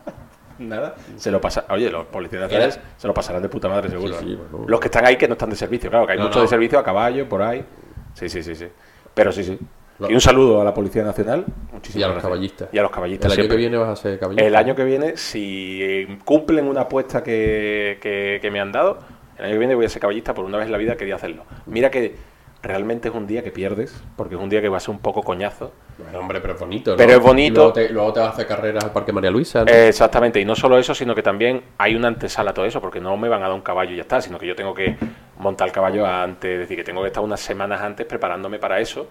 [SPEAKER 1] Nada. Se lo pasa. Oye, los policías nacionales se lo pasarán de puta madre, seguro.
[SPEAKER 2] Sí, sí,
[SPEAKER 1] ¿eh?
[SPEAKER 2] bueno.
[SPEAKER 1] Los que están ahí que no están de servicio, claro, que hay
[SPEAKER 2] No,
[SPEAKER 1] muchos
[SPEAKER 2] no.
[SPEAKER 1] de servicio a caballo, por ahí. Sí, sí, sí, sí. Pero sí, sí.
[SPEAKER 2] Lo-
[SPEAKER 1] Y un saludo a la Policía Nacional. Muchísimas
[SPEAKER 2] Y a los
[SPEAKER 1] gracias.
[SPEAKER 2] caballistas.
[SPEAKER 1] Y a los
[SPEAKER 2] El
[SPEAKER 1] caballistas.
[SPEAKER 2] año
[SPEAKER 1] siempre.
[SPEAKER 2] que viene vas a ser caballero.
[SPEAKER 1] El año que viene, si eh, cumplen una apuesta que, que- que me han dado, el año que viene voy a ser caballista por una vez en la vida, quería hacerlo. Mira que realmente es un día que pierdes, porque es un día que va a ser un poco coñazo.
[SPEAKER 2] Bueno, hombre, pero es bonito, ¿no?
[SPEAKER 1] Pero es
[SPEAKER 2] Y
[SPEAKER 1] bonito.
[SPEAKER 2] Luego te, luego te vas a hacer carreras al Parque María Luisa. ¿no?
[SPEAKER 1] Eh, exactamente, y no solo eso, sino que también hay una antesala a todo eso, porque no me van a dar un caballo y ya está, sino que yo tengo que montar el caballo antes, es decir, que tengo que estar unas semanas antes preparándome para eso.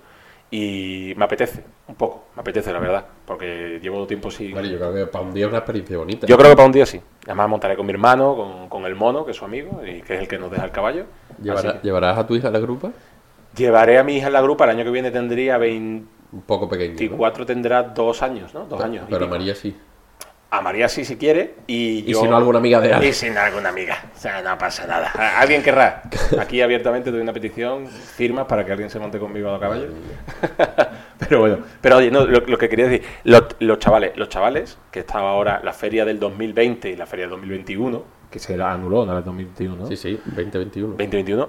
[SPEAKER 1] Y me apetece, un poco, me apetece la verdad, porque llevo tiempo sin,
[SPEAKER 2] Hombre, yo creo que para un día es una experiencia bonita.
[SPEAKER 1] Yo creo que para un día sí. Además montaré con mi hermano, con, con el mono, que es su amigo, y que es el que nos deja el caballo.
[SPEAKER 2] Llevará-
[SPEAKER 1] Así que-
[SPEAKER 2] ¿Llevarás a tu hija a la grupa?
[SPEAKER 1] llevaré a mi hija en la grupa, el año que viene tendría 24,
[SPEAKER 2] Un poco pequeña. ¿no?
[SPEAKER 1] tendrá dos años, ¿no? Dos
[SPEAKER 2] Pe-
[SPEAKER 1] años. y
[SPEAKER 2] Pero
[SPEAKER 1] pico.
[SPEAKER 2] María sí.
[SPEAKER 1] A María sí, si quiere, y
[SPEAKER 2] Y
[SPEAKER 1] yo...
[SPEAKER 2] si no, alguna amiga de
[SPEAKER 1] Y
[SPEAKER 2] alguien.
[SPEAKER 1] sin alguna amiga, o sea, no pasa nada. A- Alguien querrá. Aquí abiertamente doy una petición, firmas para que alguien se monte conmigo a caballo.
[SPEAKER 2] Eh,
[SPEAKER 1] pero bueno, pero oye, no, lo, lo que quería decir, los, los chavales, los chavales, que estaba ahora la feria del 2020 y la feria del 2021, que se la anuló en la del 2021, ¿no?
[SPEAKER 2] Sí, sí, 2021.
[SPEAKER 1] 2021,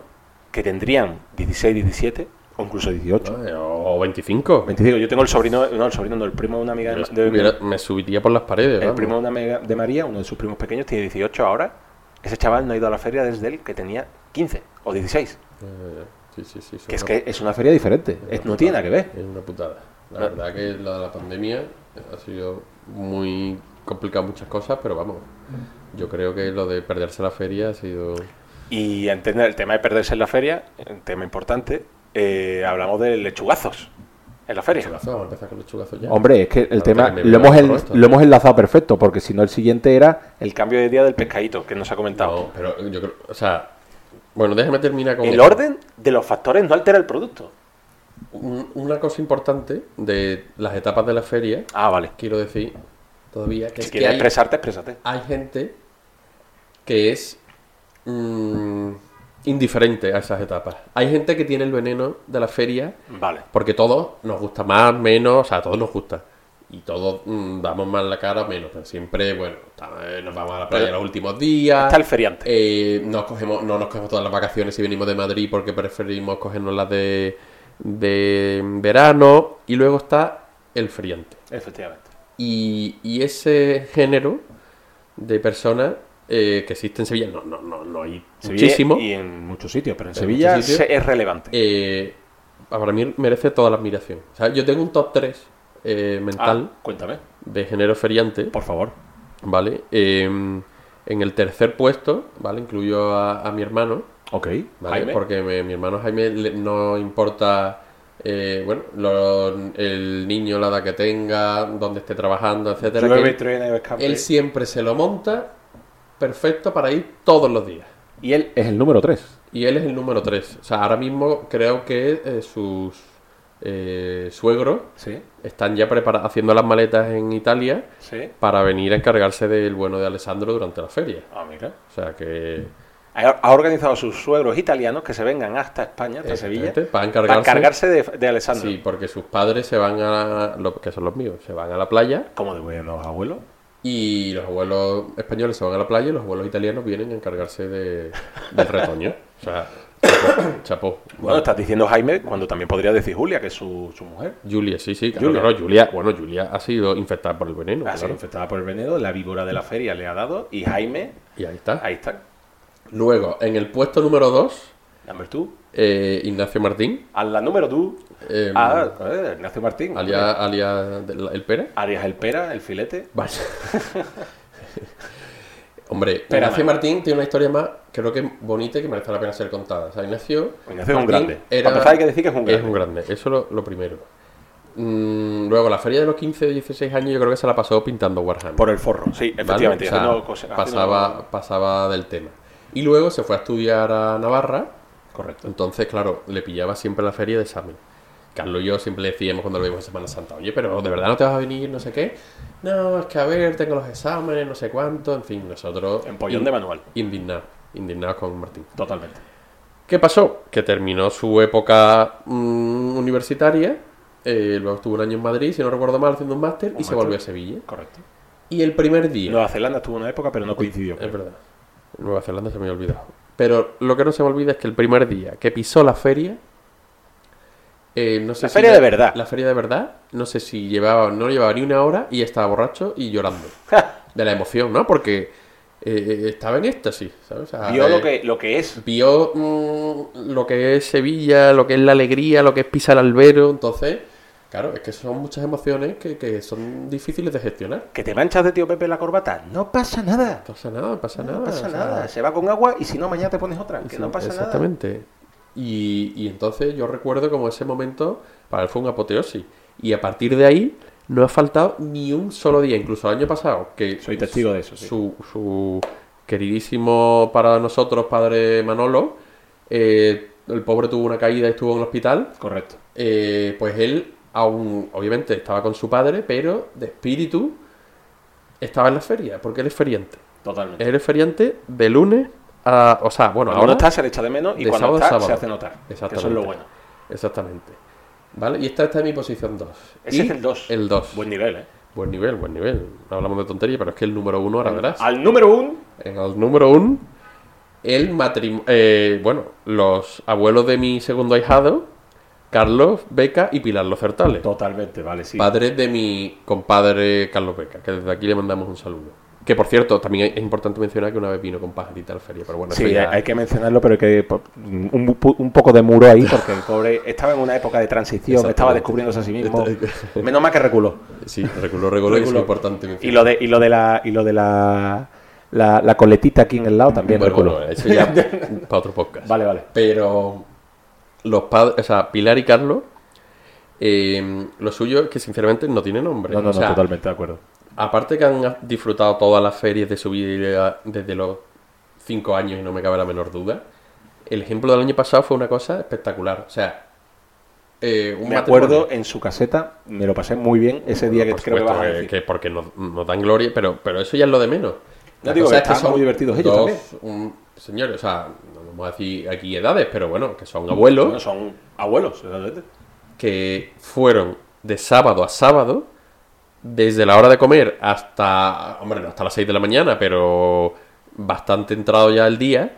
[SPEAKER 1] que tendrían 16, 17 o incluso 18.
[SPEAKER 2] Ah, O 25.
[SPEAKER 1] 25, yo tengo el sobrino, no, el sobrino, no, el primo de una amiga de, de-
[SPEAKER 2] Hubiera- me subiría por las paredes.
[SPEAKER 1] el
[SPEAKER 2] vamos.
[SPEAKER 1] primo de una amiga de María, uno de sus primos pequeños, tiene 18 ahora. Ese chaval no ha ido a la feria desde él que tenía 15 o 16.
[SPEAKER 2] Eh, sí, sí, sí.
[SPEAKER 1] Que es
[SPEAKER 2] una-
[SPEAKER 1] que es una feria diferente. Es-
[SPEAKER 2] es una
[SPEAKER 1] no tiene nada que ver.
[SPEAKER 2] putada, Es una putada. La
[SPEAKER 1] No.
[SPEAKER 2] verdad que la, la pandemia ha sido muy complicado muchas cosas, pero vamos. Yo creo que lo de perderse la feria ha sido.
[SPEAKER 1] Y entender el tema de perderse en la feria, un tema importante, eh, hablamos de lechugazos en la feria.
[SPEAKER 2] Chugazo, vamos a empezar con los chugazos ya.
[SPEAKER 3] Hombre, es que el
[SPEAKER 2] Claro,
[SPEAKER 3] tema
[SPEAKER 2] que me
[SPEAKER 3] lo
[SPEAKER 2] veo
[SPEAKER 3] hemos,
[SPEAKER 2] todo
[SPEAKER 3] en-
[SPEAKER 2] esto.
[SPEAKER 3] lo hemos enlazado perfecto, porque si no el siguiente era
[SPEAKER 1] El cambio de día del pescadito que nos ha comentado.
[SPEAKER 2] No, pero yo creo. O sea. Bueno, déjame terminar con.
[SPEAKER 1] El
[SPEAKER 2] esto.
[SPEAKER 1] orden de los factores no altera el producto.
[SPEAKER 2] Un- una cosa importante de las etapas de la feria,
[SPEAKER 1] Ah, vale.
[SPEAKER 2] quiero decir todavía que,
[SPEAKER 1] Si
[SPEAKER 2] es que
[SPEAKER 1] quieres
[SPEAKER 2] hay,
[SPEAKER 1] expresarte, exprésate.
[SPEAKER 2] hay gente que es mm, indiferente a esas etapas. Hay gente que tiene el veneno de la feria
[SPEAKER 1] Vale.
[SPEAKER 2] porque todos nos gusta más, menos, o sea, a todos nos gusta. Y todos mm, damos más la cara, menos, pero siempre, bueno, ta- eh, nos vamos a la playa
[SPEAKER 1] Pero-
[SPEAKER 2] los últimos días.
[SPEAKER 1] Está el feriante.
[SPEAKER 2] Ah, Eh, nos cogemos, no nos cogemos todas las vacaciones si venimos de Madrid porque preferimos cogernos las de, de verano. Y luego está el friante.
[SPEAKER 1] Efectivamente.
[SPEAKER 2] Y, y ese género de personas eh, que existe en Sevilla, no, no, no, no hay
[SPEAKER 1] Sevilla
[SPEAKER 2] muchísimo.
[SPEAKER 1] Y en muchos sitios, pero en
[SPEAKER 2] En
[SPEAKER 1] Sevilla
[SPEAKER 2] muchos sitios.
[SPEAKER 1] se- es relevante.
[SPEAKER 2] eh, para mí merece toda la admiración. O sea, yo tengo un top 3
[SPEAKER 1] Ah,
[SPEAKER 2] mental
[SPEAKER 1] cuéntame,
[SPEAKER 2] de género feriante.
[SPEAKER 1] por favor.
[SPEAKER 2] ¿Vale? Eh, en el tercer puesto, ¿vale? Incluyo a, a mi hermano,
[SPEAKER 1] Ok.
[SPEAKER 2] ¿vale?
[SPEAKER 1] Jaime.
[SPEAKER 2] Porque me- mi hermano Jaime le- no importa, eh, bueno, lo- el niño, la edad que tenga, dónde esté trabajando, etcétera. que
[SPEAKER 1] Llueve,
[SPEAKER 2] él-
[SPEAKER 1] truena, escape.
[SPEAKER 2] él siempre se lo monta perfecto para ir todos los días.
[SPEAKER 1] Y él
[SPEAKER 3] Es el número 3.
[SPEAKER 2] Y él es el número 3. O sea, ahora mismo creo que eh, sus eh, suegros
[SPEAKER 1] Sí,
[SPEAKER 2] están ya prepara- haciendo las maletas en Italia
[SPEAKER 1] sí.
[SPEAKER 2] para venir a encargarse del bueno de Alessandro durante la feria.
[SPEAKER 1] Ah, mira.
[SPEAKER 2] O sea que...
[SPEAKER 1] Ha ha organizado a sus suegros italianos que se vengan hasta España, hasta Sevilla,
[SPEAKER 2] Exactamente,
[SPEAKER 1] para
[SPEAKER 2] para encargarse.
[SPEAKER 1] encargarse de, de Alessandro.
[SPEAKER 2] Sí, porque sus padres se van a... lo- que son los míos, se van a la playa
[SPEAKER 1] ¿Cómo de bueno los abuelos?
[SPEAKER 2] y los abuelos españoles se van a la playa y los abuelos italianos vienen a encargarse de, del retoño. O sea, chapó. chapó.
[SPEAKER 1] Bueno, estás diciendo Jaime, cuando también podría decir Julia, que es su, su mujer.
[SPEAKER 2] Julia, sí, sí, claro,
[SPEAKER 1] Julia.
[SPEAKER 2] claro, Julia, bueno, Julia ha sido infectada por el veneno,
[SPEAKER 1] Ha sido
[SPEAKER 2] claro.
[SPEAKER 1] infectada por el veneno, la víbora de la feria le ha dado y Jaime,
[SPEAKER 2] Y ahí está.
[SPEAKER 1] ahí está.
[SPEAKER 2] Luego, en el puesto número 2,
[SPEAKER 1] Number two.
[SPEAKER 2] Ignacio Martín,
[SPEAKER 1] A la número two.
[SPEAKER 2] eh,
[SPEAKER 1] Ah, eh, Ignacio Martín.
[SPEAKER 2] alia, alia de la- el Pera.
[SPEAKER 1] Arias el Pera, el filete.
[SPEAKER 2] Vaya. Hombre,
[SPEAKER 1] Pera
[SPEAKER 2] Ignacio
[SPEAKER 1] mal.
[SPEAKER 2] Martín tiene una historia más, creo que bonita y que merece la pena ser contada. O sea, Ignacio.
[SPEAKER 1] Ignacio es un
[SPEAKER 2] Martín
[SPEAKER 1] grande.
[SPEAKER 2] era-
[SPEAKER 1] Para empezar hay que decir que es un
[SPEAKER 2] Es
[SPEAKER 1] grande.
[SPEAKER 2] un grande, eso lo, lo primero. Mm, luego, la feria de los 15 y 16 años, yo creo que se la pasó pintando Warhammer.
[SPEAKER 1] Por el forro, sí,
[SPEAKER 2] ¿vale?
[SPEAKER 1] efectivamente.
[SPEAKER 2] O sea,
[SPEAKER 1] haciendo cosas- haciendo-
[SPEAKER 2] pasaba, pasaba del tema. Y luego se fue a estudiar a Navarra.
[SPEAKER 1] Correcto.
[SPEAKER 2] Entonces, claro, le pillaba siempre la feria de examen. Carlos y yo siempre le decíamos cuando lo vimos en Semana Santa, oye, pero de verdad no te vas a venir, no sé qué. No, es que a ver, tengo los exámenes, no sé cuánto. En fin, nosotros.
[SPEAKER 1] Empollón
[SPEAKER 2] in-
[SPEAKER 1] de manual.
[SPEAKER 2] Indignados, indignados con Martín.
[SPEAKER 1] Totalmente.
[SPEAKER 2] ¿Qué pasó? Que terminó su época mm, universitaria, eh, luego estuvo un año en Madrid, si no recuerdo mal, haciendo un máster, y
[SPEAKER 1] Un
[SPEAKER 2] se
[SPEAKER 1] máster.
[SPEAKER 2] volvió a Sevilla.
[SPEAKER 1] Correcto.
[SPEAKER 2] Y el primer día.
[SPEAKER 1] Nueva Zelanda estuvo una época, pero no coincidió.
[SPEAKER 2] Es verdad. Nueva Zelanda se me había olvidado. Pero lo que no se me olvida es que el primer día que pisó la feria. eh, no sé
[SPEAKER 1] La
[SPEAKER 2] si
[SPEAKER 1] feria
[SPEAKER 2] lle-
[SPEAKER 1] de verdad.
[SPEAKER 2] La feria de verdad. No sé si llevaba no llevaba ni una hora y ya estaba borracho y llorando. De la emoción, ¿no? Porque eh, estaba en éxtasis, ¿sabes? O sea,
[SPEAKER 1] Vio lo
[SPEAKER 2] eh,
[SPEAKER 1] que, lo que es.
[SPEAKER 2] vio mm, lo que es Sevilla, lo que es la alegría, lo que es pisar albero. Entonces, claro, es que son muchas emociones que, que son difíciles de gestionar.
[SPEAKER 1] Que te manchas de tío Pepe la corbata. No pasa nada.
[SPEAKER 2] No pasa nada, no pasa nada.
[SPEAKER 1] No pasa
[SPEAKER 2] o sea,
[SPEAKER 1] nada. Se va con agua y si no, mañana te pones otra. Que
[SPEAKER 2] Sí,
[SPEAKER 1] no pasa nada.
[SPEAKER 2] exactamente. Y, y entonces yo recuerdo como ese momento para él fue un apoteosis. Y a partir de ahí no ha faltado ni un solo día, incluso el año pasado, que
[SPEAKER 1] Soy testigo de eso, sí.
[SPEAKER 2] su, su queridísimo para nosotros padre Manolo, eh, el pobre tuvo una caída y estuvo en el hospital,
[SPEAKER 1] Correcto.
[SPEAKER 2] eh, pues él aún, obviamente, estaba con su padre, pero de espíritu estaba en la feria, porque él es feriante.
[SPEAKER 1] Totalmente.
[SPEAKER 2] Él es feriante de lunes a... O sea, Eh, bueno,
[SPEAKER 1] cuando
[SPEAKER 2] ahora...
[SPEAKER 1] no está, se le echa de menos y
[SPEAKER 2] de
[SPEAKER 1] cuando
[SPEAKER 2] sábado a
[SPEAKER 1] está, se
[SPEAKER 2] sábado.
[SPEAKER 1] hace notar. Que Eso es
[SPEAKER 2] Exactamente.
[SPEAKER 1] lo bueno.
[SPEAKER 2] Exactamente. ¿Vale? Y esta está en mi posición 2.
[SPEAKER 1] Ese es el 2.
[SPEAKER 2] El
[SPEAKER 1] Buen
[SPEAKER 2] 2. Buen,
[SPEAKER 1] nivel, ¿eh?
[SPEAKER 2] nivel, buen nivel. No hablamos de tontería, pero es que el número 1 ahora verás.
[SPEAKER 1] Al número 1.
[SPEAKER 2] En el número 1, el matrimonio. bueno, los abuelos de mi segundo ahijado, Carlos Beca y Pilar Los Certales.
[SPEAKER 1] Totalmente, vale, sí.
[SPEAKER 2] Padres de mi compadre Carlos Beca, que desde aquí le mandamos un saludo. Que por cierto, también es importante mencionar que una vez vino con pajarita a la feria, pero bueno,
[SPEAKER 1] Sí,
[SPEAKER 2] eso ya-
[SPEAKER 1] hay que mencionarlo, pero hay que po- un, bu- un poco de muro ahí, porque el pobre estaba en una época de transición,
[SPEAKER 2] Exactamente.
[SPEAKER 1] estaba descubriéndose a sí mismo. Menos mal que reculó.
[SPEAKER 2] Sí, reculo, reculo, es
[SPEAKER 1] Reculo.
[SPEAKER 2] importante
[SPEAKER 1] Y
[SPEAKER 2] mencionar.
[SPEAKER 1] lo de, y lo de la, y lo de la, la, la coletita aquí en el lado también
[SPEAKER 2] Bueno,
[SPEAKER 1] reculó.
[SPEAKER 2] bueno, eso ya para otro podcast.
[SPEAKER 1] Vale, vale.
[SPEAKER 2] Pero los padres, o sea, Pilar y Carlos, eh, lo suyo es que sinceramente no tiene nombre.
[SPEAKER 1] No, no,
[SPEAKER 2] O
[SPEAKER 1] no,
[SPEAKER 2] sea,
[SPEAKER 1] totalmente de acuerdo.
[SPEAKER 2] Aparte que han disfrutado todas las ferias de su vida desde los 5 años y no me cabe la menor duda. El ejemplo del año pasado fue una cosa espectacular. O sea, eh, un
[SPEAKER 1] Me
[SPEAKER 2] matrimonio-
[SPEAKER 1] acuerdo en su caseta, me lo pasé muy bien ese día que
[SPEAKER 2] Por
[SPEAKER 1] creo que
[SPEAKER 2] supuesto
[SPEAKER 1] vas a
[SPEAKER 2] que-
[SPEAKER 1] decir.
[SPEAKER 2] que porque nos, nos dan gloria, pero, pero eso ya es lo de menos.
[SPEAKER 1] No digo
[SPEAKER 2] cosa
[SPEAKER 1] que estaban muy divertidos ellos
[SPEAKER 2] dos, un- señores, o sea, no vamos a decir aquí edades, pero bueno, que son abuelos
[SPEAKER 1] Bueno, son abuelos, realmente.
[SPEAKER 2] que fueron de sábado a sábado, desde la hora de comer hasta, hombre, no hasta las 6 de la mañana, pero bastante entrado ya el día.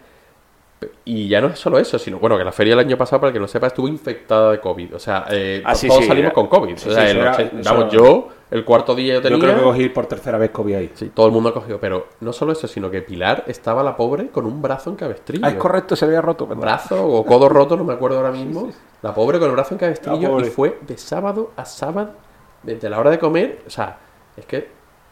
[SPEAKER 2] Y ya no es solo eso, sino, bueno, que la feria el año pasado, para el que no sepa, estuvo infectada de COVID. O sea, eh,
[SPEAKER 1] Ah, sí,
[SPEAKER 2] todos
[SPEAKER 1] sí,
[SPEAKER 2] salimos
[SPEAKER 1] eh,
[SPEAKER 2] con COVID.
[SPEAKER 1] sí,
[SPEAKER 2] o sea,
[SPEAKER 1] sí,
[SPEAKER 2] el
[SPEAKER 1] eso era-
[SPEAKER 2] ochen-
[SPEAKER 1] eso era-
[SPEAKER 2] vamos, yo, el cuarto día yo tenía...
[SPEAKER 1] Yo creo que cogí por tercera vez COVID ahí.
[SPEAKER 2] Sí, todo el mundo ha cogido, pero no solo eso, sino que Pilar estaba la pobre con un brazo en cabestrillo.
[SPEAKER 1] Ah, es correcto, se había roto, ¿verdad?
[SPEAKER 2] Brazo o codo roto, no me acuerdo ahora mismo. La pobre con el brazo en
[SPEAKER 1] La
[SPEAKER 2] cabestrillo
[SPEAKER 1] pobre.
[SPEAKER 2] y fue de sábado a sábado, desde la hora de comer. O sea, es que.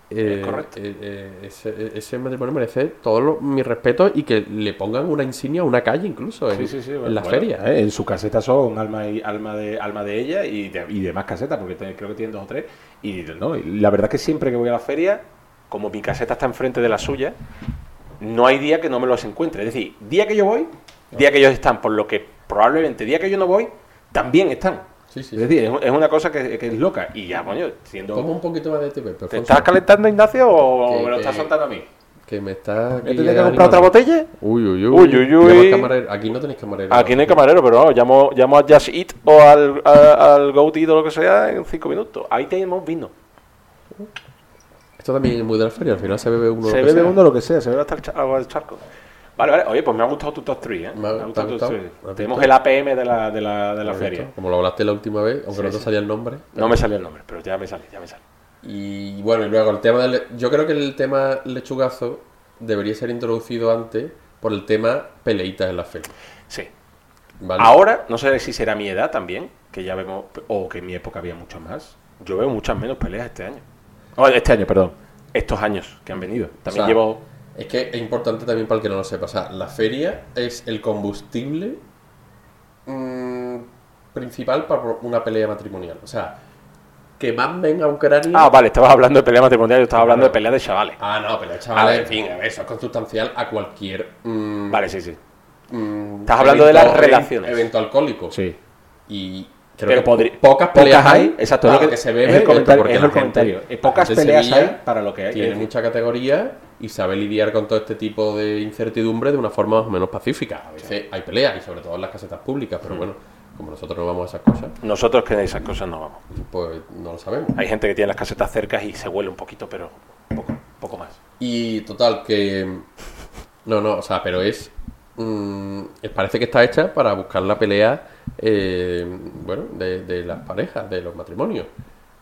[SPEAKER 2] eh,
[SPEAKER 1] Es correcto.
[SPEAKER 2] eh, eh, ese, ese matrimonio merece todo lo- mi respeto y que le pongan una insignia a una calle incluso en,
[SPEAKER 1] Sí, sí, sí,
[SPEAKER 2] en
[SPEAKER 1] bueno,
[SPEAKER 2] la
[SPEAKER 1] bueno,
[SPEAKER 2] feria.
[SPEAKER 1] eh, en su caseta son alma y alma de alma de ella y de, y demás casetas, porque te- creo que tienen dos o tres. Y no, y la verdad que siempre que voy a la feria, como mi caseta está enfrente de la suya, no hay día que no me los encuentre. Es decir, día que yo voy, día que ellos están, por lo que probablemente día que yo no voy, también están.
[SPEAKER 2] Sí, sí.
[SPEAKER 1] Es decir, es, es una cosa que, que es loca. Y ya, coño, siendo...
[SPEAKER 2] Toma un poquito más de este pepe,
[SPEAKER 1] ¿Te
[SPEAKER 2] Alfonso,
[SPEAKER 1] estás calentando, Ignacio, o
[SPEAKER 2] Que-
[SPEAKER 1] me lo estás
[SPEAKER 2] que-
[SPEAKER 1] soltando a mí?
[SPEAKER 2] Que me está.
[SPEAKER 1] ¿He tenido que comprar otra botella?
[SPEAKER 2] Uy, uy,
[SPEAKER 1] Uy,
[SPEAKER 2] uy.
[SPEAKER 1] uy, uy.
[SPEAKER 2] Llama al camarero. Aquí no tenéis camarero.
[SPEAKER 1] Aquí no hay camarero, pero vamos, llamo, llamo a Just Eat o al, a- al Goat Eat o lo que sea en cinco minutos. Ahí tenemos vino.
[SPEAKER 2] Esto también es muy de la feria. Al final se bebe uno.
[SPEAKER 1] se
[SPEAKER 2] lo que
[SPEAKER 1] bebe
[SPEAKER 2] sea.
[SPEAKER 1] uno lo que sea, se bebe hasta el, cha- agua del charco. Vale, vale. Oye, pues me ha gustado tu top 3, ¿eh?
[SPEAKER 2] Me ha-
[SPEAKER 1] Me ha
[SPEAKER 2] ¿te ha
[SPEAKER 1] gustado tu
[SPEAKER 2] gustado?
[SPEAKER 1] top 3.
[SPEAKER 2] ¿Me ha
[SPEAKER 1] Tenemos
[SPEAKER 2] gustado?
[SPEAKER 1] el APM de la, de la, de la
[SPEAKER 2] Correcto.
[SPEAKER 1] feria.
[SPEAKER 2] Como lo hablaste la última vez, aunque no te salía el nombre.
[SPEAKER 1] No me salió el nombre, pero ya me sale, ya me sale.
[SPEAKER 2] Y bueno, y luego el tema del. Yo creo que el tema lechugazo debería ser introducido antes por el tema peleitas en la feria.
[SPEAKER 1] Sí.
[SPEAKER 2] ¿vale?
[SPEAKER 1] Ahora, no sé si será mi edad también, que ya vemos, o que en mi época había mucho más. Yo veo muchas menos peleas este año. Oh, este año, perdón. Estos años que han venido. También
[SPEAKER 2] O sea,
[SPEAKER 1] llevo...
[SPEAKER 2] Es que es importante también para el que no lo sepa. O sea, la feria es el combustible mm, principal para una pelea matrimonial. O sea, que más venga un cráneo.
[SPEAKER 1] Ah, vale, estabas hablando de peleas matrimoniales, yo estaba hablando de
[SPEAKER 2] Claro.
[SPEAKER 1] peleas de chavales.
[SPEAKER 2] Ah, no, pero chavales,
[SPEAKER 1] A ver.
[SPEAKER 2] en fin, a ver, eso es consustancial a cualquier. mm,
[SPEAKER 1] Vale, sí, sí.
[SPEAKER 2] mm,
[SPEAKER 1] Estás hablando de las relaciones.
[SPEAKER 2] Evento alcoholico.
[SPEAKER 1] Sí.
[SPEAKER 2] Y
[SPEAKER 1] Pero
[SPEAKER 2] creo que
[SPEAKER 1] podri-
[SPEAKER 2] po- pocas peleas hay.
[SPEAKER 1] exacto. es
[SPEAKER 2] para
[SPEAKER 1] lo que,
[SPEAKER 2] se bebe.
[SPEAKER 1] es el
[SPEAKER 2] esto,
[SPEAKER 1] comentario.
[SPEAKER 2] porque
[SPEAKER 1] es
[SPEAKER 2] la
[SPEAKER 1] el
[SPEAKER 2] gente-
[SPEAKER 1] comentario.
[SPEAKER 2] la
[SPEAKER 1] pocas
[SPEAKER 2] gente en
[SPEAKER 1] peleas
[SPEAKER 2] Eh, Sevilla
[SPEAKER 1] hay para lo que hay. Eh,
[SPEAKER 2] Tiene
[SPEAKER 1] Es decir,
[SPEAKER 2] mucha categoría y sabe lidiar con todo este tipo de incertidumbre de una forma más o menos pacífica. A veces hay peleas y sobre todo en las casetas públicas, pero bueno, como nosotros no vamos a esas cosas,
[SPEAKER 1] Nosotros que de esas cosas no vamos.
[SPEAKER 2] pues no lo sabemos.
[SPEAKER 1] Hay gente que tiene las casetas cercas y se huele un poquito, pero poco, poco más.
[SPEAKER 2] Y total, que. No, no, o sea, pero es. mm, es- parece que está hecha para buscar la pelea, eh, bueno, de, de las parejas, de los matrimonios.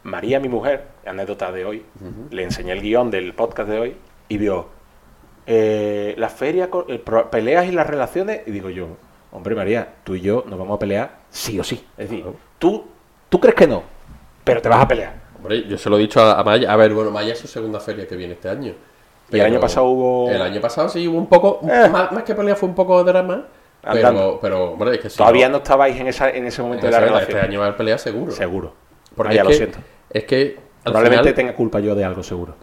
[SPEAKER 1] María, mi mujer, anécdota de hoy, le enseñé el guión del podcast de hoy y vio eh, la feria, con- eh, pro- peleas y las relaciones. Y digo yo, hombre, María, tú y yo nos vamos a pelear sí o sí. Es decir,
[SPEAKER 2] Claro.
[SPEAKER 1] tú, tú crees que no, pero te vas a pelear.
[SPEAKER 2] Hombre, yo se lo he dicho a, a Maya. A ver, bueno, Maya es su segunda feria que viene este año.
[SPEAKER 1] Y el año pasado hubo-
[SPEAKER 2] El año pasado sí hubo un poco. un-
[SPEAKER 1] Eh.
[SPEAKER 2] Más, más que pelea fue un poco de drama. Pero,
[SPEAKER 1] Andando.
[SPEAKER 2] pero, hombre, es que si
[SPEAKER 1] Todavía no estabais en, esa, en ese
[SPEAKER 2] en
[SPEAKER 1] momento
[SPEAKER 2] esa
[SPEAKER 1] de la
[SPEAKER 2] edad,
[SPEAKER 1] relación.
[SPEAKER 2] Este año va a haber pelea seguro.
[SPEAKER 1] Seguro.
[SPEAKER 2] Porque
[SPEAKER 1] Vaya,
[SPEAKER 2] es
[SPEAKER 1] lo
[SPEAKER 2] que-
[SPEAKER 1] siento.
[SPEAKER 2] Es que. al
[SPEAKER 1] Probablemente
[SPEAKER 2] final,
[SPEAKER 1] tenga culpa yo de algo, seguro.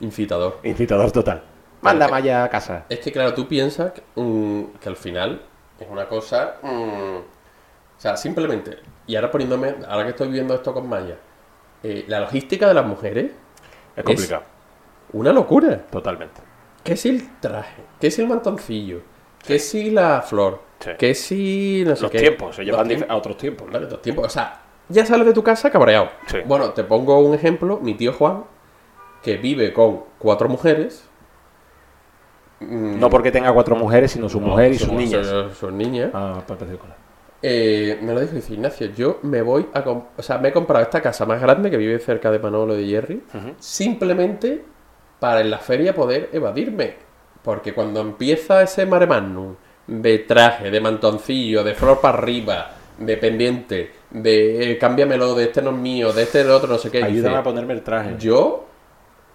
[SPEAKER 2] Incitador.
[SPEAKER 1] Incitador total. Manda
[SPEAKER 2] Porque-
[SPEAKER 1] Maya a casa.
[SPEAKER 2] Es que claro, tú piensas que, mm, que al final es una cosa... mm, o sea, simplemente, y ahora poniéndome, ahora que estoy viendo esto con Maya, eh, la logística de las mujeres,
[SPEAKER 1] Es complicado.
[SPEAKER 2] una locura.
[SPEAKER 1] Totalmente.
[SPEAKER 2] ¿Qué si el traje? ¿Qué si el mantoncillo? ¿Qué si la flor?
[SPEAKER 1] Sí.
[SPEAKER 2] ¿Qué si... No sé
[SPEAKER 1] Los
[SPEAKER 2] qué?
[SPEAKER 1] tiempos, ellos
[SPEAKER 2] Los
[SPEAKER 1] van dif-
[SPEAKER 2] tiempos. Mm.
[SPEAKER 1] a otros tiempos. ¿no?
[SPEAKER 2] Vale, los tiempos. O sea, ya sales de tu casa cabreado.
[SPEAKER 1] Sí.
[SPEAKER 2] Bueno, te pongo un ejemplo. Mi tío Juan, que vive con cuatro mujeres... mm,
[SPEAKER 1] No porque tenga cuatro mujeres, sino su mujer y
[SPEAKER 2] su-
[SPEAKER 1] sus niñas.
[SPEAKER 2] su- sus niñas.
[SPEAKER 1] Ah, para empezar con la-
[SPEAKER 2] Eh, me lo dijo, dice Ignacio, yo me voy a... com- O sea, me he comprado esta casa más grande que vive cerca de Manolo de Jerry,
[SPEAKER 1] Ujú.
[SPEAKER 2] simplemente para en la feria poder evadirme. Porque cuando empieza ese mare magnum de traje, de mantoncillo, de flor para arriba, de pendiente, de eh, cámbiamelo, de este no es mío, de este del otro, no sé qué.
[SPEAKER 1] Ayúdame
[SPEAKER 2] dice,
[SPEAKER 1] a ponerme el traje.
[SPEAKER 2] yo,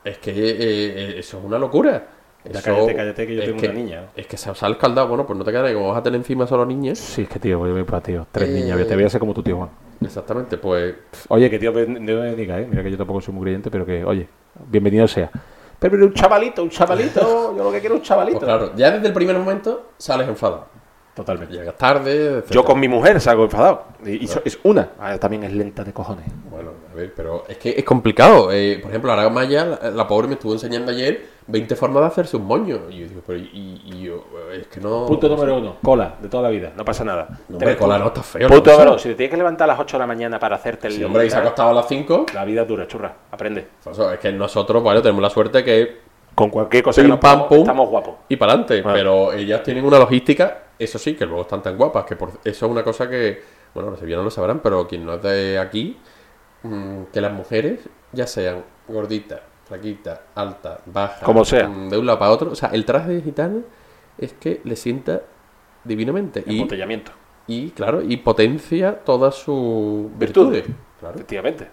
[SPEAKER 2] es que eh, eh, eso es una locura.
[SPEAKER 1] Ya
[SPEAKER 2] Eso-
[SPEAKER 1] cállate, cállate, que yo
[SPEAKER 2] es
[SPEAKER 1] tengo una niña.
[SPEAKER 2] Es que se sale escaldado, bueno, pues no te quedas como vas a tener encima solo niñas.
[SPEAKER 3] Sí, es que tío, voy a para tío. Tres
[SPEAKER 2] Eh.
[SPEAKER 3] niñas, yo te voy a hacer como tu tío Juan.
[SPEAKER 2] Exactamente, pues
[SPEAKER 3] Oye, que tío, ben- no me diga, ¿eh? Mira que yo tampoco soy muy creyente, pero que, oye, bienvenido sea.
[SPEAKER 1] Pero, pero un chavalito, un chavalito. yo lo que quiero es un chavalito.
[SPEAKER 2] Pues claro, ya desde el primer momento sales enfadado.
[SPEAKER 1] Totalmente.
[SPEAKER 2] Llegas tarde. etcétera.
[SPEAKER 1] Yo con mi mujer salgo enfadado. Y, y so- es una. Ah, también es lenta de cojones.
[SPEAKER 2] Bueno, a ver, pero es que es complicado. Eh, por ejemplo, ahora Maya, la, la pobre, me estuvo enseñando ayer 20 formas de hacerse un moño. Y yo digo, pero y, y yo, eh, es que no.
[SPEAKER 1] Punto número uno. Cola, de toda la vida. No pasa nada.
[SPEAKER 2] No, hombre,
[SPEAKER 1] Tres
[SPEAKER 2] cola no
[SPEAKER 1] puntos.
[SPEAKER 2] está feo.
[SPEAKER 1] Punto
[SPEAKER 2] no,
[SPEAKER 1] número dos. Si te tienes que levantar a las 8 de la mañana para hacerte el...
[SPEAKER 2] Sí, hombre, y se ha acostado a las 5.
[SPEAKER 1] La vida es dura, churra. Aprende.
[SPEAKER 2] Es que nosotros, bueno, tenemos la suerte que
[SPEAKER 1] Con cualquier cosa que
[SPEAKER 2] Pim,
[SPEAKER 1] nos
[SPEAKER 2] pam,
[SPEAKER 1] pongamos,
[SPEAKER 2] pum.
[SPEAKER 1] estamos guapos.
[SPEAKER 2] y para adelante.
[SPEAKER 1] Vale.
[SPEAKER 2] Pero ellas tienen una logística, eso sí, que luego están tan guapas, que por eso es una cosa que, bueno, los sevillanos lo sabrán, pero quien no es de aquí, mm, que las mujeres, ya sean gorditas, flaquitas, altas, bajas,
[SPEAKER 1] Como sea.
[SPEAKER 2] mm, de un lado para otro, o sea, el traje de gitana es que le sienta divinamente y,
[SPEAKER 1] Embotellamiento.
[SPEAKER 2] y, claro, y potencia todas sus virtudes. Claro.
[SPEAKER 1] Efectivamente.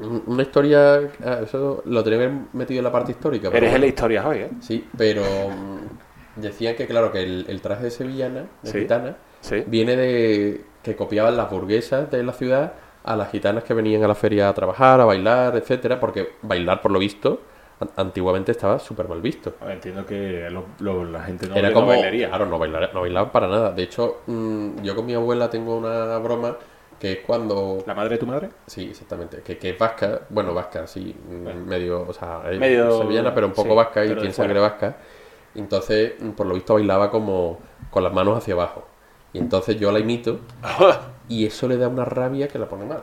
[SPEAKER 2] Un- Una historia, ah, eso lo tenía que haber metido en la parte histórica. pero
[SPEAKER 1] Eres
[SPEAKER 2] bueno.
[SPEAKER 1] el de historias hoy, ¿eh?
[SPEAKER 2] Sí, pero mm, decían que, claro, que el, el traje de sevillana, de
[SPEAKER 1] Sí.
[SPEAKER 2] gitana,
[SPEAKER 1] Sí.
[SPEAKER 2] viene de que copiaban las burguesas de la ciudad a las gitanas que venían a la feria a trabajar, a bailar, etcétera, porque bailar, por lo visto, an- antiguamente estaba súper mal visto.
[SPEAKER 1] A ver, entiendo que lo- lo- la gente no,
[SPEAKER 2] Era
[SPEAKER 1] no
[SPEAKER 2] como.
[SPEAKER 1] bailaría.
[SPEAKER 2] Claro, no bailaban, no bailaban para nada. De hecho, mm, yo con mi abuela tengo una broma que es cuando.
[SPEAKER 1] ¿La madre de tu madre?
[SPEAKER 2] Sí, exactamente. Que, que es vasca, bueno, vasca, sí, mm, medio, o sea, es
[SPEAKER 1] Medio-
[SPEAKER 2] sevillana, pero un poco
[SPEAKER 1] sí,
[SPEAKER 2] vasca y
[SPEAKER 1] pero de
[SPEAKER 2] tiene
[SPEAKER 1] fuera.
[SPEAKER 2] sangre vasca. Entonces, mm, por lo visto, bailaba como con las manos hacia abajo. Y entonces yo la imito y eso le da una rabia que la pone mal.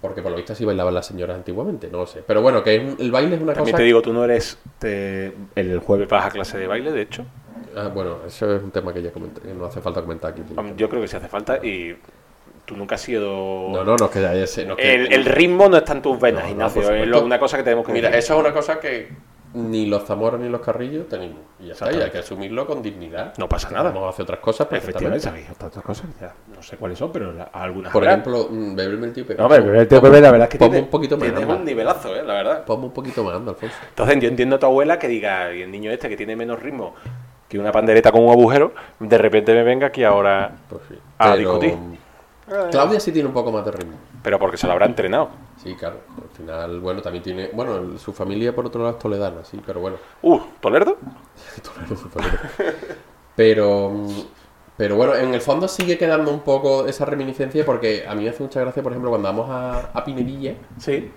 [SPEAKER 2] Porque por lo visto así bailaban las señoras antiguamente, no lo sé. Pero bueno, que es un- el baile es una
[SPEAKER 1] También
[SPEAKER 2] cosa...
[SPEAKER 1] te digo, tú no eres. te- el jueves vas a clase de baile, de hecho.
[SPEAKER 2] Ah, bueno, eso es un tema que ya comenté, que no hace falta comentar aquí.
[SPEAKER 1] Vamos, Yo creo que si hace falta y tú nunca has sido.
[SPEAKER 2] No, no, no es que ya sé, no es que-
[SPEAKER 1] El, el ritmo no está en tus venas,
[SPEAKER 2] No, no,
[SPEAKER 1] Ignacio.
[SPEAKER 2] por
[SPEAKER 1] es
[SPEAKER 2] supuesto.
[SPEAKER 1] lo- una cosa que tenemos que
[SPEAKER 2] Mira,
[SPEAKER 1] decir.
[SPEAKER 2] eso es una cosa que ni los Zamoros ni los Carrillos tenemos. Y ya está, y hay
[SPEAKER 1] Exactamente.
[SPEAKER 2] que asumirlo con dignidad.
[SPEAKER 1] No pasa nada.
[SPEAKER 2] Vamos a hacer otras cosas
[SPEAKER 1] Efectivamente,
[SPEAKER 2] perfectamente.
[SPEAKER 1] sabéis tantas cosas. ya no sé cuáles son, pero la- algunas.
[SPEAKER 2] Por
[SPEAKER 1] habrá.
[SPEAKER 2] ejemplo, mm, beberme el tío Pepe.
[SPEAKER 3] No, hombre, beber el tío Pepe, la verdad es que
[SPEAKER 2] Ponme
[SPEAKER 3] tiene-
[SPEAKER 2] un poquito más,
[SPEAKER 1] Tienes
[SPEAKER 2] anda.
[SPEAKER 1] un nivelazo, eh, la verdad.
[SPEAKER 2] Ponme un poquito más, anda, Alfonso.
[SPEAKER 1] Entonces yo entiendo a tu abuela que diga, y el niño este que tiene menos ritmo que una pandereta con un agujero, de repente me venga aquí ahora.
[SPEAKER 2] Pues sí.
[SPEAKER 1] Ah,
[SPEAKER 2] Pero,
[SPEAKER 1] discutí.
[SPEAKER 2] mm, Claudia sí tiene un poco más de ritmo.
[SPEAKER 1] Pero porque se lo habrá entrenado.
[SPEAKER 2] Sí, claro. Al final, bueno, también tiene... Bueno, el- su familia, por otro lado, es toledana, sí, pero bueno.
[SPEAKER 1] Uh, ¿Tolerdo?
[SPEAKER 2] Toledo, su familia. Pero... mm, Pero bueno, en el fondo sigue quedando un poco esa reminiscencia porque a mí me hace mucha gracia, por ejemplo, cuando vamos a, a Pinerilla,
[SPEAKER 1] Sí.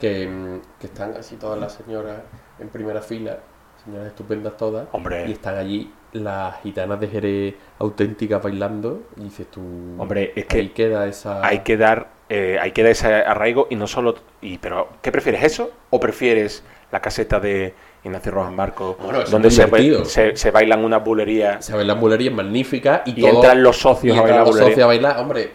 [SPEAKER 2] que, mm, que están así todas las señoras en primera fila, señoras estupendas todas,
[SPEAKER 1] Hombre.
[SPEAKER 2] y están allí las gitanas de Jerez auténticas bailando, y dices tú,
[SPEAKER 1] Hombre, es
[SPEAKER 2] ahí
[SPEAKER 1] que-
[SPEAKER 2] queda esa...
[SPEAKER 1] Hay que dar eh, hay que dar ese arraigo y no solo y pero ¿qué prefieres eso o prefieres la caseta de Ignacio Rojas Marco
[SPEAKER 2] Bueno, eso
[SPEAKER 1] donde
[SPEAKER 2] es
[SPEAKER 1] se,
[SPEAKER 2] divertido.
[SPEAKER 1] se, se bailan unas bulerías
[SPEAKER 2] Se bailan bulerías magníficas y,
[SPEAKER 1] y
[SPEAKER 2] todo-
[SPEAKER 1] entran los socios
[SPEAKER 2] y
[SPEAKER 1] a
[SPEAKER 2] entran
[SPEAKER 1] bailar
[SPEAKER 2] los
[SPEAKER 1] bulerías?
[SPEAKER 2] socios a bailar. Hombre,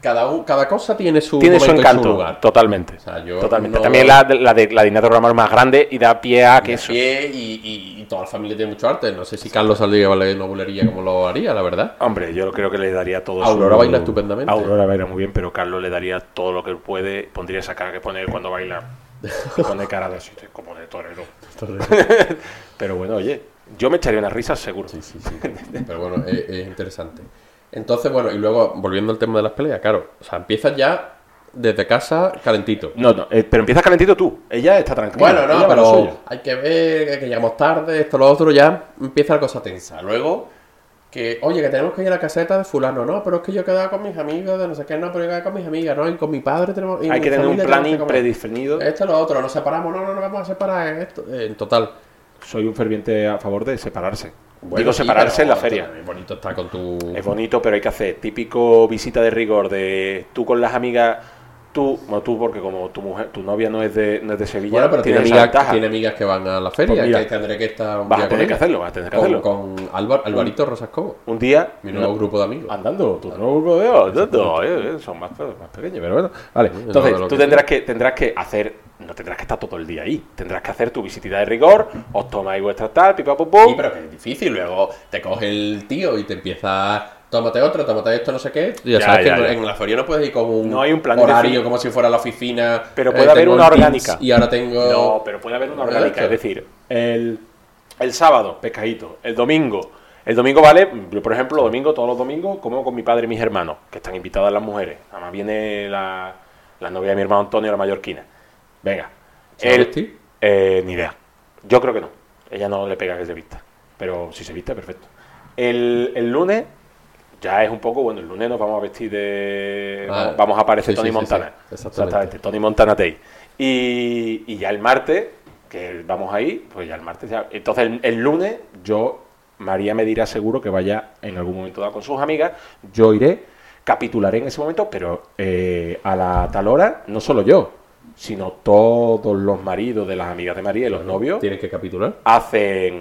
[SPEAKER 2] cada, un- cada cosa tiene su
[SPEAKER 1] Tiene su
[SPEAKER 2] momento y
[SPEAKER 1] encanto,
[SPEAKER 2] lugar.
[SPEAKER 1] totalmente.
[SPEAKER 2] O sea, yo
[SPEAKER 1] totalmente.
[SPEAKER 2] no-
[SPEAKER 1] También la, de- la de la de Ignacio Rojas Marco es más grande y da pie a que eso.
[SPEAKER 2] Pie y, y- y toda la familia tiene mucho arte. No sé si Carlos saldría a bailar una bulería como lo haría, la verdad.
[SPEAKER 1] Hombre, yo creo que le daría todo
[SPEAKER 2] Aurora baila estupendamente.
[SPEAKER 1] Aurora baila muy bien, pero Carlos le daría todo lo que puede. Pondría esa cara que pone él cuando baila. Que pone cara de así, como de torero. Pero bueno, oye, yo me echaría unas risas seguro.
[SPEAKER 2] Sí, sí, sí. Pero bueno, es, es interesante. Entonces, bueno, y luego, volviendo al tema de las peleas, claro, o sea, empiezas ya desde casa calentito.
[SPEAKER 1] No, no, eh, pero empiezas calentito tú. Ella está tranquila.
[SPEAKER 2] Bueno,
[SPEAKER 1] ella
[SPEAKER 2] no,
[SPEAKER 1] va a lo suyo.
[SPEAKER 2] pero hay que ver que llegamos tarde, esto, lo otro, ya empieza la cosa tensa. Luego, que, oye, que tenemos que ir a la caseta de fulano, no, pero es que yo he quedado con mis amigos, de no sé qué, no, pero he quedado con mis amigas, no, y con mi padre tenemos... y
[SPEAKER 1] Hay
[SPEAKER 2] mi
[SPEAKER 1] que tener un
[SPEAKER 2] familia tenemos
[SPEAKER 1] planning
[SPEAKER 2] que comer. Eh.
[SPEAKER 1] predefinido.
[SPEAKER 2] Esto, lo otro, nos separamos, no, no, nos vamos a separar, eh, esto, eh, en total.
[SPEAKER 1] Soy un ferviente a favor de separarse.
[SPEAKER 2] Bueno,
[SPEAKER 1] Digo
[SPEAKER 2] sí,
[SPEAKER 1] separarse
[SPEAKER 2] pero
[SPEAKER 1] en la
[SPEAKER 2] esto
[SPEAKER 1] feria.
[SPEAKER 2] también Es bonito estar con tu...
[SPEAKER 1] Es bonito, pero hay que hacer típico visita de rigor de tú con las amigas, tú, bueno, tú porque como tu mujer, tu novia no es de, no es de Sevilla,
[SPEAKER 2] Bueno, pero tiene,
[SPEAKER 1] tiene esa
[SPEAKER 2] amigas,
[SPEAKER 1] ventaja.
[SPEAKER 2] tiene amigas que van a la feria,
[SPEAKER 1] Pues mira,
[SPEAKER 2] que tendré que estar un
[SPEAKER 1] vas
[SPEAKER 2] día
[SPEAKER 1] a tener
[SPEAKER 2] con
[SPEAKER 1] que
[SPEAKER 2] ellas.
[SPEAKER 1] hacerlo, vas a tener que
[SPEAKER 2] Con-
[SPEAKER 1] hacerlo.
[SPEAKER 2] Con Álvar- Alvarito Rosascobo,
[SPEAKER 1] Un día
[SPEAKER 2] mi nuevo grupo de amigos.
[SPEAKER 1] andando, tu nuevo grupo de andando, eh, eh, son más, pe- más pequeños, pero bueno, vale.
[SPEAKER 2] Bueno,
[SPEAKER 1] Entonces,
[SPEAKER 2] lo que
[SPEAKER 1] tú tendrás que tendrás que hacer, no tendrás que estar todo el día ahí, tendrás que hacer tu visita de rigor, os tomáis vuestra tal, pipa pum, pum.
[SPEAKER 2] Sí, pero que es difícil. Luego te coge el tío y te empieza. Tómate otro, tómate esto, no sé qué. Y Ya,
[SPEAKER 1] Ya,
[SPEAKER 2] sabes
[SPEAKER 1] ya,
[SPEAKER 2] que
[SPEAKER 1] ya.
[SPEAKER 2] en la feria no puedes ir con un,
[SPEAKER 1] No hay un plan
[SPEAKER 2] horario
[SPEAKER 1] definido.
[SPEAKER 2] como si fuera la oficina. eh,
[SPEAKER 1] Pero puede haber
[SPEAKER 2] tengo
[SPEAKER 1] una
[SPEAKER 2] el Teams
[SPEAKER 1] orgánica.
[SPEAKER 2] Y ahora tengo.
[SPEAKER 1] No, pero puede haber una
[SPEAKER 2] Bueno,
[SPEAKER 1] orgánica. Es
[SPEAKER 2] claro.
[SPEAKER 1] decir, el, el sábado, pescadito. El domingo. El domingo vale, yo por ejemplo, domingo, todos los domingos, como con mi padre y mis hermanos, que están invitadas las mujeres. Además viene la, la novia de mi hermano Antonio, la mallorquina. Venga.
[SPEAKER 2] ¿Se va a
[SPEAKER 1] El-
[SPEAKER 2] vestir?
[SPEAKER 1] eh, ni idea. Yo creo que no. Ella no le pega que se vista. Pero si se viste, perfecto. El, el lunes ya es un poco, bueno, el lunes nos vamos a vestir de...
[SPEAKER 2] Ah,
[SPEAKER 1] vamos, vamos a aparecer
[SPEAKER 2] sí,
[SPEAKER 1] Tony
[SPEAKER 2] sí, sí,
[SPEAKER 1] Montana.
[SPEAKER 2] sí, exactamente.
[SPEAKER 1] Exactamente. Tony Montana Day. Y, y ya el martes, que vamos ahí, pues ya el martes ya. Entonces el, el lunes yo, María me dirá seguro que vaya en algún momento dado con sus amigas, yo iré, capitularé en ese momento, pero eh, a la tal hora, no solo yo, sino todos los maridos de las amigas de María y los novios
[SPEAKER 2] Tienes que capitular.
[SPEAKER 1] hacen...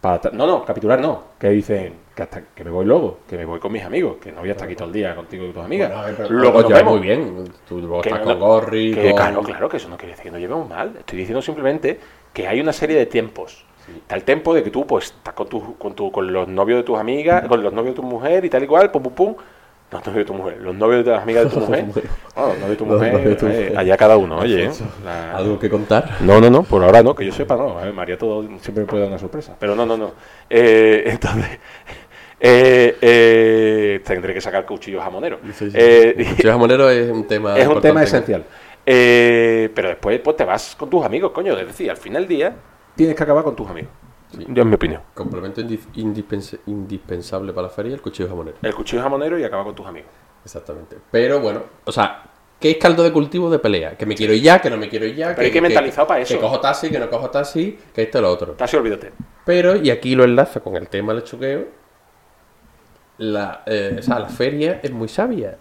[SPEAKER 1] para ta- no, no, capitular no, que dicen que, hasta, que me voy luego, que me voy con mis amigos, que no voy a estar aquí todo el día contigo y tus amigas.
[SPEAKER 2] Bueno, a ver, pero-
[SPEAKER 1] luego nos
[SPEAKER 2] ya,
[SPEAKER 1] vemos.
[SPEAKER 2] muy bien. Tú luego
[SPEAKER 1] Que
[SPEAKER 2] estás
[SPEAKER 1] no-
[SPEAKER 2] con Gorri.
[SPEAKER 1] que
[SPEAKER 2] con-
[SPEAKER 1] claro, claro, que eso no quiere decir que no llevemos mal. Estoy diciendo simplemente que hay una serie de tiempos. Está el tiempo de que tú, pues, estás con, tu, con, tu- con los novios de tus amigas, con los novios de tu mujer y tal y cual, pum, pum, pum. No, novios de tu mujer, los novios de las amigas de tu mujer. No, los novios de tu
[SPEAKER 2] Los
[SPEAKER 1] mujer,
[SPEAKER 2] novios de tu
[SPEAKER 1] eh,
[SPEAKER 2] mujer.
[SPEAKER 1] allá cada uno, oye. ¿eh?
[SPEAKER 2] Alfonso,
[SPEAKER 1] La-
[SPEAKER 2] Algo que contar.
[SPEAKER 1] no, no, no, por ahora no, que yo sepa, no. A ver, María todo siempre me puede dar una sorpresa. Pero no, no, no. Eh, entonces, eh, eh, tendré que sacar cuchillos jamoneros.
[SPEAKER 2] Sí, sí, sí.
[SPEAKER 1] Eh,
[SPEAKER 2] Cuchillos jamoneros es un tema.
[SPEAKER 1] es un tema
[SPEAKER 2] Ah, importante.
[SPEAKER 1] esencial. Eh, pero después pues, te vas con tus amigos, coño. Es decir, al final del día tienes que acabar con tus amigos.
[SPEAKER 2] Sí.
[SPEAKER 1] Yo, es mi opinión.
[SPEAKER 2] Complemento indi- indispensa- indispensable para la feria, el cuchillo jamonero.
[SPEAKER 1] El cuchillo jamonero y acaba con tus amigos.
[SPEAKER 2] Exactamente. Pero bueno, o sea, ¿qué es caldo de cultivo de pelea? Que me quiero ir ya, que no me quiero ir ya.
[SPEAKER 1] Pero hay que mentalizar para eso.
[SPEAKER 2] Que cojo taxi, que no cojo taxi, que esto y lo otro.
[SPEAKER 1] Casi olvídate.
[SPEAKER 2] Pero, y aquí lo enlazo con el tema del choqueo, la, eh, o sea, la feria es muy sabia.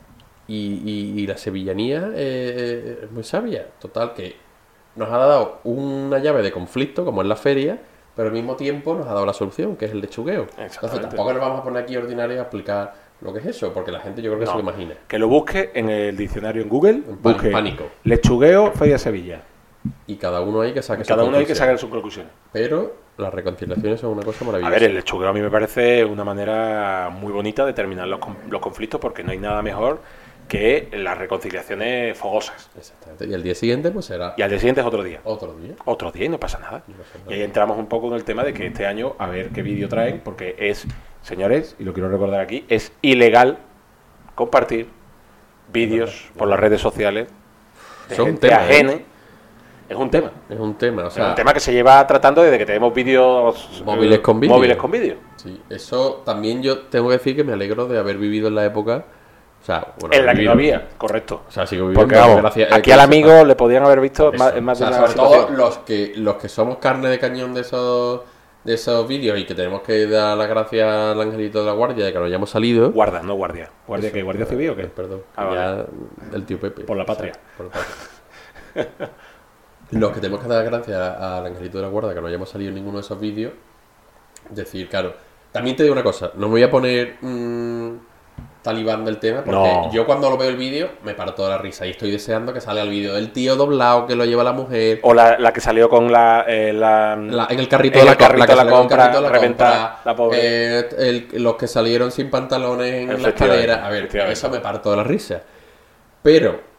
[SPEAKER 2] Y, y- y la sevillanía eh, es muy sabia. Total, que nos ha dado una llave de conflicto, como es la feria, pero al mismo tiempo nos ha dado la solución, que es el lechugueo. Entonces
[SPEAKER 1] Exactamente.
[SPEAKER 2] tampoco nos vamos a poner aquí ordinarios a explicar lo que es eso, porque la gente yo creo que se
[SPEAKER 1] No.
[SPEAKER 2] lo imagina.
[SPEAKER 1] Que lo busque en el diccionario en Google.
[SPEAKER 2] pánico,
[SPEAKER 1] busque
[SPEAKER 2] pánico.
[SPEAKER 1] Lechugueo, Feria Sevilla.
[SPEAKER 2] Y cada uno hay que saque
[SPEAKER 1] Cada
[SPEAKER 2] su
[SPEAKER 1] uno hay que
[SPEAKER 2] conclusión.
[SPEAKER 1] sacar sus conclusiones.
[SPEAKER 2] Pero las reconciliaciones son una cosa
[SPEAKER 1] A
[SPEAKER 2] maravillosa.
[SPEAKER 1] ver, el lechugueo a mí me parece una manera muy bonita de terminar los, con- los conflictos porque no hay nada mejor que las reconciliaciones fogosas.
[SPEAKER 2] Exactamente. Y el día siguiente, pues será
[SPEAKER 1] Y al día siguiente es otro día.
[SPEAKER 2] otro día.
[SPEAKER 1] Otro día y no pasa nada.
[SPEAKER 2] No pasa nada.
[SPEAKER 1] Y ahí entramos un poco en el tema de que este año, a ver qué vídeo traen, porque es, señores, y lo quiero recordar aquí, es ilegal compartir vídeos por las redes sociales de
[SPEAKER 2] Son un
[SPEAKER 1] gente
[SPEAKER 2] tema, ¿eh?
[SPEAKER 1] ajena. Es un tema.
[SPEAKER 2] Es un tema, o
[SPEAKER 1] es
[SPEAKER 2] sea,
[SPEAKER 1] un tema que se lleva tratando desde que tenemos vídeos
[SPEAKER 2] Móviles
[SPEAKER 1] eh,
[SPEAKER 2] con vídeo.
[SPEAKER 1] Móviles con vídeo.
[SPEAKER 2] sí, eso también yo tengo que decir que me alegro de haber vivido en la época, o sea, bueno,
[SPEAKER 1] en la que no
[SPEAKER 2] vivido.
[SPEAKER 1] había, correcto.
[SPEAKER 2] O sea, sigo viviendo
[SPEAKER 1] Porque vamos,
[SPEAKER 2] gracias- eh,
[SPEAKER 1] aquí al
[SPEAKER 2] gracias a-
[SPEAKER 1] amigo le podían haber visto
[SPEAKER 2] Eso.
[SPEAKER 1] más, en más
[SPEAKER 2] O sea,
[SPEAKER 1] de una
[SPEAKER 2] sobre todo
[SPEAKER 1] situación.
[SPEAKER 2] los que los que somos carne de cañón de esos de esos vídeos y que tenemos que dar las gracias al angelito de la guardia de que nos hayamos salido.
[SPEAKER 1] Guarda, no guardia. ¿Guardia qué? ¿Guardia civil o qué?
[SPEAKER 2] eh, Perdón,
[SPEAKER 1] Ah,
[SPEAKER 2] ya
[SPEAKER 1] vale.
[SPEAKER 2] el tío Pepe.
[SPEAKER 1] Por la patria.
[SPEAKER 2] por la patria. Los que tenemos que dar gracias al angelito de la guarda que no hayamos salido en ninguno de esos vídeos. Decir, claro. También te digo una cosa, no me voy a poner mm, talibán del tema, porque
[SPEAKER 1] No.
[SPEAKER 2] yo cuando lo veo el vídeo me parto toda la risa y estoy deseando que salga el vídeo del tío doblado que lo lleva la mujer,
[SPEAKER 1] O la, la que salió con la. eh, la-
[SPEAKER 2] la- en el carrito
[SPEAKER 1] En
[SPEAKER 2] de la,
[SPEAKER 1] el carrito
[SPEAKER 2] que
[SPEAKER 1] de la
[SPEAKER 2] salió en el
[SPEAKER 1] compra,
[SPEAKER 2] carrito de la
[SPEAKER 1] reventar
[SPEAKER 2] compra,
[SPEAKER 1] la pobre.
[SPEAKER 2] eh, el- los que salieron sin pantalones en la
[SPEAKER 1] Efectivamente,
[SPEAKER 2] escalera. A ver,
[SPEAKER 1] efectivamente.
[SPEAKER 2] eso me parto de la risa. Pero,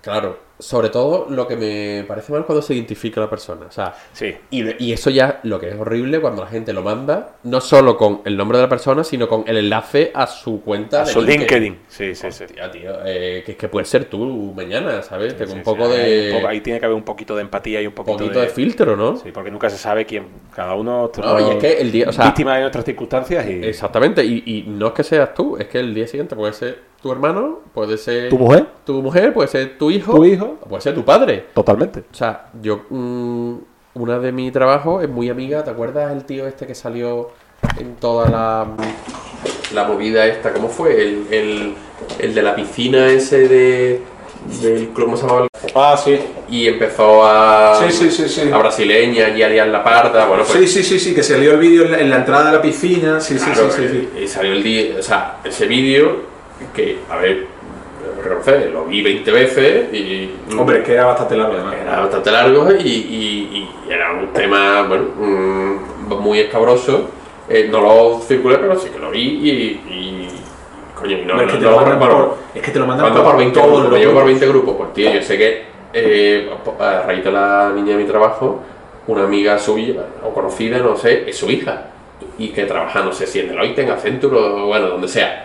[SPEAKER 2] claro, sobre todo lo que me parece mal cuando se identifica la persona. O sea,
[SPEAKER 1] Sí.
[SPEAKER 2] y, y eso ya lo que es horrible cuando la gente lo manda, no solo con el nombre de la persona, sino con el enlace a su cuenta
[SPEAKER 1] A
[SPEAKER 2] de
[SPEAKER 1] su LinkedIn. Sí, sí, sí.
[SPEAKER 2] Hostia, tío, eh, que es que puede ser tú mañana, ¿sabes? Tengo
[SPEAKER 1] Sí, sí,
[SPEAKER 2] un poco
[SPEAKER 1] ahí hay
[SPEAKER 2] de.
[SPEAKER 1] un poco- ahí tiene que haber un poquito de empatía y un poquito,
[SPEAKER 2] poquito de... filtro, ¿no?
[SPEAKER 1] Sí, porque nunca se sabe quién. Cada uno.
[SPEAKER 2] No, y es que el día- o sea-
[SPEAKER 1] víctima de nuestras circunstancias y.
[SPEAKER 2] Exactamente, y, y no es que seas tú, es que el día siguiente puede ser tu hermano, puede ser
[SPEAKER 1] ¿Tu mujer?
[SPEAKER 2] tu mujer, puede ser tu hijo,
[SPEAKER 1] Tu hijo.
[SPEAKER 2] o puede ser tu padre.
[SPEAKER 1] Totalmente.
[SPEAKER 2] O sea, yo, mm, una de mi trabajo es muy amiga, ¿te acuerdas el tío este que salió en toda la, la movida esta? ¿Cómo fue? El, el, el de la piscina ese de, del club, ¿cómo se llamaba?
[SPEAKER 1] Ah, sí.
[SPEAKER 2] Y empezó a,
[SPEAKER 1] Sí, sí, sí, sí.
[SPEAKER 2] a brasileña y a liar la parda, bueno, pues
[SPEAKER 1] sí, sí, sí, que salió el vídeo en la, entrada de la piscina. Sí,
[SPEAKER 2] Claro, eh, Y salió el día, o sea, ese vídeo que, a ver, reconocer, lo vi 20 veces y. mm,
[SPEAKER 1] es que era bastante largo
[SPEAKER 2] Era bastante largo y, y- y era un tema, bueno, mm, muy escabroso. Eh, no lo circulé, pero sí que lo vi y. y- y, coño, y no, no- no lo preparo.
[SPEAKER 1] es que te lo
[SPEAKER 2] ¿Cuánto por 20 grupos? Me llevo por 20 grupos. Pues tío, yo sé que eh, a raíz de la niña de mi trabajo, una amiga suya o conocida, no sé, es su hija. Y que trabaja, no sé si en Deloitte, en Accenture o bueno, donde sea.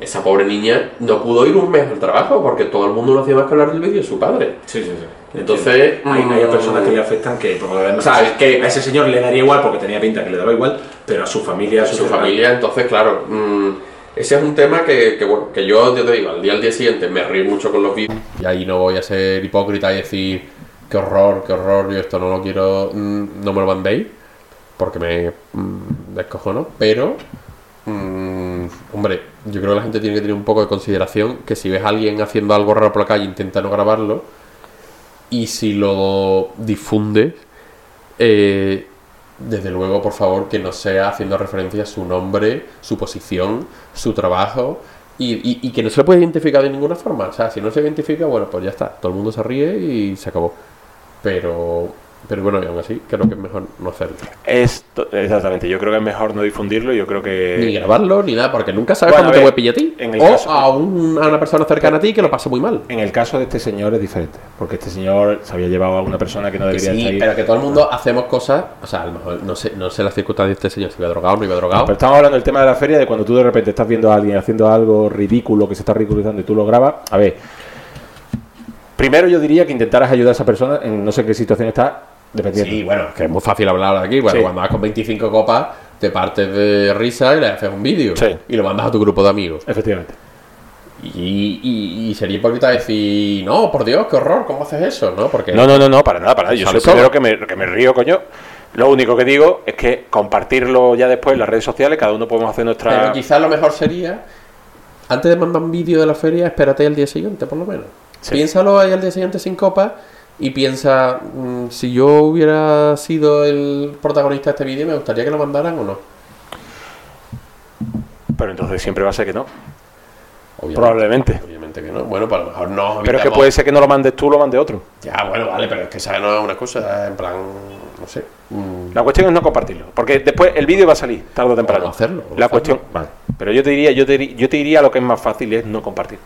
[SPEAKER 2] Esa pobre niña no pudo ir un mes al trabajo porque todo el mundo no hacía más que hablar del vídeo de su padre.
[SPEAKER 4] Sí, sí, sí.
[SPEAKER 2] Entonces,
[SPEAKER 4] hay, hay
[SPEAKER 2] mm,
[SPEAKER 4] personas que le afectan que, por lo demás,
[SPEAKER 2] O sea, es que-
[SPEAKER 4] a ese señor le daría igual porque tenía pinta que le daba igual, pero a su familia, a
[SPEAKER 2] su
[SPEAKER 4] cercana-
[SPEAKER 2] familia. Entonces, claro, mm, ese es un tema que, que, bueno, que yo, yo te digo, al día al día siguiente me río mucho con los vídeos. Y ahí no voy a ser hipócrita y decir, qué horror, qué horror, yo esto no lo quiero, mm, no me lo mandéis, porque me mm, descojono. Pero, mm, hombre, yo creo que la gente tiene que tener un poco de consideración que si ves a alguien haciendo algo raro por la calle, intenta no grabarlo. Y si lo difundes, eh, desde luego, por favor, que no sea haciendo referencia a su nombre, su posición, su trabajo y, y- y que no se le puede identificar de ninguna forma. O sea, si no se identifica, bueno, pues ya está. Todo el mundo se ríe y se acabó. Pero, pero bueno, y aún así, creo que es mejor no hacerlo.
[SPEAKER 1] exactamente, yo creo que es mejor no difundirlo. Yo creo que.
[SPEAKER 2] Ni grabarlo, ni nada, porque nunca
[SPEAKER 1] Eh,
[SPEAKER 2] sabes
[SPEAKER 1] Bueno,
[SPEAKER 2] cuándo te
[SPEAKER 1] a
[SPEAKER 2] voy
[SPEAKER 1] ver,
[SPEAKER 2] a pillar a ti.
[SPEAKER 1] en el
[SPEAKER 2] O
[SPEAKER 1] caso-
[SPEAKER 2] a, un- a una persona cercana a ti que lo pasa muy mal.
[SPEAKER 1] En el caso de este señor es diferente, porque este señor se había llevado a una persona que no
[SPEAKER 2] Que
[SPEAKER 1] debería
[SPEAKER 2] sí,
[SPEAKER 1] estar ahí.
[SPEAKER 2] pero que todo el
[SPEAKER 1] Ah.
[SPEAKER 2] mundo hacemos cosas, o sea, a lo mejor no sé, no sé las circunstancias de este señor, si iba drogado o no iba drogado.
[SPEAKER 1] Pero estamos hablando del tema de la feria, de cuando tú de repente estás viendo a alguien haciendo algo ridículo, que se está ridiculizando y tú lo grabas. A ver, Primero yo diría que intentaras ayudar a esa persona en no sé qué situación está, dependiendo.
[SPEAKER 2] Sí, bueno, es que es muy fácil hablar aquí. Bueno,
[SPEAKER 1] Sí.
[SPEAKER 2] cuando vas con 25 copas, te partes de risa y le haces un vídeo.
[SPEAKER 1] Sí.
[SPEAKER 2] Y lo mandas a tu grupo de amigos.
[SPEAKER 1] Efectivamente.
[SPEAKER 2] Y, y- y sería hipócrita decir, no, por Dios, qué horror, ¿cómo haces eso? ¿No? Porque
[SPEAKER 1] No, no, no, no, para nada, para nada. Yo soy
[SPEAKER 2] Sale
[SPEAKER 1] el primero que me, que me río, coño. Lo único que digo es que compartirlo ya después en las redes sociales, cada uno podemos hacer nuestra.
[SPEAKER 2] Pero quizás lo mejor sería, antes de mandar un vídeo de la feria, espérate al día siguiente, por lo menos.
[SPEAKER 1] Sí.
[SPEAKER 2] Piénsalo ahí al día siguiente sin copa y piensa, mm, si yo hubiera sido el protagonista de este vídeo, me gustaría que lo mandaran o no.
[SPEAKER 1] Pero entonces siempre va a ser que no.
[SPEAKER 2] Obviamente,
[SPEAKER 1] Probablemente.
[SPEAKER 2] Obviamente que no. Bueno, para lo mejor
[SPEAKER 1] Pero
[SPEAKER 2] no.
[SPEAKER 1] es que
[SPEAKER 2] evitamos-
[SPEAKER 1] puede ser que no lo mandes tú, lo mande otro.
[SPEAKER 2] Ya, bueno, vale, pero es que esa no es una cosa, en plan, no sé. mm,
[SPEAKER 1] La cuestión es no compartirlo, porque después el vídeo va a salir tarde o temprano.
[SPEAKER 2] O no hacerlo, o no
[SPEAKER 1] La
[SPEAKER 2] hacerlo.
[SPEAKER 1] cuestión, vale. Pero yo te diría, yo te, dir- yo te diría lo que es más fácil es no compartir.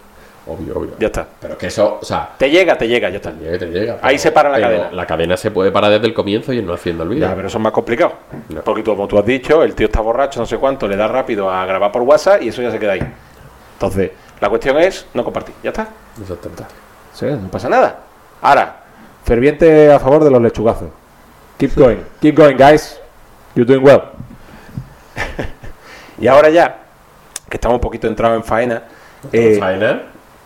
[SPEAKER 2] Obvio, obvio.
[SPEAKER 1] Ya está.
[SPEAKER 2] Pero es que eso, o sea,
[SPEAKER 1] Te llega, te llega, ya está.
[SPEAKER 2] llega y te llega.
[SPEAKER 1] Ahí se para la
[SPEAKER 2] pero
[SPEAKER 1] cadena.
[SPEAKER 2] La cadena se puede parar desde el comienzo y no haciendo el vídeo.
[SPEAKER 1] Ya, pero eso es más complicado.
[SPEAKER 2] No.
[SPEAKER 1] Porque tú- como tú has dicho, el tío está borracho, no sé cuánto, le da rápido a grabar por WhatsApp y eso ya se queda ahí. Entonces, la cuestión es no compartir. Ya está.
[SPEAKER 2] Exactamente.
[SPEAKER 1] Sí, no pasa nada. Ahora, ferviente a favor de los lechugazos. Keep going, keep going, guys. You're doing well. y ahora ya, que estamos un poquito entrados en faena. eh,
[SPEAKER 2] Faena.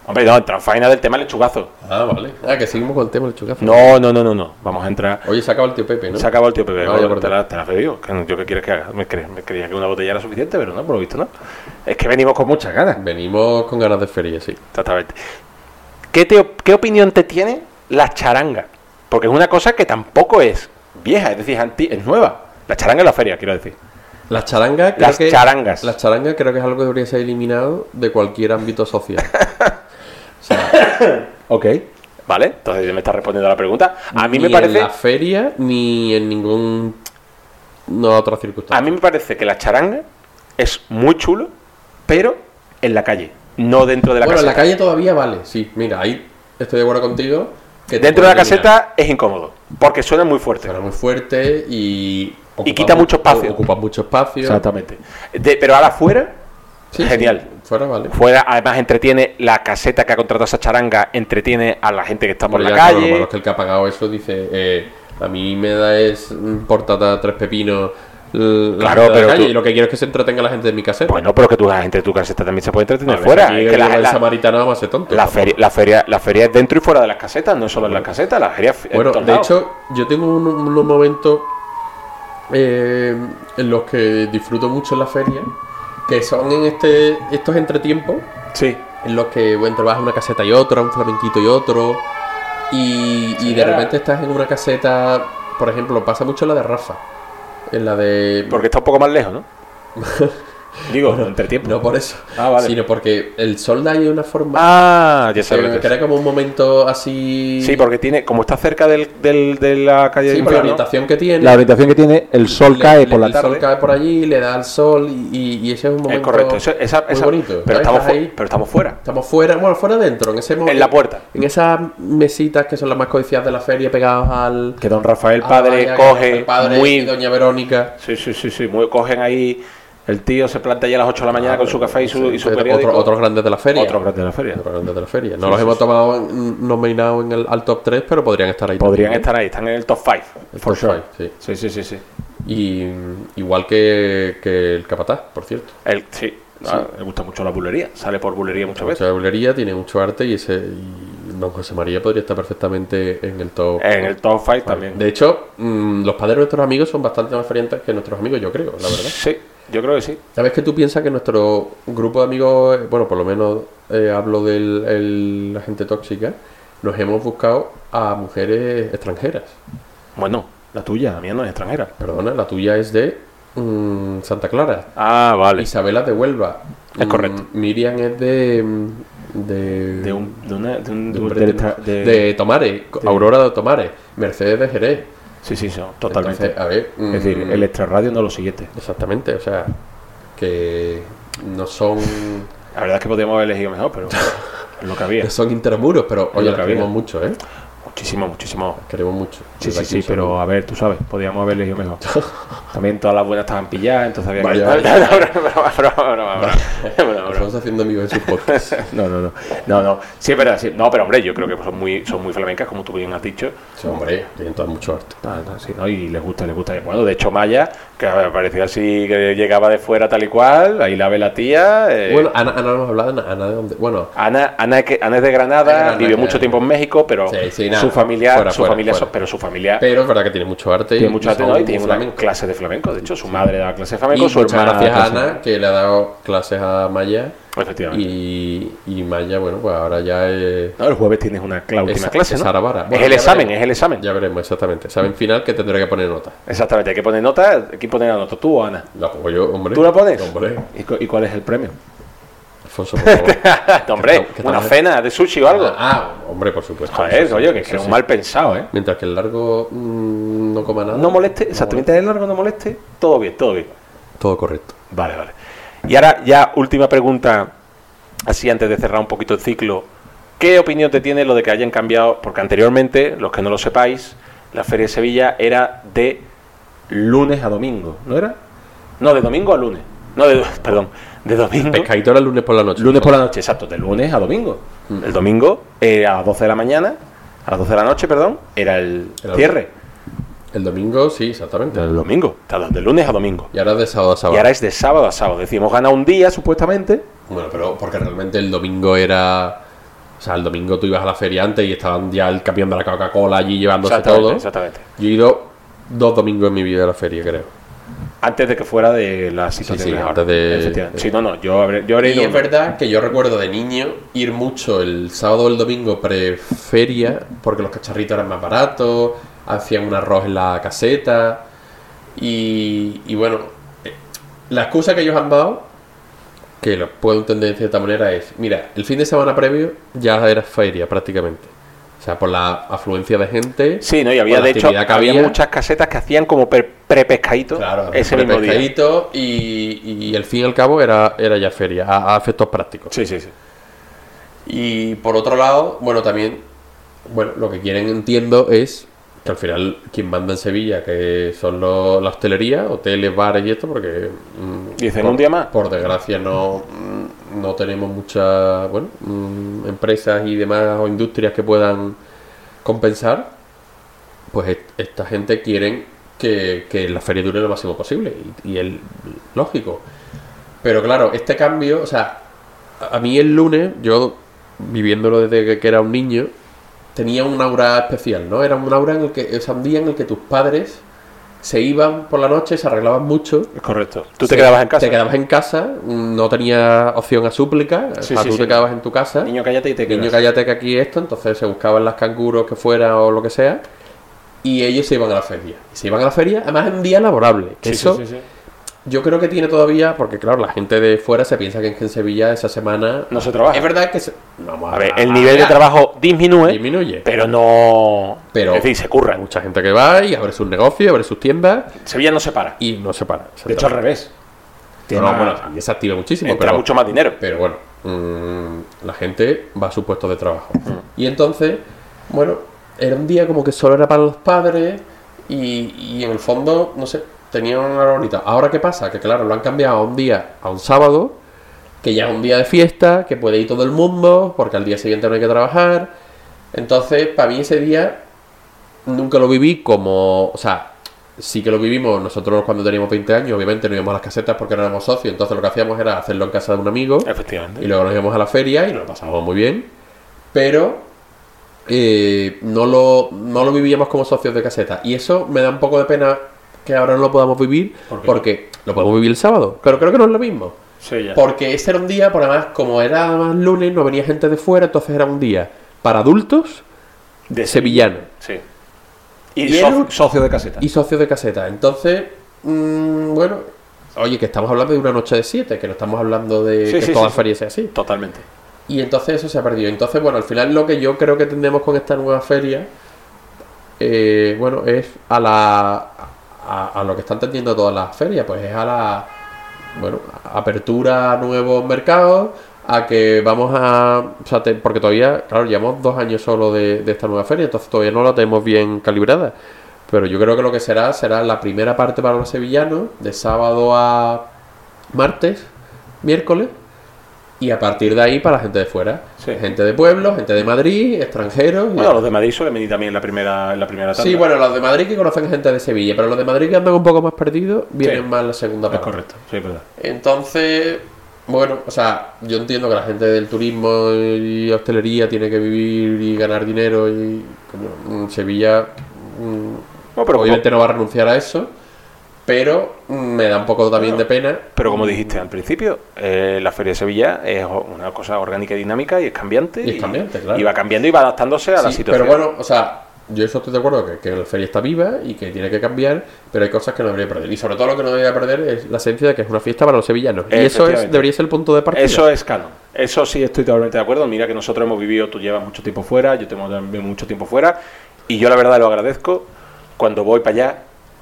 [SPEAKER 1] hombre, no, entrado en faena del tema lechugazo.
[SPEAKER 2] Ah, vale. Ah, que seguimos con el tema del chucazo.
[SPEAKER 1] No, no, no, no, no. Vamos a entrar.
[SPEAKER 2] Oye, se acaba el tío Pepe, ¿no?
[SPEAKER 1] Se acabó el tío Pepe.
[SPEAKER 2] Vaya
[SPEAKER 1] gordo,
[SPEAKER 2] por
[SPEAKER 1] te,
[SPEAKER 2] Dios.
[SPEAKER 1] la, te la has bebido. Que no- Yo qué quieres que haga. Me, cre- me creía que una botella era suficiente, pero no, por lo visto no. Es que venimos con muchas ganas.
[SPEAKER 2] Venimos con ganas de feria, sí.
[SPEAKER 1] Exactamente. ¿Qué, te op- ¿Qué opinión te tiene la charanga? Porque es una cosa que tampoco es vieja, es decir, es, anti- es nueva. La charanga es la feria, quiero decir.
[SPEAKER 2] Las charangas. creo
[SPEAKER 1] Las
[SPEAKER 2] que-
[SPEAKER 1] charangas.
[SPEAKER 2] Las charangas creo que es algo que debería ser eliminado de cualquier ámbito social. O sea,
[SPEAKER 1] Ok. ¿Vale? Entonces me está respondiendo a la pregunta. A mí
[SPEAKER 2] ni
[SPEAKER 1] me parece.
[SPEAKER 2] En la feria ni en ningún. No otra circunstancia.
[SPEAKER 1] A mí me parece que la charanga es muy chulo, pero en la calle, no dentro de la
[SPEAKER 2] bueno, en
[SPEAKER 1] caseta.
[SPEAKER 2] la calle todavía vale, sí. Mira, ahí estoy de acuerdo contigo. que te
[SPEAKER 1] Dentro de la
[SPEAKER 2] pueden eliminar.
[SPEAKER 1] caseta es incómodo, porque suena muy fuerte.
[SPEAKER 2] Suena muy fuerte y. ocupa
[SPEAKER 1] quita mucho espacio.
[SPEAKER 2] Ocupa mucho espacio.
[SPEAKER 1] Exactamente. De- pero ahora afuera,
[SPEAKER 2] Sí, sí,
[SPEAKER 1] genial.
[SPEAKER 2] fuera, vale.
[SPEAKER 1] Fuera, además, entretiene la caseta que ha contratado esa charanga, entretiene a la gente que está por
[SPEAKER 2] Hombre,
[SPEAKER 1] la
[SPEAKER 2] ya, claro, Lo malo
[SPEAKER 1] calle.
[SPEAKER 2] es que el que ha pagado eso dice, eh, a mí me da es mm, por tata tres pepinos. l- la
[SPEAKER 1] Claro,
[SPEAKER 2] gente de
[SPEAKER 1] pero
[SPEAKER 2] la calle,
[SPEAKER 1] tú-
[SPEAKER 2] y lo que quiero es que se entretenga la gente de mi caseta.
[SPEAKER 1] Bueno, pero que tú, la gente de tu caseta también se puede
[SPEAKER 2] A
[SPEAKER 1] entretener
[SPEAKER 2] ver,
[SPEAKER 1] fuera. Es
[SPEAKER 2] aquí
[SPEAKER 1] que
[SPEAKER 2] el
[SPEAKER 1] la,
[SPEAKER 2] buen
[SPEAKER 1] la-
[SPEAKER 2] samaritano va a ser tonto.
[SPEAKER 1] la feria, la, feria, la feria es dentro y fuera de las casetas, no solo en las casetas, la feria es en
[SPEAKER 2] Bueno,
[SPEAKER 1] todos
[SPEAKER 2] de
[SPEAKER 1] lados.
[SPEAKER 2] hecho, yo tengo un- unos momentos eh, en los que disfruto mucho en la feria, que son en este estos entretiempos
[SPEAKER 1] Sí.
[SPEAKER 2] en los que bueno, te vas a una caseta y otra, un flamenquito y otro, y, y de
[SPEAKER 1] Señora.
[SPEAKER 2] repente estás en una caseta, por ejemplo, pasa mucho en la de Rafa, en la de...
[SPEAKER 1] Porque está un poco más lejos, ¿no? Digo, entre tiempo.
[SPEAKER 2] No por eso,
[SPEAKER 1] Ah, vale.
[SPEAKER 2] sino porque el sol da ahí una forma... eh,
[SPEAKER 1] Ah, ya
[SPEAKER 2] que
[SPEAKER 1] sabes. lo
[SPEAKER 2] me
[SPEAKER 1] que es.
[SPEAKER 2] crea como un momento así...
[SPEAKER 1] Sí, porque tiene, como está cerca del, del- de la calle
[SPEAKER 2] Sí,
[SPEAKER 1] del
[SPEAKER 2] por la
[SPEAKER 1] infierno,
[SPEAKER 2] orientación que tiene.
[SPEAKER 1] la orientación que tiene, el sol
[SPEAKER 2] le-
[SPEAKER 1] cae
[SPEAKER 2] le-
[SPEAKER 1] por la
[SPEAKER 2] el
[SPEAKER 1] tarde.
[SPEAKER 2] sol cae por allí, le da el sol y, y- y ese es un
[SPEAKER 1] Es
[SPEAKER 2] momento
[SPEAKER 1] correcto. Eso- esa-
[SPEAKER 2] muy
[SPEAKER 1] esa-
[SPEAKER 2] bonito.
[SPEAKER 1] Pero
[SPEAKER 2] ¿sabes?
[SPEAKER 1] estamos,
[SPEAKER 2] Estás
[SPEAKER 1] fu-
[SPEAKER 2] ahí,
[SPEAKER 1] pero estamos fuera.
[SPEAKER 2] estamos fuera, bueno, fuera dentro, en ese momento.
[SPEAKER 1] En la puerta.
[SPEAKER 2] En esas mesitas que son las más codiciadas de la feria, pegadas al...
[SPEAKER 1] Ah, Que don Rafael
[SPEAKER 2] a la
[SPEAKER 1] Padre
[SPEAKER 2] valla, que
[SPEAKER 1] coge
[SPEAKER 2] el padre
[SPEAKER 1] muy
[SPEAKER 2] y doña Verónica.
[SPEAKER 1] Sí, sí, sí, sí. Muy, cogen ahí. El tío se planta ya a las 8 de la mañana con su café y su, y su
[SPEAKER 2] Otro-
[SPEAKER 1] periódico.
[SPEAKER 2] otros grandes de la feria.
[SPEAKER 1] Otros grandes de la feria.
[SPEAKER 2] Otros grandes de la feria. No los hemos tomado en- nominados en el, al top 3, pero podrían estar ahí.
[SPEAKER 1] Podrían
[SPEAKER 2] también, ¿eh?
[SPEAKER 1] estar ahí, están en el top 5.
[SPEAKER 2] El
[SPEAKER 1] For
[SPEAKER 2] top
[SPEAKER 1] sure.
[SPEAKER 2] five, sí.
[SPEAKER 1] Sí, sí, sí, sí.
[SPEAKER 2] Y mm, igual que, que el capataz, por cierto.
[SPEAKER 1] El, sí. Ah, me gusta mucho la bulería. Sale por bulería muchas veces.
[SPEAKER 2] Mucha bulería, tiene mucho arte y ese y don José María podría estar perfectamente en el top.
[SPEAKER 1] En el top 5 también.
[SPEAKER 2] De hecho, mm, los padres de nuestros amigos son bastante más frientes que nuestros amigos, yo creo, la verdad.
[SPEAKER 1] Sí, yo creo que sí.
[SPEAKER 2] ¿Sabes que tú piensas que nuestro grupo de amigos, eh, bueno, por lo menos eh, hablo de la gente tóxica, nos hemos buscado a mujeres extranjeras?
[SPEAKER 1] Bueno, la tuya, la mía no es extranjera.
[SPEAKER 2] Perdona, la tuya es de mm, Santa Clara,
[SPEAKER 1] Ah, vale.
[SPEAKER 2] Isabela de Huelva.
[SPEAKER 1] Es
[SPEAKER 2] Mm,
[SPEAKER 1] correcto.
[SPEAKER 2] Miriam es de... mm, De,
[SPEAKER 1] De un. De una. De un.
[SPEAKER 2] de,
[SPEAKER 1] De,
[SPEAKER 2] un
[SPEAKER 1] un- del
[SPEAKER 2] pretino.
[SPEAKER 1] tra- de-
[SPEAKER 2] De Tomares, Aurora de Tomares, Mercedes de Jerez.
[SPEAKER 1] Sí, sí, sí, totalmente.
[SPEAKER 2] Entonces, a ver, mm,
[SPEAKER 1] es decir, el extrarradio no lo siguiente.
[SPEAKER 2] Exactamente, o sea, que no son,
[SPEAKER 1] La verdad es que podríamos haber elegido mejor, pero es lo que había.
[SPEAKER 2] no son intramuros, pero
[SPEAKER 1] lo
[SPEAKER 2] oye, las
[SPEAKER 1] que había.
[SPEAKER 2] queremos mucho, ¿eh?
[SPEAKER 1] Muchísimo, muchísimo.
[SPEAKER 2] Las Queremos mucho.
[SPEAKER 1] Sí,
[SPEAKER 2] Desde
[SPEAKER 1] sí,
[SPEAKER 2] aquí
[SPEAKER 1] sí,
[SPEAKER 2] un
[SPEAKER 1] pero
[SPEAKER 2] saludo.
[SPEAKER 1] a ver, tú sabes, podíamos haber elegido mejor. También todas las buenas estaban pilladas, entonces había que...
[SPEAKER 2] Vaya.
[SPEAKER 1] No, no, no, broma, broma, broma, broma, broma, broma.
[SPEAKER 2] Alfonso haciendo amigos en sus podcasts.
[SPEAKER 1] No, no, no. No, no. Sí, es verdad. sí. No, pero hombre, yo creo que son muy, son muy flamencas, como tú bien has dicho.
[SPEAKER 2] Sí, hombre, tienen todas mucho arte.
[SPEAKER 1] No, no, sí, no, y les gusta, les gusta. Bueno, de hecho, Maya, que me parecía así, que llegaba de fuera tal y cual, ahí la ve la tía. eh,
[SPEAKER 2] Bueno, Ana, Ana no hemos hablado, Ana, Ana de dónde. Bueno,
[SPEAKER 1] Ana, Ana, es que- Ana es de Granada,
[SPEAKER 2] De Granada,
[SPEAKER 1] vivió
[SPEAKER 2] claro.
[SPEAKER 1] mucho tiempo en México, pero
[SPEAKER 2] Sí, sí, nada.
[SPEAKER 1] su familia,
[SPEAKER 2] Fuera,
[SPEAKER 1] su
[SPEAKER 2] fuera,
[SPEAKER 1] familia,
[SPEAKER 2] fuera.
[SPEAKER 1] so- pero su familia
[SPEAKER 2] pero es verdad que tiene mucho arte.
[SPEAKER 1] tiene mucho arte, ¿no? Y
[SPEAKER 2] son
[SPEAKER 1] tiene
[SPEAKER 2] muy
[SPEAKER 1] una
[SPEAKER 2] flamencos.
[SPEAKER 1] clase de flamenco. De hecho, su madre daba clases de
[SPEAKER 2] Y
[SPEAKER 1] flamenco, su
[SPEAKER 2] muchas
[SPEAKER 1] hermana.
[SPEAKER 2] gracias a
[SPEAKER 1] daba clases-
[SPEAKER 2] Ana, que le ha dado clases a Maya.
[SPEAKER 1] Efectivamente.
[SPEAKER 2] Y, y Maya, bueno, pues ahora ya es.
[SPEAKER 1] No, el jueves tienes una la última
[SPEAKER 2] Esa-
[SPEAKER 1] clase,
[SPEAKER 2] esa
[SPEAKER 1] ¿no?
[SPEAKER 2] era vara. Bueno,
[SPEAKER 1] es el
[SPEAKER 2] ya
[SPEAKER 1] examen,
[SPEAKER 2] veremos.
[SPEAKER 1] es el examen.
[SPEAKER 2] Ya veremos, exactamente. Saben final que tendré que poner nota.
[SPEAKER 1] Exactamente, hay que poner nota, hay que poner la nota tú o Ana.
[SPEAKER 2] La pongo yo, hombre.
[SPEAKER 1] ¿Tú la pones?
[SPEAKER 2] Hombre.
[SPEAKER 1] ¿Y, cu- y cuál es el premio?
[SPEAKER 2] Alfonso, por favor.
[SPEAKER 1] Hombre,
[SPEAKER 2] ¿Qué tal?
[SPEAKER 1] una cena de sushi o algo.
[SPEAKER 2] Ah, hombre, por supuesto.
[SPEAKER 1] Joder,
[SPEAKER 2] Eso sí,
[SPEAKER 1] oye, que
[SPEAKER 2] eso
[SPEAKER 1] es un
[SPEAKER 2] sí.
[SPEAKER 1] mal pensado, ¿eh?
[SPEAKER 2] Mientras que el largo mm, no coma nada.
[SPEAKER 1] No moleste, exactamente el largo, no moleste. Todo bien, todo bien.
[SPEAKER 2] Todo correcto.
[SPEAKER 1] Vale, vale. Y ahora ya última pregunta, así antes de cerrar un poquito el ciclo. ¿Qué opinión te tiene lo de que hayan cambiado? Porque anteriormente, los que no lo sepáis, la Feria de Sevilla era de lunes a domingo, ¿no era? No, de domingo a lunes. No, de, perdón, de domingo.
[SPEAKER 2] Pescadito era el lunes por la noche.
[SPEAKER 1] Lunes por la noche, exacto, de lunes a domingo.
[SPEAKER 2] Mm.
[SPEAKER 1] El domingo eh, a las 12 de la mañana, a las 12 de la noche, perdón, era el
[SPEAKER 2] Era el-
[SPEAKER 1] cierre.
[SPEAKER 2] El domingo, sí, exactamente.
[SPEAKER 1] Del domingo, de de lunes a domingo.
[SPEAKER 2] Y ahora es de sábado a sábado.
[SPEAKER 1] Y ahora es de sábado a sábado. Decimos, gana un día, supuestamente,
[SPEAKER 2] Bueno, pero porque realmente el domingo era. O sea, el domingo tú ibas a la feria antes y estaban ya el camión de la Coca-Cola allí llevándose
[SPEAKER 1] Exactamente,
[SPEAKER 2] todo.
[SPEAKER 1] exactamente.
[SPEAKER 2] Yo he ido dos domingos en mi vida a la feria, creo.
[SPEAKER 1] Antes de que fuera de la situación
[SPEAKER 2] sí,
[SPEAKER 1] que es ahora.
[SPEAKER 2] antes de-
[SPEAKER 1] Efectivamente. Sí, no, no, yo habré, yo habré
[SPEAKER 2] Y
[SPEAKER 1] ido
[SPEAKER 2] es
[SPEAKER 1] uno.
[SPEAKER 2] verdad que yo recuerdo de niño ir mucho el sábado o el domingo preferia, porque los cacharritos eran más baratos, hacían un arroz en la caseta. Y, y bueno, eh, la excusa que ellos han dado, que lo puedo entender de cierta manera, es: mira, el fin de semana previo ya era feria prácticamente. O sea, por la afluencia de gente.
[SPEAKER 1] Sí, no, y
[SPEAKER 2] por
[SPEAKER 1] había
[SPEAKER 2] la
[SPEAKER 1] de hecho
[SPEAKER 2] actividad que
[SPEAKER 1] había muchas casetas que hacían como pre- prepescadito
[SPEAKER 2] Claro,
[SPEAKER 1] ese mismo día.
[SPEAKER 2] pescadito Y, y al fin y al cabo era, era ya feria, a, a efectos prácticos.
[SPEAKER 1] Sí, sí, sí.
[SPEAKER 2] Y por otro lado, bueno, también, bueno, lo que quieren, entiendo, es que al final quien manda en Sevilla, que son los- la hostelería, hoteles, bares y esto, porque... mm,
[SPEAKER 1] Dicen,
[SPEAKER 2] por-
[SPEAKER 1] "Un día más".
[SPEAKER 2] Por desgracia no, mm, no tenemos muchas, bueno, mm, empresas y demás o industrias que puedan compensar, pues est- esta gente quieren que, que la feria dure lo máximo posible. Y, y es lógico. Pero claro, este cambio, o sea, a a mí el lunes, yo viviéndolo desde que, que era un niño, tenía un aura especial, ¿no? Era un aura en el que, o sea, un día en el que tus padres se iban por la noche, se arreglaban mucho.
[SPEAKER 1] Es correcto. Tú te
[SPEAKER 2] Se-
[SPEAKER 1] quedabas en casa.
[SPEAKER 2] Te quedabas en casa, no tenía opción a súplica,
[SPEAKER 1] Sí,
[SPEAKER 2] o sea,
[SPEAKER 1] sí,
[SPEAKER 2] tú
[SPEAKER 1] sí.
[SPEAKER 2] te quedabas en tu casa.
[SPEAKER 1] Niño, cállate y te quedas.
[SPEAKER 2] Niño, cállate que aquí esto. Entonces se buscaban las canguros que fuera o lo que sea. Y ellos se iban a la feria. Se iban a la feria, además en un día laborable. que
[SPEAKER 1] Sí, sí,
[SPEAKER 2] eso
[SPEAKER 1] sí, sí.
[SPEAKER 2] yo creo que tiene todavía, porque claro, la gente de fuera se piensa que en- que en Sevilla esa semana.
[SPEAKER 1] No se trabaja.
[SPEAKER 2] Es verdad que. se- no, vamos
[SPEAKER 1] A ver,
[SPEAKER 2] a-
[SPEAKER 1] el nivel de
[SPEAKER 2] a-
[SPEAKER 1] trabajo disminuye,
[SPEAKER 2] Disminuye.
[SPEAKER 1] pero no...
[SPEAKER 2] Pero-
[SPEAKER 1] es decir, se
[SPEAKER 2] Hay
[SPEAKER 1] curra.
[SPEAKER 2] mucha gente que va y abre sus negocios, abre sus tiendas
[SPEAKER 1] Sevilla no se para.
[SPEAKER 2] y no se para.
[SPEAKER 1] De hecho, al revés.
[SPEAKER 2] No,
[SPEAKER 1] Tiene-
[SPEAKER 2] bueno, también se activa muchísimo.
[SPEAKER 1] entra
[SPEAKER 2] pero-
[SPEAKER 1] mucho más dinero.
[SPEAKER 2] Pero bueno, mm, la gente va a su puesto de trabajo. Y entonces, bueno, era un día como que solo era para los padres y, y en el fondo, no sé, tenía una hora bonita. Ahora, ¿qué pasa? Que claro, lo han cambiado a un día, a un sábado, que ya es un día de fiesta, que puede ir todo el mundo, porque al día siguiente no hay que trabajar. Entonces, para mí ese día nunca lo viví como, o sea, sí que lo vivimos nosotros cuando teníamos 20 años, obviamente no íbamos a las casetas porque no éramos socios, entonces lo que hacíamos era hacerlo en casa de un amigo
[SPEAKER 1] Efectivamente.
[SPEAKER 2] y luego nos íbamos a la feria y nos lo pasábamos muy bien, pero eh, no, lo, no lo vivíamos como socios de caseta y eso me da un poco de pena que ahora no lo podamos vivir
[SPEAKER 1] ¿Por qué?
[SPEAKER 2] porque lo podemos vivir el sábado, pero creo que no es lo mismo.
[SPEAKER 1] Sí, ya.
[SPEAKER 2] Porque ese era un día, por además, como era además lunes, no venía gente de fuera, entonces era un día para adultos
[SPEAKER 1] De
[SPEAKER 2] sevillanos.
[SPEAKER 1] Sí. Y,
[SPEAKER 2] Y
[SPEAKER 1] so-
[SPEAKER 2] era un-
[SPEAKER 1] socio de caseta.
[SPEAKER 2] Y socios de caseta. Entonces, mm, bueno, oye, que estamos hablando de una noche de siete, que no estamos hablando de
[SPEAKER 1] Sí,
[SPEAKER 2] que
[SPEAKER 1] sí,
[SPEAKER 2] toda
[SPEAKER 1] sí, sí.
[SPEAKER 2] feria sea así.
[SPEAKER 1] Totalmente.
[SPEAKER 2] Y entonces eso se ha perdido. Entonces, bueno, al final lo que yo creo que tendremos con esta nueva feria, eh, bueno, es a la a, a lo que están tendiendo todas las ferias, pues es a la bueno, apertura a nuevos mercados, a que vamos a... o sea, te- porque todavía, claro, llevamos dos años solo de, de esta nueva feria, entonces todavía no la tenemos bien calibrada. Pero yo creo que lo que será será la primera parte para los sevillanos, de sábado a martes, miércoles, Y a partir de ahí para la gente de fuera.
[SPEAKER 1] Sí.
[SPEAKER 2] Gente de pueblo, gente de Madrid, extranjeros. y-
[SPEAKER 1] Bueno, los de Madrid suelen venir también en la primera, en la primera tanda.
[SPEAKER 2] Sí, bueno, los de Madrid que conocen gente de Sevilla, pero los de Madrid que andan un poco más perdidos vienen
[SPEAKER 1] Sí.
[SPEAKER 2] más en la segunda
[SPEAKER 1] Es
[SPEAKER 2] parte.
[SPEAKER 1] correcto, sí, es verdad.
[SPEAKER 2] Entonces, bueno, o sea, yo entiendo que la gente del turismo y hostelería tiene que vivir y ganar dinero y coño, mm, Sevilla mm,
[SPEAKER 1] No, pero, como,
[SPEAKER 2] obviamente no va a renunciar a eso, pero mm, me da un poco también de pena.
[SPEAKER 1] pero como dijiste al principio, eh, la Feria de Sevilla es o- una cosa orgánica y dinámica y es cambiante.
[SPEAKER 2] Y es cambiante, claro.
[SPEAKER 1] y va cambiando y va adaptándose a la
[SPEAKER 2] Sí,
[SPEAKER 1] situación.
[SPEAKER 2] Pero bueno, o sea, yo eso estoy de acuerdo que, que la feria está viva y que tiene que cambiar, pero hay cosas que no debería perder. Y sobre todo lo que no debería perder es la esencia de que es una fiesta para los sevillanos. Y eso es,
[SPEAKER 1] Efectivamente.
[SPEAKER 2] debería ser el punto de partida.
[SPEAKER 1] Eso es canon. Eso sí estoy totalmente de acuerdo. Mira que nosotros hemos vivido, tú llevas mucho tiempo fuera, yo tengo también mucho tiempo fuera, y yo la verdad lo agradezco cuando voy para allá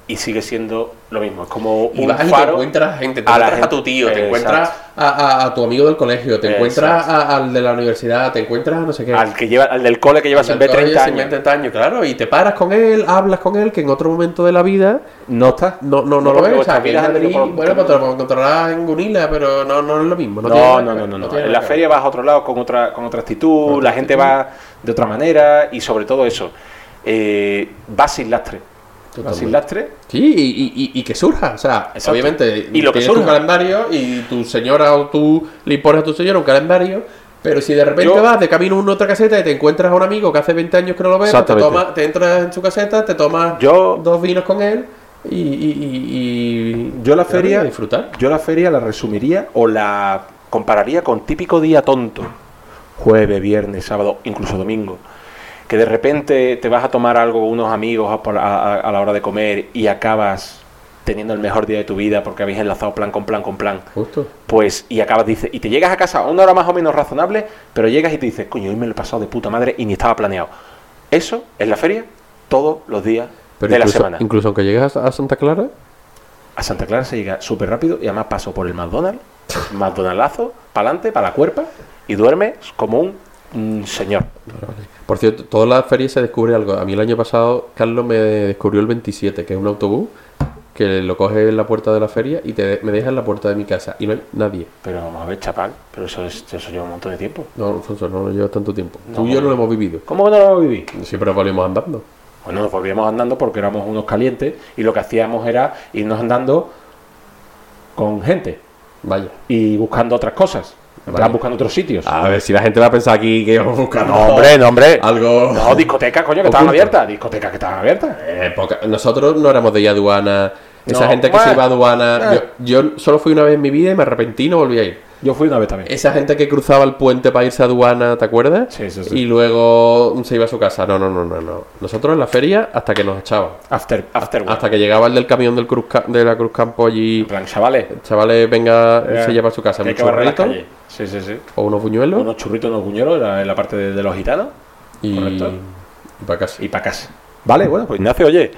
[SPEAKER 1] y sigue siendo lo mismo. Es como
[SPEAKER 2] Y
[SPEAKER 1] un
[SPEAKER 2] vas y te
[SPEAKER 1] faro
[SPEAKER 2] encuentras gente, te
[SPEAKER 1] a la
[SPEAKER 2] encuentras a
[SPEAKER 1] gente.
[SPEAKER 2] tu tío, te
[SPEAKER 1] Exacto.
[SPEAKER 2] encuentras a, a- a tu amigo del colegio, te encuentras a- al de la universidad, te encuentras a no sé
[SPEAKER 5] Eh,
[SPEAKER 2] qué.
[SPEAKER 1] al que lleva, al del cole que lleva sin ver 30
[SPEAKER 2] Entonces,
[SPEAKER 1] años.
[SPEAKER 2] sin ver 30 años, claro, y te paras con él, hablas con él, que en otro momento de la vida
[SPEAKER 5] No está.
[SPEAKER 2] no, no,
[SPEAKER 1] No,
[SPEAKER 2] no, lo
[SPEAKER 1] porque
[SPEAKER 2] ves. O
[SPEAKER 1] vuestra
[SPEAKER 2] sea, que en
[SPEAKER 1] vida es
[SPEAKER 2] Madrid,
[SPEAKER 1] de lo-
[SPEAKER 2] bueno, pues te lo encontrarás en Gunila, pero no, no es lo mismo. No, tiene
[SPEAKER 1] No,
[SPEAKER 2] nada
[SPEAKER 1] no,
[SPEAKER 2] que
[SPEAKER 1] no,
[SPEAKER 2] ver,
[SPEAKER 1] no, no.
[SPEAKER 2] tiene
[SPEAKER 1] En
[SPEAKER 2] nada
[SPEAKER 1] la
[SPEAKER 2] que
[SPEAKER 1] feria
[SPEAKER 2] ver.
[SPEAKER 1] vas a otro lado con otra, con otra actitud,
[SPEAKER 2] Con otra
[SPEAKER 1] la gente
[SPEAKER 2] actitud.
[SPEAKER 1] va de otra manera y sobre todo eso, eh, vas sin lastre. Vas
[SPEAKER 2] Totalmente.
[SPEAKER 1] sin lastre
[SPEAKER 2] Sí, y, y- y- y que surja, o sea,
[SPEAKER 1] Exacto.
[SPEAKER 2] obviamente
[SPEAKER 1] Y lo que
[SPEAKER 2] tienes tu
[SPEAKER 1] surja.
[SPEAKER 2] calendario y tu señora o tú le impones a tu señora un calendario, pero si de repente
[SPEAKER 1] Yo-
[SPEAKER 2] vas de camino a una otra caseta y te encuentras a un amigo que hace 20 años que no lo ves, pues te,
[SPEAKER 5] Exactamente.
[SPEAKER 2] tomas- te entras en su caseta, te tomas
[SPEAKER 1] Yo-
[SPEAKER 2] dos vinos con él y... y- y- y-
[SPEAKER 5] Yo la
[SPEAKER 2] y
[SPEAKER 5] feria-
[SPEAKER 2] a disfrutar.
[SPEAKER 5] Yo la feria la resumiría.
[SPEAKER 1] o la compararía con típico día tonto, jueves, viernes, sábado, incluso domingo, que de repente te vas a tomar algo con unos amigos a, por- a- a- a la hora de comer y acabas teniendo el mejor día de tu vida porque habéis enlazado plan con plan con plan,
[SPEAKER 2] Justo.
[SPEAKER 1] pues y acabas dice y te llegas a casa a una hora más o menos razonable, pero llegas y te dices, coño, hoy me lo he pasado de puta madre y ni estaba planeado. Eso en la feria todos los días
[SPEAKER 2] Pero
[SPEAKER 1] de
[SPEAKER 2] incluso,
[SPEAKER 1] la semana.
[SPEAKER 2] Incluso aunque llegas a Santa Clara,
[SPEAKER 1] A Santa Clara se llega súper rápido y además paso por el McDonald's, McDonald'azo, para adelante, para la cuerpa y duerme como un, mm, señor.
[SPEAKER 2] Por cierto, toda la feria se descubre algo. A mí el año pasado Carlos me descubrió el 27, que es un autobús que lo coge en la puerta de la feria y te de- me deja en la puerta de mi casa y no hay nadie.
[SPEAKER 1] Pero vamos a ver, chaval, pero eso, es- eso lleva un montón de tiempo.
[SPEAKER 2] No, Alfonso, no lo llevas tanto tiempo. Tú
[SPEAKER 1] No.
[SPEAKER 2] y yo no lo hemos vivido.
[SPEAKER 1] ¿Cómo que no lo viví?
[SPEAKER 2] Siempre nos volvemos andando.
[SPEAKER 1] Bueno, nos volvíamos andando porque éramos unos calientes y lo que hacíamos era irnos andando con gente
[SPEAKER 2] Vaya.
[SPEAKER 1] y buscando otras cosas. En plan,
[SPEAKER 2] Vale. Ah,
[SPEAKER 1] buscando otros sitios.
[SPEAKER 2] A ver, si la gente va a pensar aquí que vamos buscando
[SPEAKER 1] no, hombre.
[SPEAKER 2] algo...
[SPEAKER 1] Ah, No, discotecas, coño, que estaban
[SPEAKER 2] Oculto.
[SPEAKER 1] abiertas. Discotecas que estaban abiertas.
[SPEAKER 2] Eh, poca- Nosotros no éramos de ir a aduana. Esa
[SPEAKER 1] No,
[SPEAKER 2] gente que se
[SPEAKER 1] bueno. Eh.
[SPEAKER 2] iba a aduana... Yo, yo solo fui una vez en mi vida y me arrepentí y no volví a ir.
[SPEAKER 5] Yo fui una vez también.
[SPEAKER 2] Esa gente que cruzaba el puente para irse a aduana, ¿te acuerdas?
[SPEAKER 1] Sí, sí, sí.
[SPEAKER 2] Y luego se iba a su casa. No, no, no, no, no. Nosotros en la feria hasta que nos echaban.
[SPEAKER 1] After, after work.
[SPEAKER 2] Hasta que llegaba el del camión del Cruz Ca- de la Cruz Campo allí.
[SPEAKER 1] En plan, chavales.
[SPEAKER 2] Chavales, venga, se
[SPEAKER 1] Eh,
[SPEAKER 2] lleva a su casa
[SPEAKER 1] que
[SPEAKER 2] un
[SPEAKER 1] hay que barrer las
[SPEAKER 2] churrito
[SPEAKER 1] calles. Sí, sí, sí.
[SPEAKER 2] o unos buñuelos
[SPEAKER 1] Unos churritos, unos buñuelos en la, en la parte de, de los gitanos
[SPEAKER 2] y,
[SPEAKER 1] correcto.
[SPEAKER 2] y para casa.
[SPEAKER 1] y para casa. Vale, bueno, pues Ignacio, oye,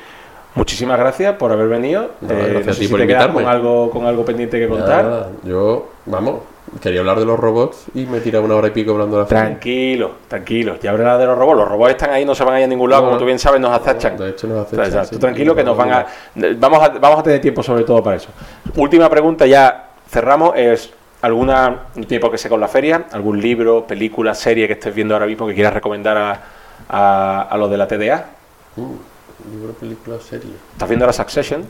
[SPEAKER 1] muchísimas gracias por haber venido.
[SPEAKER 2] Nada,
[SPEAKER 1] Eh,
[SPEAKER 2] gracias
[SPEAKER 1] no
[SPEAKER 2] a
[SPEAKER 1] sé
[SPEAKER 2] ti
[SPEAKER 1] si
[SPEAKER 2] por
[SPEAKER 1] te quedas
[SPEAKER 2] invitarme.
[SPEAKER 1] con algo, con algo pendiente que contar.
[SPEAKER 2] Nada, yo, vamos, quería hablar de los robots y me he tirado una hora y pico hablando de la feria.
[SPEAKER 1] Tranquilo, tranquilo. Ya hablará de los robots. Los robots están ahí, no se van a ir a ningún lado,
[SPEAKER 2] No,
[SPEAKER 1] como
[SPEAKER 2] no.
[SPEAKER 1] tú bien sabes, nos acechan.
[SPEAKER 2] De hecho, nos
[SPEAKER 1] O sea,
[SPEAKER 2] acechan,
[SPEAKER 1] o sea,
[SPEAKER 2] sí.
[SPEAKER 1] tú tranquilo que nos van a, vamos a vamos a tener tiempo sobre todo para eso. Última pregunta ya cerramos es alguna no tiene por qué ser con la feria, algún libro, película, serie que estés viendo ahora mismo que quieras recomendar a, a, a los de la TDA.
[SPEAKER 2] Uh, libro, película, serie.
[SPEAKER 1] Estás viendo la Succession,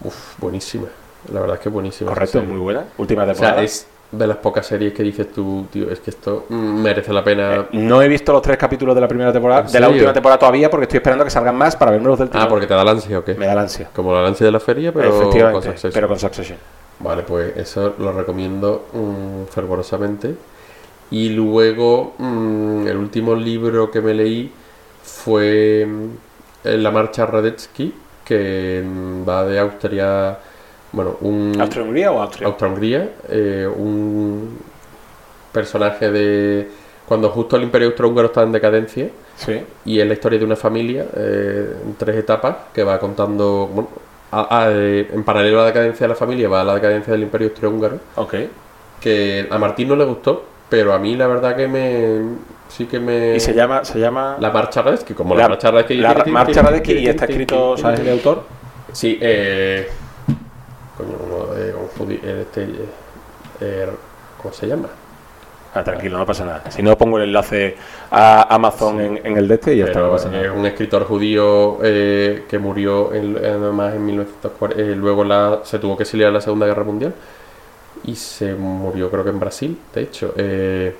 [SPEAKER 2] Uf, buenísima. La verdad es que buenísima. esa
[SPEAKER 1] correcto,
[SPEAKER 2] serie.
[SPEAKER 1] muy buena. Última
[SPEAKER 2] O sea,
[SPEAKER 1] temporada.
[SPEAKER 2] es de las pocas series que dices tú, tío, es que esto mm, merece la pena.
[SPEAKER 1] Eh, No he visto los tres capítulos de la primera temporada,
[SPEAKER 2] ¿En
[SPEAKER 1] de la
[SPEAKER 2] serio?
[SPEAKER 1] última temporada todavía, porque estoy esperando que salgan más para verme los del
[SPEAKER 2] Ah,
[SPEAKER 1] tirón.
[SPEAKER 2] porque te da el ansia o qué?
[SPEAKER 1] me da la ansia.
[SPEAKER 2] Como la ansia de la feria, pero con
[SPEAKER 1] Efectivamente,
[SPEAKER 2] Succession.
[SPEAKER 1] pero con Succession.
[SPEAKER 2] Vale, pues eso lo recomiendo mm, fervorosamente. Y luego, mm, el último libro que me leí fue mm, La Marcha Radetzky, que mm, va de Austria. Bueno, un.
[SPEAKER 1] ¿Austria-Hungría o Austria?
[SPEAKER 2] Austria-Hungría, eh, un personaje de cuando justo el imperio austrohúngaro está en decadencia
[SPEAKER 1] Sí.
[SPEAKER 2] y es la historia de una familia eh, en tres etapas que va contando, bueno, a- a- eh, en paralelo a la decadencia de la familia va la decadencia del imperio austrohúngaro,
[SPEAKER 1] Ok.
[SPEAKER 2] Eh, que a Martín no le gustó, pero a mí la verdad que me... sí que me...
[SPEAKER 1] Y se llama se llama
[SPEAKER 2] La marcha Radetzky, como la, marcha Radetzky...
[SPEAKER 1] la marcha Radetzky y está escrito, ¿sabes el autor?
[SPEAKER 2] Sí, eh. Coño, uno de un judío. Este, eh, eh, ¿Cómo eh, er, se llama?
[SPEAKER 1] Ah, tranquilo, no pasa nada. Si no, pongo el enlace a Amazon en, en el de este y ya está, no
[SPEAKER 2] Pero eh,
[SPEAKER 1] pasa
[SPEAKER 2] es
[SPEAKER 1] nada.
[SPEAKER 2] un escritor judío eh, que murió en, además en 1940, eh, luego la- se tuvo que exiliar en la Segunda Guerra Mundial y se murió creo que en Brasil, de hecho. Eh,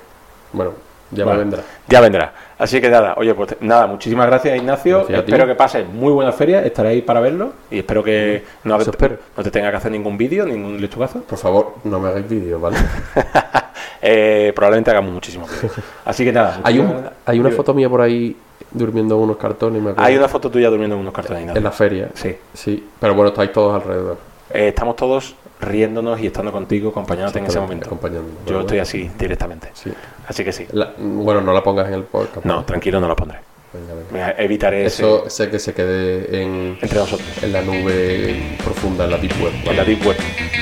[SPEAKER 2] bueno, ya
[SPEAKER 6] Vale.
[SPEAKER 2] me vendrá.
[SPEAKER 1] Ya vendrá. Así que nada, oye, pues nada, muchísimas gracias, Ignacio.
[SPEAKER 2] Gracias a ti.
[SPEAKER 1] espero que pases muy buena feria, estaré ahí para verlo y espero que no,
[SPEAKER 2] eso espero.
[SPEAKER 1] no te tenga que hacer ningún vídeo, ningún lechugazo.
[SPEAKER 2] Por favor, no me hagáis vídeos, ¿vale?
[SPEAKER 1] Eh, probablemente hagamos muchísimo. vídeo. Así que nada.
[SPEAKER 2] hay, un-
[SPEAKER 1] muchísimas-
[SPEAKER 2] hay una
[SPEAKER 1] Dime.
[SPEAKER 2] foto mía por ahí durmiendo en unos cartones, me acuerdo.
[SPEAKER 1] Hay una foto tuya durmiendo en unos cartones. Ignacio.
[SPEAKER 2] en la feria.
[SPEAKER 1] Sí.
[SPEAKER 2] Sí, pero bueno, estáis todos alrededor.
[SPEAKER 1] Eh, estamos todos riéndonos y estando contigo, acompañándote en ese momento.
[SPEAKER 2] Acompañándonos.
[SPEAKER 1] Yo estoy así directamente.
[SPEAKER 2] Sí.
[SPEAKER 1] Así que sí.
[SPEAKER 2] La- bueno, no la pongas en el podcast. pues,
[SPEAKER 1] No, tranquilo, no lo pondré.
[SPEAKER 2] Venga, venga.
[SPEAKER 1] Me evitaré
[SPEAKER 2] Eso sé que se quede en,
[SPEAKER 1] ese- entre nosotros.
[SPEAKER 2] en la nube profunda, en la deep web.
[SPEAKER 1] En la Deep Web,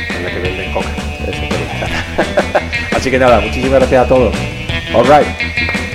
[SPEAKER 1] en la que pues, venden coca.
[SPEAKER 2] Eso, pero-
[SPEAKER 1] Así que nada, muchísimas gracias a todos. All right.